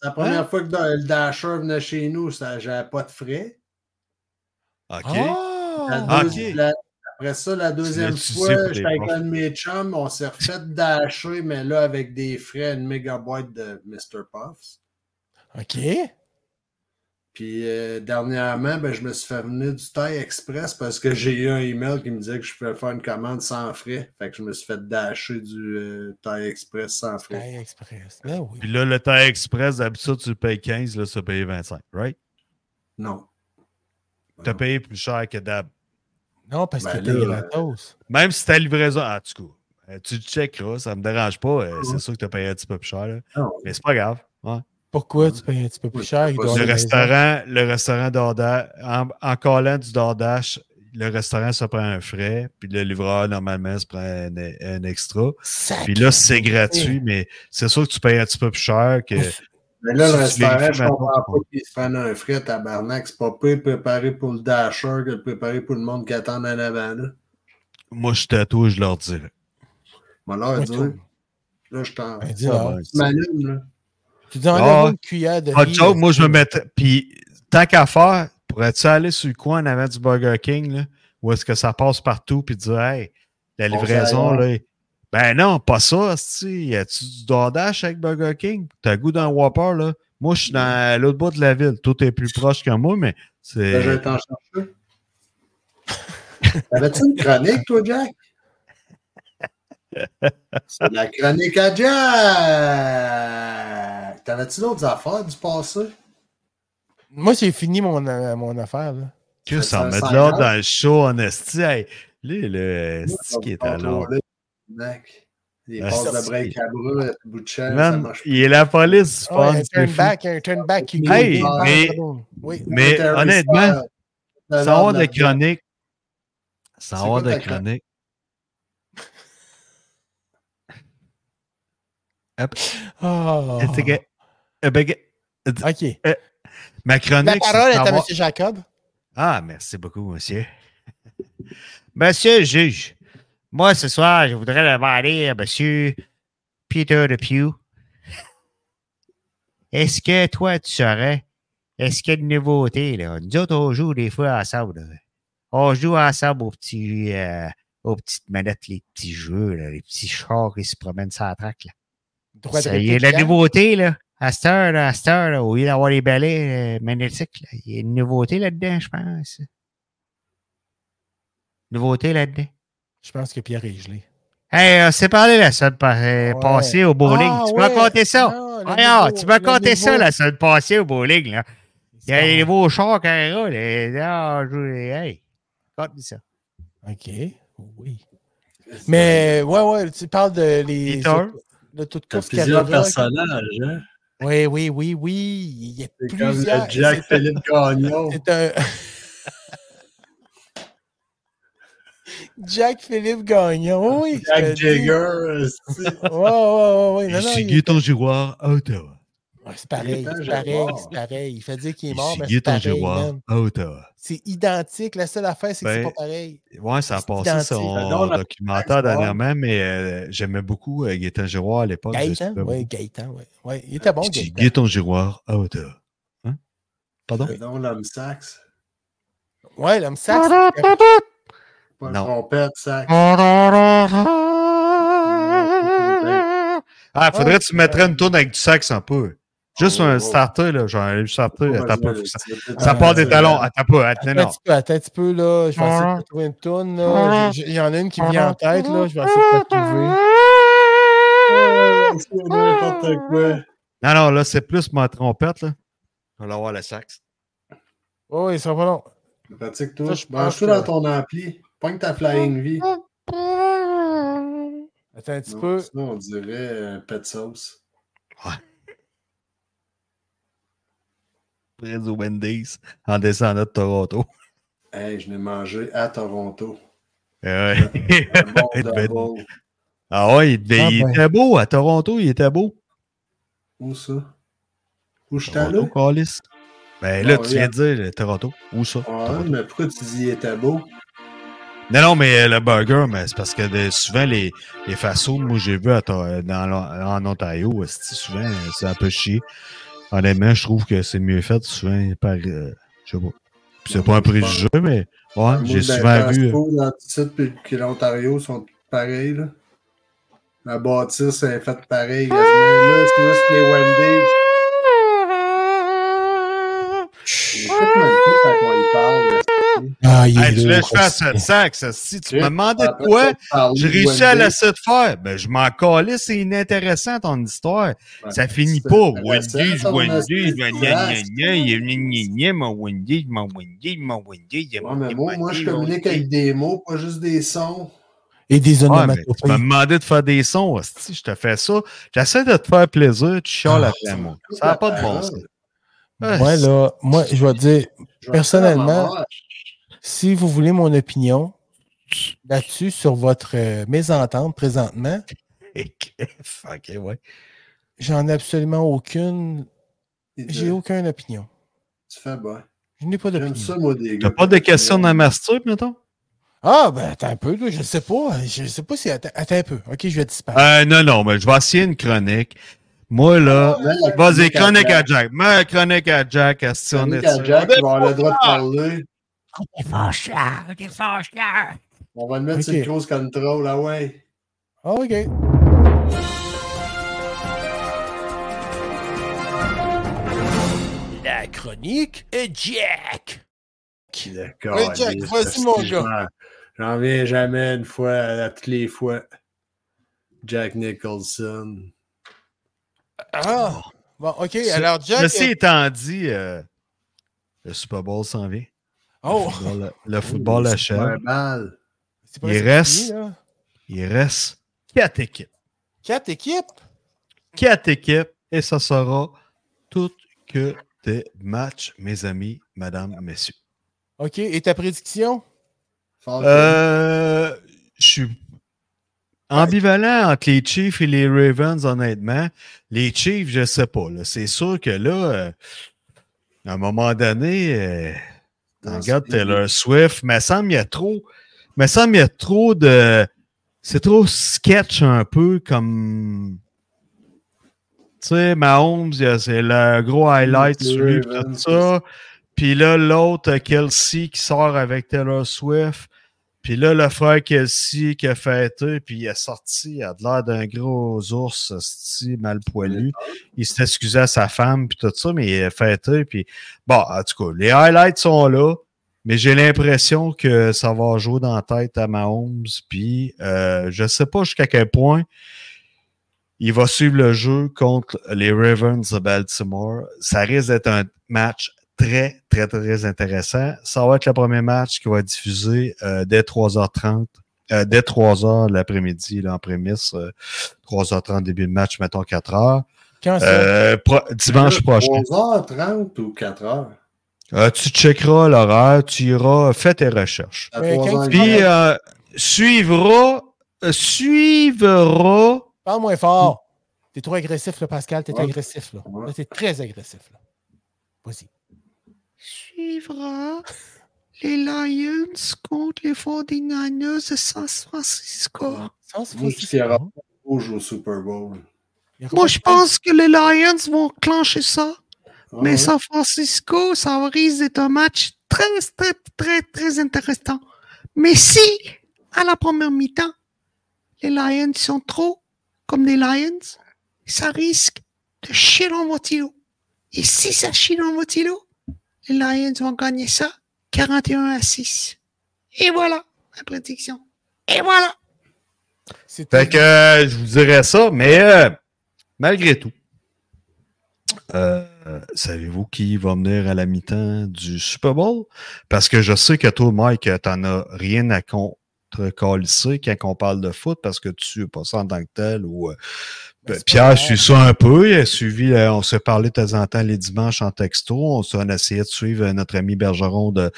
Speaker 2: La première fois que da- le Dasher venait chez nous, ça j'avais pas de frais.
Speaker 3: OK.
Speaker 2: La
Speaker 1: Ah!
Speaker 3: Ah,
Speaker 2: deux-
Speaker 3: ok.
Speaker 2: la- après ça, la deuxième
Speaker 3: l'as-tu
Speaker 2: fois,
Speaker 3: sucé pour
Speaker 2: j'étais
Speaker 3: tes
Speaker 2: avec
Speaker 3: profs?
Speaker 2: un de mes chums, on s'est refait dasher, mais là, avec Ah. des frais, une méga boîte de Mr. Puffs.
Speaker 1: OK.
Speaker 2: Puis euh, dernièrement, ben, je me suis fait venir du Thai Express parce que j'ai eu un email qui me disait que je pouvais faire une commande sans frais. Fait que je me suis fait dasher du euh, Thai Express sans frais.
Speaker 1: Thaï Express. Ben oui.
Speaker 3: Puis là, le temps express, d'habitude, tu le payes 15, là, tu payes 25, right?
Speaker 2: Non.
Speaker 3: Tu as payé plus cher que d'hab.
Speaker 1: Non, parce
Speaker 2: Ben
Speaker 1: que t'es
Speaker 2: là,
Speaker 1: gratos.
Speaker 3: Même si ta livraison. Ah, du coup, euh, tu le checkeras, ça me dérange pas. euh, C'est sûr que tu as payé un petit peu plus cher, là.
Speaker 2: Non.
Speaker 3: mais c'est pas grave. hein.
Speaker 1: Pourquoi tu payes un petit peu plus
Speaker 2: Oui,
Speaker 1: cher? il
Speaker 2: pas
Speaker 1: doit
Speaker 2: du
Speaker 3: Le
Speaker 1: avoir raison.
Speaker 3: restaurant, le restaurant DoorDash, en, en collant du DoorDash, le restaurant, ça prend un frais, puis le livreur, normalement, se prend un, un extra.
Speaker 1: Sac.
Speaker 3: Puis là, c'est gratuit, mais c'est sûr que tu payes un petit peu plus cher que.
Speaker 2: Mais là, le
Speaker 3: Si tu les
Speaker 2: restaurant,
Speaker 3: fais
Speaker 2: je comprends
Speaker 3: maintenant,
Speaker 2: pas qu'ils se prennent un frais tabarnak. C'est pas pire préparé pour le dasher que de préparer pour le monde qui attend en avant. Là.
Speaker 3: Moi, je tatoue, je leur dirais.
Speaker 2: Moi, là,
Speaker 1: Ouais,
Speaker 2: dit,
Speaker 1: tout.
Speaker 2: là, je t'en.
Speaker 1: Ben,
Speaker 2: Tu
Speaker 1: dis alors.
Speaker 2: m'allumes, là.
Speaker 1: Tu dis enlève
Speaker 3: Ah.
Speaker 1: une cuillère de
Speaker 3: Pas de
Speaker 1: riz,
Speaker 3: joke, moi, je me
Speaker 1: euh,
Speaker 3: mettrais. Puis, tant qu'à faire, pourrais-tu aller sur le coin en avant du Burger King, là, où est-ce que ça passe partout, puis dire, hey, la
Speaker 2: On
Speaker 3: livraison,
Speaker 2: s'aille,
Speaker 3: là. Ben non, pas ça, si. Y a-tu du DoorDash avec Burger King? T'as le goût d'un Whopper, là. Moi, je suis dans l'autre bout de la ville. Tout est plus proche que moi, mais
Speaker 2: Là, je
Speaker 3: c'est.
Speaker 2: vais t'en chercher. T'avais-tu une chronique, toi, Jack? C'est la chronique à Jack! T'avais-tu d'autres affaires du passé?
Speaker 1: Moi, j'ai fini mon, euh, mon affaire. Là.
Speaker 3: Que ça
Speaker 2: un
Speaker 3: met de
Speaker 2: cinq
Speaker 3: l'ordre
Speaker 2: heures.
Speaker 3: dans le show, en esti. Hey, lui, le esti qui est à l'ordre.
Speaker 2: Les
Speaker 3: Ah,
Speaker 2: passes
Speaker 3: c'est-
Speaker 2: de break à bras, le bout de chaîne, ça
Speaker 3: Man,
Speaker 2: marche pas.
Speaker 3: il est la police, du
Speaker 1: Ah,
Speaker 3: fun,
Speaker 1: un
Speaker 3: c'est
Speaker 1: turn
Speaker 3: fou.
Speaker 1: back, un turn back qui
Speaker 3: Hey,
Speaker 1: gagne.
Speaker 3: mais-
Speaker 1: Oui.
Speaker 3: Mais
Speaker 2: Terry
Speaker 3: honnêtement,
Speaker 2: Style, le
Speaker 3: Sans avoir
Speaker 2: Lord
Speaker 3: de
Speaker 2: Nugget.
Speaker 3: chronique. Sans
Speaker 2: C'est
Speaker 3: avoir
Speaker 2: quoi
Speaker 3: de
Speaker 2: ta chronique?
Speaker 3: chronique.
Speaker 1: Ah.
Speaker 3: Est-ce que- euh, ben, que-
Speaker 1: OK.
Speaker 3: Ma
Speaker 1: La
Speaker 3: chronique.
Speaker 1: parole
Speaker 3: c'est
Speaker 1: est à M.
Speaker 3: savoir-
Speaker 1: Jacob.
Speaker 3: Ah, merci beaucoup, monsieur. Monsieur le juge, moi ce soir, je voudrais demander à monsieur Peter Depew. Est-ce que toi, tu saurais, est-ce qu'il y a une nouveauté, là? Nous autres, on joue des fois ensemble. là. On joue ensemble aux, petits, euh, aux petites manettes, les petits jeux, là, les petits chars qui se promènent sans traque. là.
Speaker 1: Droit de
Speaker 3: Ça y est,
Speaker 1: réplique,
Speaker 3: la
Speaker 1: Jack.
Speaker 3: nouveauté, là. À cette heure, là, à cette heure, là, au lieu d'avoir les balais euh, magnétiques, là, il y a une nouveauté là-dedans, je pense. Nouveauté là-dedans.
Speaker 1: Je pense que Pierre est gelé.
Speaker 3: Hey, euh, on s'est parlé la semaine pa- euh,
Speaker 1: Ouais.
Speaker 3: passée au bowling.
Speaker 1: Ah,
Speaker 3: tu
Speaker 1: ouais.
Speaker 3: m'as conté
Speaker 1: Non,
Speaker 3: ça.
Speaker 1: Ah, le
Speaker 3: Voyons,
Speaker 1: nouveau-
Speaker 3: tu m'as
Speaker 1: le
Speaker 3: conté ça
Speaker 1: nouveau-
Speaker 3: la semaine passée au bowling, là. Il y a les nouveaux chars Carrera, là. Ah, je- Hey, conte-nous ça.
Speaker 1: OK. Oui. Mais, ouais, ouais, tu parles de les.
Speaker 3: Peter.
Speaker 1: De toute
Speaker 2: T'as
Speaker 1: course
Speaker 2: plusieurs
Speaker 1: Carrera.
Speaker 2: personnages, hein?
Speaker 1: Oui, oui, oui, oui. Il y a
Speaker 2: C'est comme
Speaker 1: plusieurs.
Speaker 2: le Jack
Speaker 1: c'est-
Speaker 2: Philippe Gagnon.
Speaker 1: C'est un. Jack Philippe Gagnon, oui. je te
Speaker 2: Jack
Speaker 1: dis.
Speaker 2: Jagger. c'est-
Speaker 1: Ouais, ouais, ouais, ouais. Non, non, il-
Speaker 3: Giroir à Ottawa.
Speaker 2: Ah,
Speaker 1: Ouais, c'est pareil,
Speaker 2: Gaétan
Speaker 1: c'est pareil,
Speaker 2: Giroir.
Speaker 1: c'est pareil. Il fait dire qu'il est mort, mais c'est pareil, man.
Speaker 3: à Ottawa.
Speaker 1: C'est identique. La seule affaire, c'est que c'est
Speaker 3: Ben,
Speaker 1: pas pareil.
Speaker 3: Ouais, ça a
Speaker 1: C'est
Speaker 3: passé
Speaker 1: identique.
Speaker 3: son
Speaker 2: Non, la-
Speaker 3: documentaire dernièrement, mais euh, j'aimais beaucoup euh, Gaétan Giroir à l'époque. je
Speaker 1: Gaëtan,
Speaker 3: trouvais
Speaker 1: oui,
Speaker 3: bon.
Speaker 1: Gaëtan, oui. Ouais, il était bon,
Speaker 3: Je dis
Speaker 1: Gaëtan.
Speaker 3: Gaétan Giroir à Ottawa. Hein? Pardon?
Speaker 2: C'est donc l'homme sax.
Speaker 1: Oui, l'homme sac. c'est-
Speaker 2: Pas
Speaker 3: Non.
Speaker 2: le trompette, sax.
Speaker 3: Ah, faudrait que tu mettrais une tourne avec du sax un peu. Juste
Speaker 2: Oh,
Speaker 3: un
Speaker 2: oh.
Speaker 3: starter, là. Genre un starter, attends un peu, faut que ça, ça
Speaker 1: Ah,
Speaker 3: part des
Speaker 1: ouais.
Speaker 3: talons. Attends pas, attends,
Speaker 1: Attends un
Speaker 3: non.
Speaker 1: petit peu, attends un petit peu, là. Je vais essayer de trouver une toune, là. J'ai- j'ai- Il y en a une qui me vient en tête, là. Je vais essayer de la trouver.
Speaker 2: Ah, C'est n'importe quoi.
Speaker 3: Non, non, là, c'est plus ma trompette, là. On va avoir le sax.
Speaker 1: Oh, il sera pas long.
Speaker 2: Pratique
Speaker 1: Ça,
Speaker 2: toi.
Speaker 1: je pense
Speaker 2: Branche-toi
Speaker 1: que-
Speaker 2: dans ton ampli. Pogne ta flying V.
Speaker 1: Attends un petit
Speaker 2: Non,
Speaker 1: peu.
Speaker 2: Sinon, on dirait euh, pet sauce.
Speaker 3: Près du Wendy's, en descendant de Toronto.
Speaker 2: Hey, je l'ai mangé à Toronto.
Speaker 3: Euh, ouais.
Speaker 2: Un bon
Speaker 3: Il devait-
Speaker 2: double.
Speaker 3: ah ouais, il, devait-
Speaker 1: Ah
Speaker 3: il
Speaker 1: ben.
Speaker 3: était beau à Toronto, il était beau.
Speaker 2: Où ça? Où je t'allais?
Speaker 3: Toronto, Calis. Ben là,
Speaker 2: Bon,
Speaker 3: tu
Speaker 2: oui, hein. Ah
Speaker 3: viens de dire le Toronto. Où ça?
Speaker 2: Ouais,
Speaker 3: Toronto.
Speaker 2: mais pourquoi tu dis il était beau?
Speaker 3: Non, non, mais euh, le burger, mais c'est parce que de- souvent les, les fast-food, moi j'ai vu à Tor- euh, dans l'O- en Ontario, esti, souvent euh, c'est un peu chier. Honnêtement, je trouve que c'est mieux fait souvent par. euh, je sais pas. Puis c'est pas un préjugé, mais ouais, Ah,
Speaker 2: ben,
Speaker 3: j'ai souvent vu. euh,
Speaker 2: Dans le sud puis que l'Ontario sont tous pareils. Là. La bâtisse est faite pareil. quasiment. Là, tu vois, c'est les Wendy's. qu'on y parle.
Speaker 1: Ah, il
Speaker 3: Hey, tu
Speaker 1: lourd,
Speaker 3: voulais que je fasse
Speaker 1: aussi.
Speaker 3: 700, que ça, si tu me demandais
Speaker 2: Ah,
Speaker 3: de quoi,
Speaker 2: parler
Speaker 3: j'ai
Speaker 2: de
Speaker 3: réussi à
Speaker 2: Wendy.
Speaker 3: laisser de faire. Ben, je m'en calais, c'est inintéressant ton histoire.
Speaker 2: Ouais,
Speaker 3: Ça finit
Speaker 2: c'est
Speaker 3: pas.
Speaker 2: intéressant,
Speaker 3: Wendy,
Speaker 2: ton
Speaker 3: Wendy,
Speaker 2: astuce,
Speaker 3: gna gna gna gna, il est gna gna gna, mon Wendy, mon Wendy, mon Wendy, il est
Speaker 2: Ouais,
Speaker 3: mon
Speaker 2: mais moi, moi,
Speaker 3: Wendy,
Speaker 2: je
Speaker 3: mon
Speaker 2: communique
Speaker 3: Wendy.
Speaker 2: avec des mots, pas juste des sons.
Speaker 1: Et des
Speaker 3: Ouais, mais tu m'as
Speaker 1: onomatopées.
Speaker 3: demandé de faire des sons, hostie, je te fais ça. J'essaie de te faire plaisir, tu
Speaker 1: Ah,
Speaker 3: chiales après moi. Ça n'a pas de bon sens. Ah,
Speaker 1: Ouais, là, moi, je vais te dire,
Speaker 2: Je vais
Speaker 1: Personnellement,
Speaker 2: faire ma mère.
Speaker 1: si vous voulez mon opinion là-dessus, sur votre euh, mésentente présentement,
Speaker 3: Ok, ouais.
Speaker 1: j'en ai absolument aucune.
Speaker 2: Il dit,
Speaker 1: J'ai aucune opinion.
Speaker 2: Tu fais bien.
Speaker 1: Je n'ai pas
Speaker 2: J'aime
Speaker 1: d'opinion.
Speaker 2: ça, moi, des gars.
Speaker 3: T'as pas de questions dans ma strip, mettons?
Speaker 1: Ah, ben, attends un peu, là, je sais pas. Je sais pas si. Attends, attends un peu. Ok, je vais disparaître.
Speaker 3: Euh, non, non, mais je vais essayer une chronique. Moi, là,
Speaker 2: Ah, mais la chronique
Speaker 3: vas-y,
Speaker 2: à
Speaker 3: chronique à
Speaker 2: Jack.
Speaker 3: Jack. Mais chronique à Jack, est-ce qu'on
Speaker 2: Tony
Speaker 3: est sûr?
Speaker 2: Jack, il va avoir le droit de parler. On va le mettre sur le
Speaker 1: Ok.
Speaker 2: close control, ah ouais.
Speaker 1: Ah, ok. La chronique est Jack.
Speaker 2: D'accord.
Speaker 1: Ouais, Jack, vas-y, mon gars.
Speaker 2: J'en viens jamais une fois, à toutes les fois. Jack Nicholson.
Speaker 1: Ah! Bon, ok,
Speaker 3: Ce-
Speaker 1: alors Jack.
Speaker 3: Ceci étant dit, euh, le Super Bowl s'en vient.
Speaker 1: Oh!
Speaker 3: Le football, le football
Speaker 2: Oh,
Speaker 3: achève.
Speaker 2: super balle.
Speaker 1: C'est pas
Speaker 3: Il
Speaker 1: ça qui
Speaker 3: reste-
Speaker 1: est, là.
Speaker 3: Il reste quatre équipes.
Speaker 1: Quatre équipes?
Speaker 3: Quatre équipes, et ça sera tout que des matchs, mes amis, madame, messieurs.
Speaker 1: OK. Et ta prédiction?
Speaker 2: Fort
Speaker 3: Euh, je suis ambivalent entre les Chiefs et les Ravens, honnêtement. Les Chiefs, je sais pas. là. C'est sûr que là, euh, à un moment donné, euh,
Speaker 2: Dans
Speaker 3: t'en
Speaker 2: ce
Speaker 3: regardes
Speaker 2: pays.
Speaker 3: Taylor Swift, mais semble il y a trop. Mais semble il y a trop de. C'est trop sketch un peu comme. Tu sais, Mahomes, il y a- c'est le gros highlight
Speaker 2: Les
Speaker 3: sur lui, pis tout
Speaker 2: Ravens,
Speaker 3: ça. Puis là, l'autre, Kelsey, qui sort avec Taylor Swift. Puis là, le frère Kelsey qui a fêté, puis il est sorti, il a de l'air d'un gros ours esti, mal poilu. Il s'est excusé à sa femme, puis tout ça, mais il a fêté. Puis bon, en tout cas, les highlights sont là, mais j'ai l'impression que ça va jouer dans la tête à Mahomes. Puis euh, je sais pas jusqu'à quel point il va suivre le jeu contre les Ravens de Baltimore. Ça risque d'être un match très, très, très intéressant. Ça va être le premier match qui va être diffusé euh, dès 3h30. euh, dès 3h l'après-midi, là, en prémisse, euh, 3h30 début de match, mettons 4h.
Speaker 1: Quand ça?
Speaker 3: Euh, pro- dimanche prochain.
Speaker 2: 3h30 ou 4h?
Speaker 3: Euh, tu checkeras l'horaire, tu iras, fais tes recherches.
Speaker 2: À
Speaker 1: Euh, quand
Speaker 2: 3h30.
Speaker 1: tu
Speaker 3: Puis, euh, suivra, euh, suivra
Speaker 1: Parle moins fort.
Speaker 3: hmm.
Speaker 1: T'es trop agressif, là, Pascal. T'es
Speaker 2: Ouais.
Speaker 1: agressif, là.
Speaker 2: Ouais.
Speaker 1: Là, t'es très agressif, là. Vas-y.
Speaker 3: suivra les Lions contre les 49ers de San Francisco.
Speaker 1: Sans
Speaker 2: Moi, je suis à rouge au Super Bowl.
Speaker 3: Moi, je pense que les Lions vont clencher ça. Mais San Francisco, ça risque d'être un match très, très, très, très intéressant. Mais si, à la première mi-temps, les Lions sont trop comme des Lions, ça risque de chier dans votre îlot. Et si ça chie dans votre îlot, les Lions vont gagner ça 41 à 6. Et voilà ma prédiction. Et voilà.
Speaker 1: C'est
Speaker 3: Fait que euh, je vous dirais ça, mais euh, malgré tout, euh, euh, savez-vous qui va venir à la mi-temps du Super Bowl? Parce que je sais que toi, Mike, euh, t'en as rien à contre calisser quand on parle de foot parce que tu es pas ça en tant que tel ou euh,
Speaker 1: Ben, c'est pas
Speaker 3: Pierre
Speaker 1: grave.
Speaker 3: suit ça un peu il a suivi euh, on se parlait de temps en temps les dimanches en texto on s'en essayait de suivre euh, notre ami Bergeron de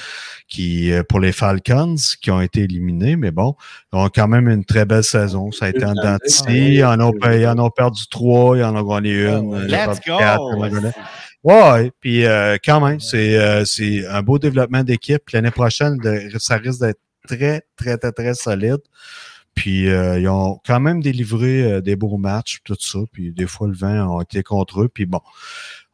Speaker 3: qui euh, pour les Falcons qui ont été éliminés mais bon ils ont quand même une très belle saison. Ça a été en
Speaker 2: Ah,
Speaker 3: dentité. Ils en ont,
Speaker 2: ouais.
Speaker 3: ils en ont perdu trois, ils en ont gagné une.
Speaker 1: ouais.
Speaker 3: ils en ont perdu
Speaker 4: Let's
Speaker 3: quatre,
Speaker 4: go!
Speaker 3: ils en ont gagné- Ouais, puis euh, quand même, c'est euh, c'est un beau développement d'équipe. L'année prochaine, de- ça risque d'être très, très, très, très solide. Puis euh, ils ont quand même délivré euh, des beaux matchs, tout ça. Puis des fois, le vent a été contre eux. Puis bon,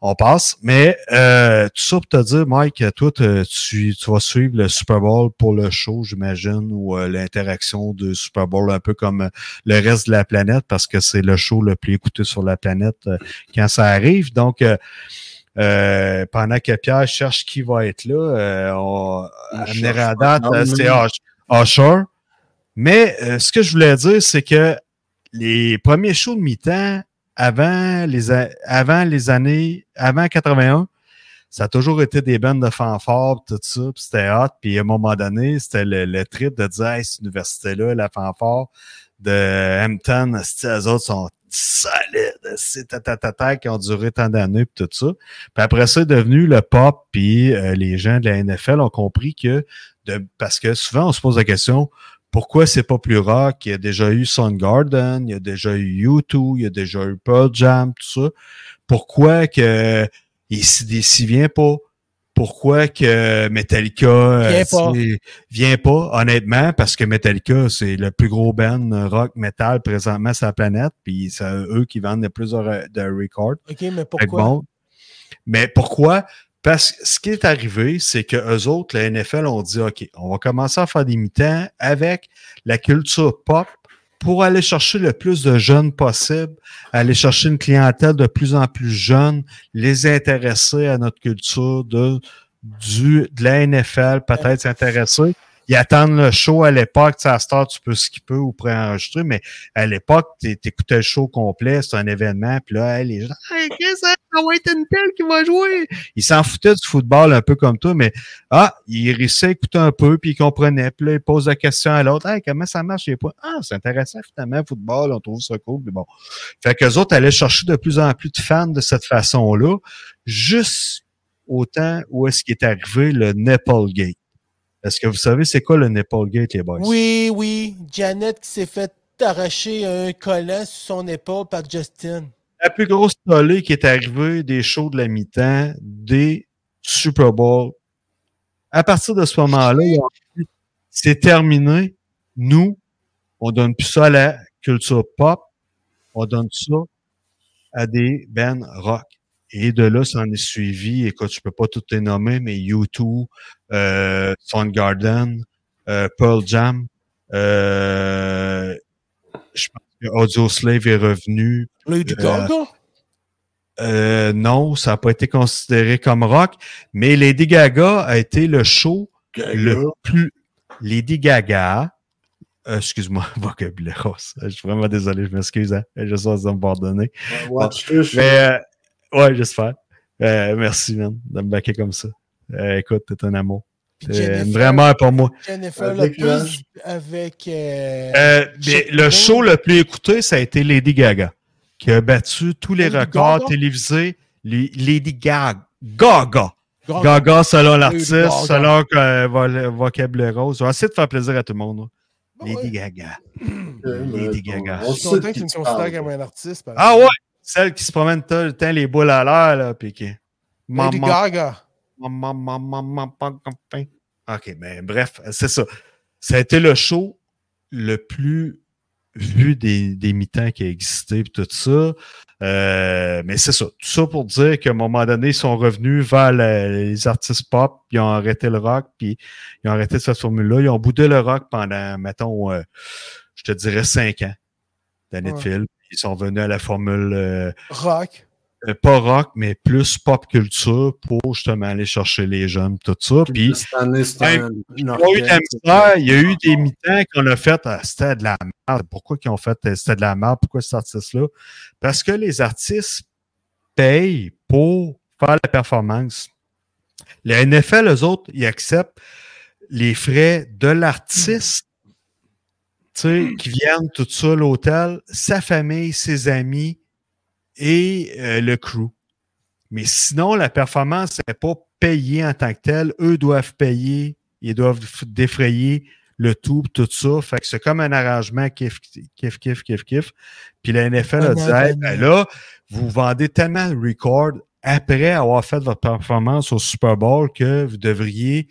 Speaker 3: on passe. Mais euh, tout ça pour te dire, Mike, toi, te- tu, tu vas suivre le Super Bowl pour le show, j'imagine, ou euh, l'interaction de Super Bowl un peu comme euh, le reste de la planète, parce que c'est le show le plus écouté sur la planète euh, quand ça arrive. Donc, euh, euh, pendant que Pierre cherche qui va être là, euh, on,
Speaker 2: Ah,
Speaker 3: amener à date,
Speaker 2: pas, non,
Speaker 3: c'est
Speaker 2: non.
Speaker 3: Ush- Usher. Mais euh, ce que je voulais dire, c'est que les premiers shows de mi-temps, avant les, a- avant les années, avant 81, ça a toujours été des bandes de fanfare, pis tout ça, puis c'était hot. Puis à un moment donné, c'était le, le trip de dire, hey, cette université-là, la fanfare de Hampton, asti, eux autres sont solides, c'est tatatata, qui ont duré tant d'années, pis tout ça. Puis après ça, est devenu le pop, puis euh, les gens de la NFL ont compris que, de, parce que souvent, on se pose la question, pourquoi c'est pas plus rock? Il y a déjà eu Soundgarden, il y a déjà eu U2, il y a déjà eu Pearl Jam, tout ça. Pourquoi que ACDC vient pas? Pourquoi que Metallica euh,
Speaker 1: Vient pas.
Speaker 3: c'est- vient pas? Honnêtement, parce que Metallica, c'est le plus gros band rock metal présentement sur la planète, puis c'est eux qui vendent le plus de, de records.
Speaker 1: OK, mais
Speaker 3: Fait que
Speaker 1: pourquoi?
Speaker 3: bon. Mais pourquoi? Parce que ce qui est arrivé, c'est que eux autres, la NFL, ont dit OK, on va commencer à faire des mi-temps avec la culture pop pour aller chercher le plus de jeunes possible, aller chercher une clientèle de plus en plus jeune, les intéresser à notre culture de, du, de la NFL, peut-être s'intéresser. Ils attendent le show à l'époque, tu sais, à cette heure, tu peux skipper ou pré-enregistrer, mais à l'époque, t'é- t'écoutais le show complet, c'est un événement, puis là, hey, les gens, hey, qu'est-ce que ça va être une telle qui va jouer? Ils s'en foutaient du football un peu comme toi, mais ah, ils réussissaient à écouter un peu, puis ils comprenaient, puis là, ils posent la question à l'autre, hey, comment ça marche les points? Ah, c'est intéressant finalement, le football, on trouve ça cool, mais bon. Fait qu'eux autres allaient chercher de plus en plus de fans de cette façon-là, juste au temps où est-ce qui est arrivé le Nepal Gate. Est-ce que vous savez c'est quoi le Nepal Gate, les boys?
Speaker 1: Oui, oui. Janet qui s'est fait arracher un collant sur son épaule par Justin.
Speaker 3: la plus grosse tollée qui est arrivée des shows de la mi-temps, des Super Bowl. À partir de ce moment-là, ils ont dit, c'est terminé. Nous, on donne plus ça à la culture pop. On donne ça à des bands rock. Et de là, ça en est suivi. Écoute, je peux pas tout les nommer, mais U2, euh, Soundgarden, euh, Pearl Jam, euh, je pense que Audio Slave est revenu,
Speaker 1: Là, il y a eu du
Speaker 3: Euh,
Speaker 1: gong,
Speaker 3: euh, non, ça n'a pas été considéré comme rock, mais Lady Gaga a été le show le plus. Lady Gaga, euh, excuse-moi, vocabulaire, oh, je suis vraiment désolé, je m'excuse, hein, je suis en me pardonner.
Speaker 2: Watch this.
Speaker 3: Mais, euh, ouais, j'espère. Euh, merci, man, de me baquer comme ça. Euh, écoute, t'es un amour.
Speaker 1: Puis
Speaker 3: Euh,
Speaker 1: Jennifer-
Speaker 3: vraiment pour moi.
Speaker 1: Jennifer
Speaker 2: Avec
Speaker 1: Lopez
Speaker 2: l'âge.
Speaker 1: avec. euh,
Speaker 3: Euh, mais le show le plus écouté, ça a été Lady Gaga, qui a battu tous les
Speaker 1: Lady
Speaker 3: records
Speaker 1: Gaga?
Speaker 3: télévisés. Les- Lady Gaga. Gaga.
Speaker 1: Gong.
Speaker 3: Gaga selon
Speaker 1: Gaga.
Speaker 3: l'artiste, selon euh, vo- vocabulaire rose. On va essayer de faire plaisir à tout le monde. là.
Speaker 1: Ah Ouais.
Speaker 3: Lady Gaga.
Speaker 2: Euh,
Speaker 3: Lady
Speaker 2: mais-
Speaker 3: Gaga.
Speaker 2: on
Speaker 1: Je suis
Speaker 2: sait
Speaker 1: content que
Speaker 2: qui
Speaker 1: tu me
Speaker 2: tu
Speaker 1: considères
Speaker 2: parles.
Speaker 1: comme un artiste. par
Speaker 3: Ah ouais! Celle qui se promène tout le temps les boules à l'air, là, puis qui...
Speaker 1: exemple. Lady
Speaker 3: Maman,
Speaker 1: Gaga.
Speaker 3: maman, maman, maman, pas copain. OK, mais bref, c'est ça. Ça a été le show le plus vu des, des mi-temps qui a existé, puis tout ça. Euh, mais c'est ça. Tout ça pour dire qu'à un moment donné, ils sont revenus vers la- les artistes pop, ils ont arrêté le rock, puis ils ont arrêté cette formule-là. Ils ont boudé le rock pendant, mettons, euh, je te dirais cinq ans d'années de
Speaker 1: Ouais.
Speaker 3: fil. Ils sont venus à la formule euh,
Speaker 1: Rock.
Speaker 3: euh, pas rock, mais plus pop culture pour justement aller chercher les jeunes, tout ça. Puis,
Speaker 2: Cette année, c'est
Speaker 3: Ouais,
Speaker 2: un-
Speaker 3: il y a eu de la misère, il y a eu des mi-temps qu'on a fait, ah, c'était de la merde. Pourquoi qu'ils ont fait, euh, c'était de la merde, pourquoi cet artiste-là? Parce que les artistes payent pour faire la performance. La NFL, eux autres, ils acceptent les frais de l'artiste tu sais, qui viennent tout ça, l'hôtel, sa famille, ses amis et euh, le crew. Mais sinon, la performance n'est pas payée en tant que telle. Eux doivent payer, ils doivent f- défrayer le tout, tout ça. Fait que c'est comme un arrangement kiff, kiff, kiff, kiff, kiff. Puis la NFL a
Speaker 1: Un
Speaker 3: dit,
Speaker 1: arrangement.
Speaker 3: Hey, ben là, vous vendez tellement de records après avoir fait votre performance au Super Bowl que vous devriez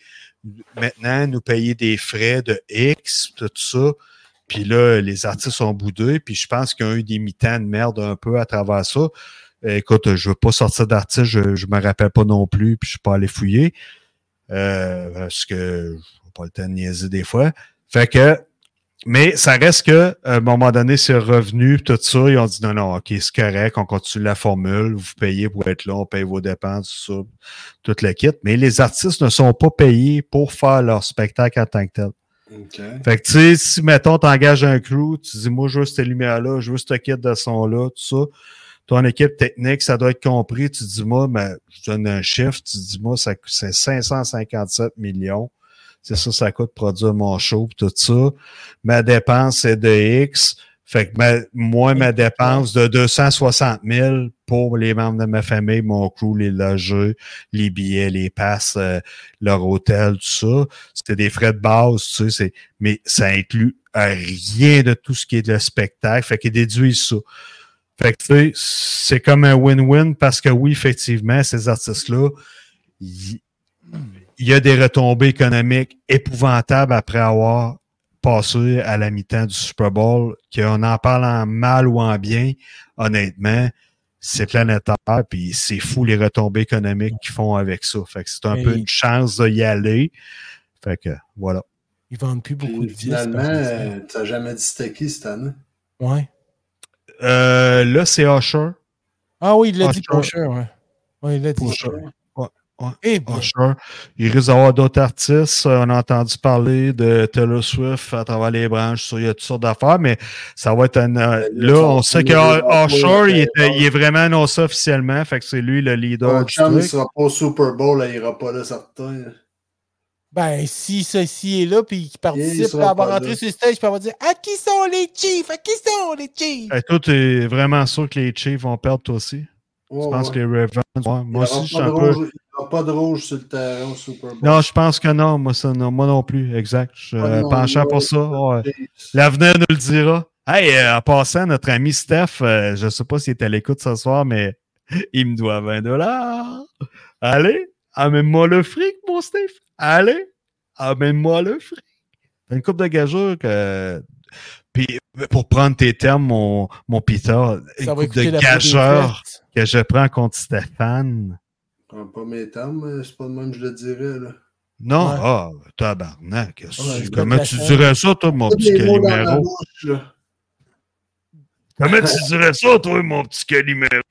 Speaker 3: maintenant nous payer des frais de X, tout ça. Puis là, les artistes ont boudé, puis je pense qu'il y a eu des mi-temps de merde un peu à travers ça. Écoute, je veux pas sortir d'artiste, je ne me rappelle pas non plus, puis je suis pas allé fouiller. Euh, parce que je pas le temps de niaiser des fois. Fait que Mais ça reste que, à un moment donné, c'est revenu, tout ça, ils ont dit non, non, OK, c'est correct, on continue la formule, vous payez pour être là, on paye vos dépenses, tout ça, toute la kit. Mais les artistes ne sont pas payés pour faire leur spectacle en tant que tel.
Speaker 2: OK.
Speaker 3: Fait que, tu sais, si, mettons, t'engages un crew, tu dis, moi, je veux cette lumière-là, je veux cette kit de son-là, tout ça. Ton équipe technique, ça doit être compris. Tu dis, moi, ben, je donne un chiffre. Tu dis, moi, ça, coûte- c'est 557 millions. C'est ça, ça coûte produire mon show, pis tout ça. Ma dépense, c'est de X. Fait que ma- moi, ma dépense de 260 000 pour les membres de ma famille, mon crew, les logés, les billets, les passes, euh, leur hôtel, tout ça. C'était des frais de base, tu sais, c'est- mais ça inclut euh, rien de tout ce qui est de le spectacle. Fait qu'ils déduisent ça. Fait que, tu sais, c'est comme un win-win parce que oui, effectivement, ces artistes-là, il il y, a des retombées économiques épouvantables après avoir passé à la mi-temps du Super Bowl, qu'on en parle en mal ou en bien, honnêtement, c'est planétaire, puis c'est fou les retombées économiques qu'ils font avec ça. Fait que c'est un
Speaker 1: Mais-
Speaker 3: peu une chance de y aller. Fait que, voilà.
Speaker 1: Ils vendent plus beaucoup
Speaker 2: Puis,
Speaker 1: de disques.
Speaker 2: Finalement,
Speaker 1: parce que c'est-
Speaker 2: euh, tu n'as jamais dit c'était qui cette année?
Speaker 1: Ouais.
Speaker 3: Euh, là, c'est Usher.
Speaker 1: Ah oui, il l'a
Speaker 3: Ah,
Speaker 1: dit
Speaker 3: sure.
Speaker 1: pour sure, ouais. Ouais, il l'a dit.
Speaker 3: Usher.
Speaker 1: Eh ben,
Speaker 3: Usher. Il risque d'avoir d'autres artistes. Euh, On a entendu parler de Taylor Swift à travers les branches. sur- Il y a toutes sortes d'affaires, mais ça va être un. euh, là, on sait que euh, Usher, il, était- il est vraiment annoncé officiellement. Fait que c'est lui le leader.
Speaker 2: Ton
Speaker 3: du
Speaker 2: chum, il
Speaker 3: truc.
Speaker 2: sera pas au Super Bowl, là, il ira pas là, certain.
Speaker 1: ben, si ceci est là, puis qu'il participe,
Speaker 2: sera
Speaker 1: à avoir
Speaker 2: pas
Speaker 1: rentré
Speaker 2: là.
Speaker 1: sur le stage, puis avoir dit À Ah, qui sont les Chiefs À qui sont les Chiefs
Speaker 3: Et toi, t'es vraiment sûr que les Chiefs vont perdre, toi aussi?
Speaker 2: Ouais,
Speaker 3: Je pense
Speaker 2: ouais.
Speaker 3: que les Ravens. ouais,
Speaker 2: Il
Speaker 3: moi
Speaker 2: aura
Speaker 3: aussi, je suis
Speaker 2: pas
Speaker 3: un
Speaker 2: de
Speaker 3: peu.
Speaker 2: rouge- Il aura pas de rouge sur le terrain au Super Bowl.
Speaker 3: Non, je pense que non. Moi, ça, non, moi non plus. Exact. Je suis
Speaker 2: Ah,
Speaker 3: euh,
Speaker 2: non,
Speaker 3: penchant
Speaker 2: non.
Speaker 3: pour ça. ouais. L'avenir nous le dira. Hey, euh, en passant, notre ami Steph, euh, je ne sais pas s'il est à l'écoute ce soir, mais il me doit 20 dollars. Allez, amène-moi le fric, mon Steph. Allez, amène-moi le fric. T'as une coupe de gageure que. Puis, pour prendre tes termes, mon, mon Peter, une coupe de
Speaker 1: peau des
Speaker 3: gageur
Speaker 1: fêtes.
Speaker 3: que je prends contre Stéphane.
Speaker 2: Je prends pas mes termes, mais c'est pas de même que je le dirais. Là.
Speaker 3: Non,
Speaker 1: Ouais.
Speaker 3: ah, tabarnak. qu'est-ce que
Speaker 2: Ouais,
Speaker 3: tu-
Speaker 2: je
Speaker 3: comment
Speaker 1: mets
Speaker 3: tu
Speaker 1: la
Speaker 3: dirais ça, toi, mon
Speaker 2: Tous
Speaker 3: petit
Speaker 2: les mots dans la
Speaker 3: Calimero?
Speaker 2: bouche, là.
Speaker 3: Comment tu dirais ça, toi, mon petit Calimero?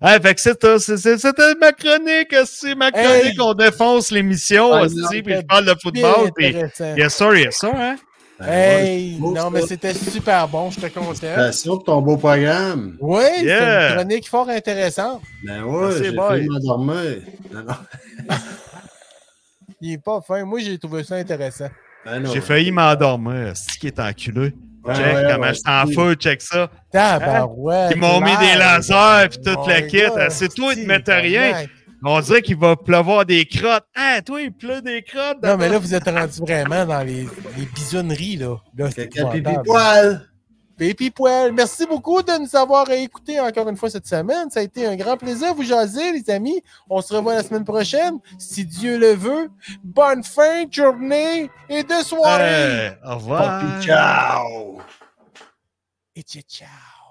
Speaker 3: ah, fait que c'est ça, c'est- c'est- c'était ma chronique, c'est ma
Speaker 1: Hey!
Speaker 3: chronique, on défonce l'émission,
Speaker 2: Ah,
Speaker 3: hostie,
Speaker 2: non,
Speaker 3: puis je parle de football, puis
Speaker 1: Intéressant.
Speaker 3: yes sir, yes sir, hein?
Speaker 1: Hey,
Speaker 2: Ouais,
Speaker 1: non, mais c'était super bon, j'étais content.
Speaker 2: Félicitations pour ton beau programme.
Speaker 1: Oui, c'est
Speaker 3: Euh, Yeah.
Speaker 1: une chronique fort intéressante.
Speaker 2: Ben ouais,
Speaker 3: Merci,
Speaker 2: j'ai
Speaker 3: boy.
Speaker 2: failli m'endormir. Non, non.
Speaker 1: Il est pas fin. Moi, j'ai trouvé ça intéressant.
Speaker 2: Ben non.
Speaker 3: J'ai failli m'endormir, c'est qui est enculé.
Speaker 2: Ouais,
Speaker 3: Check
Speaker 2: ouais,
Speaker 3: comment
Speaker 2: ouais.
Speaker 3: je t'en fous, check ça.
Speaker 1: Tabarouette.
Speaker 3: Ils m'ont mis des lasers puis toute
Speaker 1: Oh
Speaker 3: la
Speaker 1: my
Speaker 3: kit.
Speaker 1: God,
Speaker 3: C'est toi, ils te
Speaker 1: si,
Speaker 3: mettent rien.
Speaker 1: tabarnak.
Speaker 3: On dirait qu'il va pleuvoir des crottes. Ah, toi, il pleut des crottes.
Speaker 1: Non, mais là, vous êtes rendu vraiment dans les, les bisonneries, là. là c'est
Speaker 2: Caca pipi
Speaker 1: épouvantable.
Speaker 2: poil.
Speaker 1: Pipi Poil, merci beaucoup de nous avoir écoutés encore une fois cette semaine. Ça a été un grand plaisir, vous jaser, les amis. On se revoit la semaine prochaine, si Dieu le veut. Bonne fin de journée et
Speaker 3: Euh,
Speaker 1: de soirée.
Speaker 3: Hey, au revoir.
Speaker 2: Papi, ciao.
Speaker 1: Et ciao.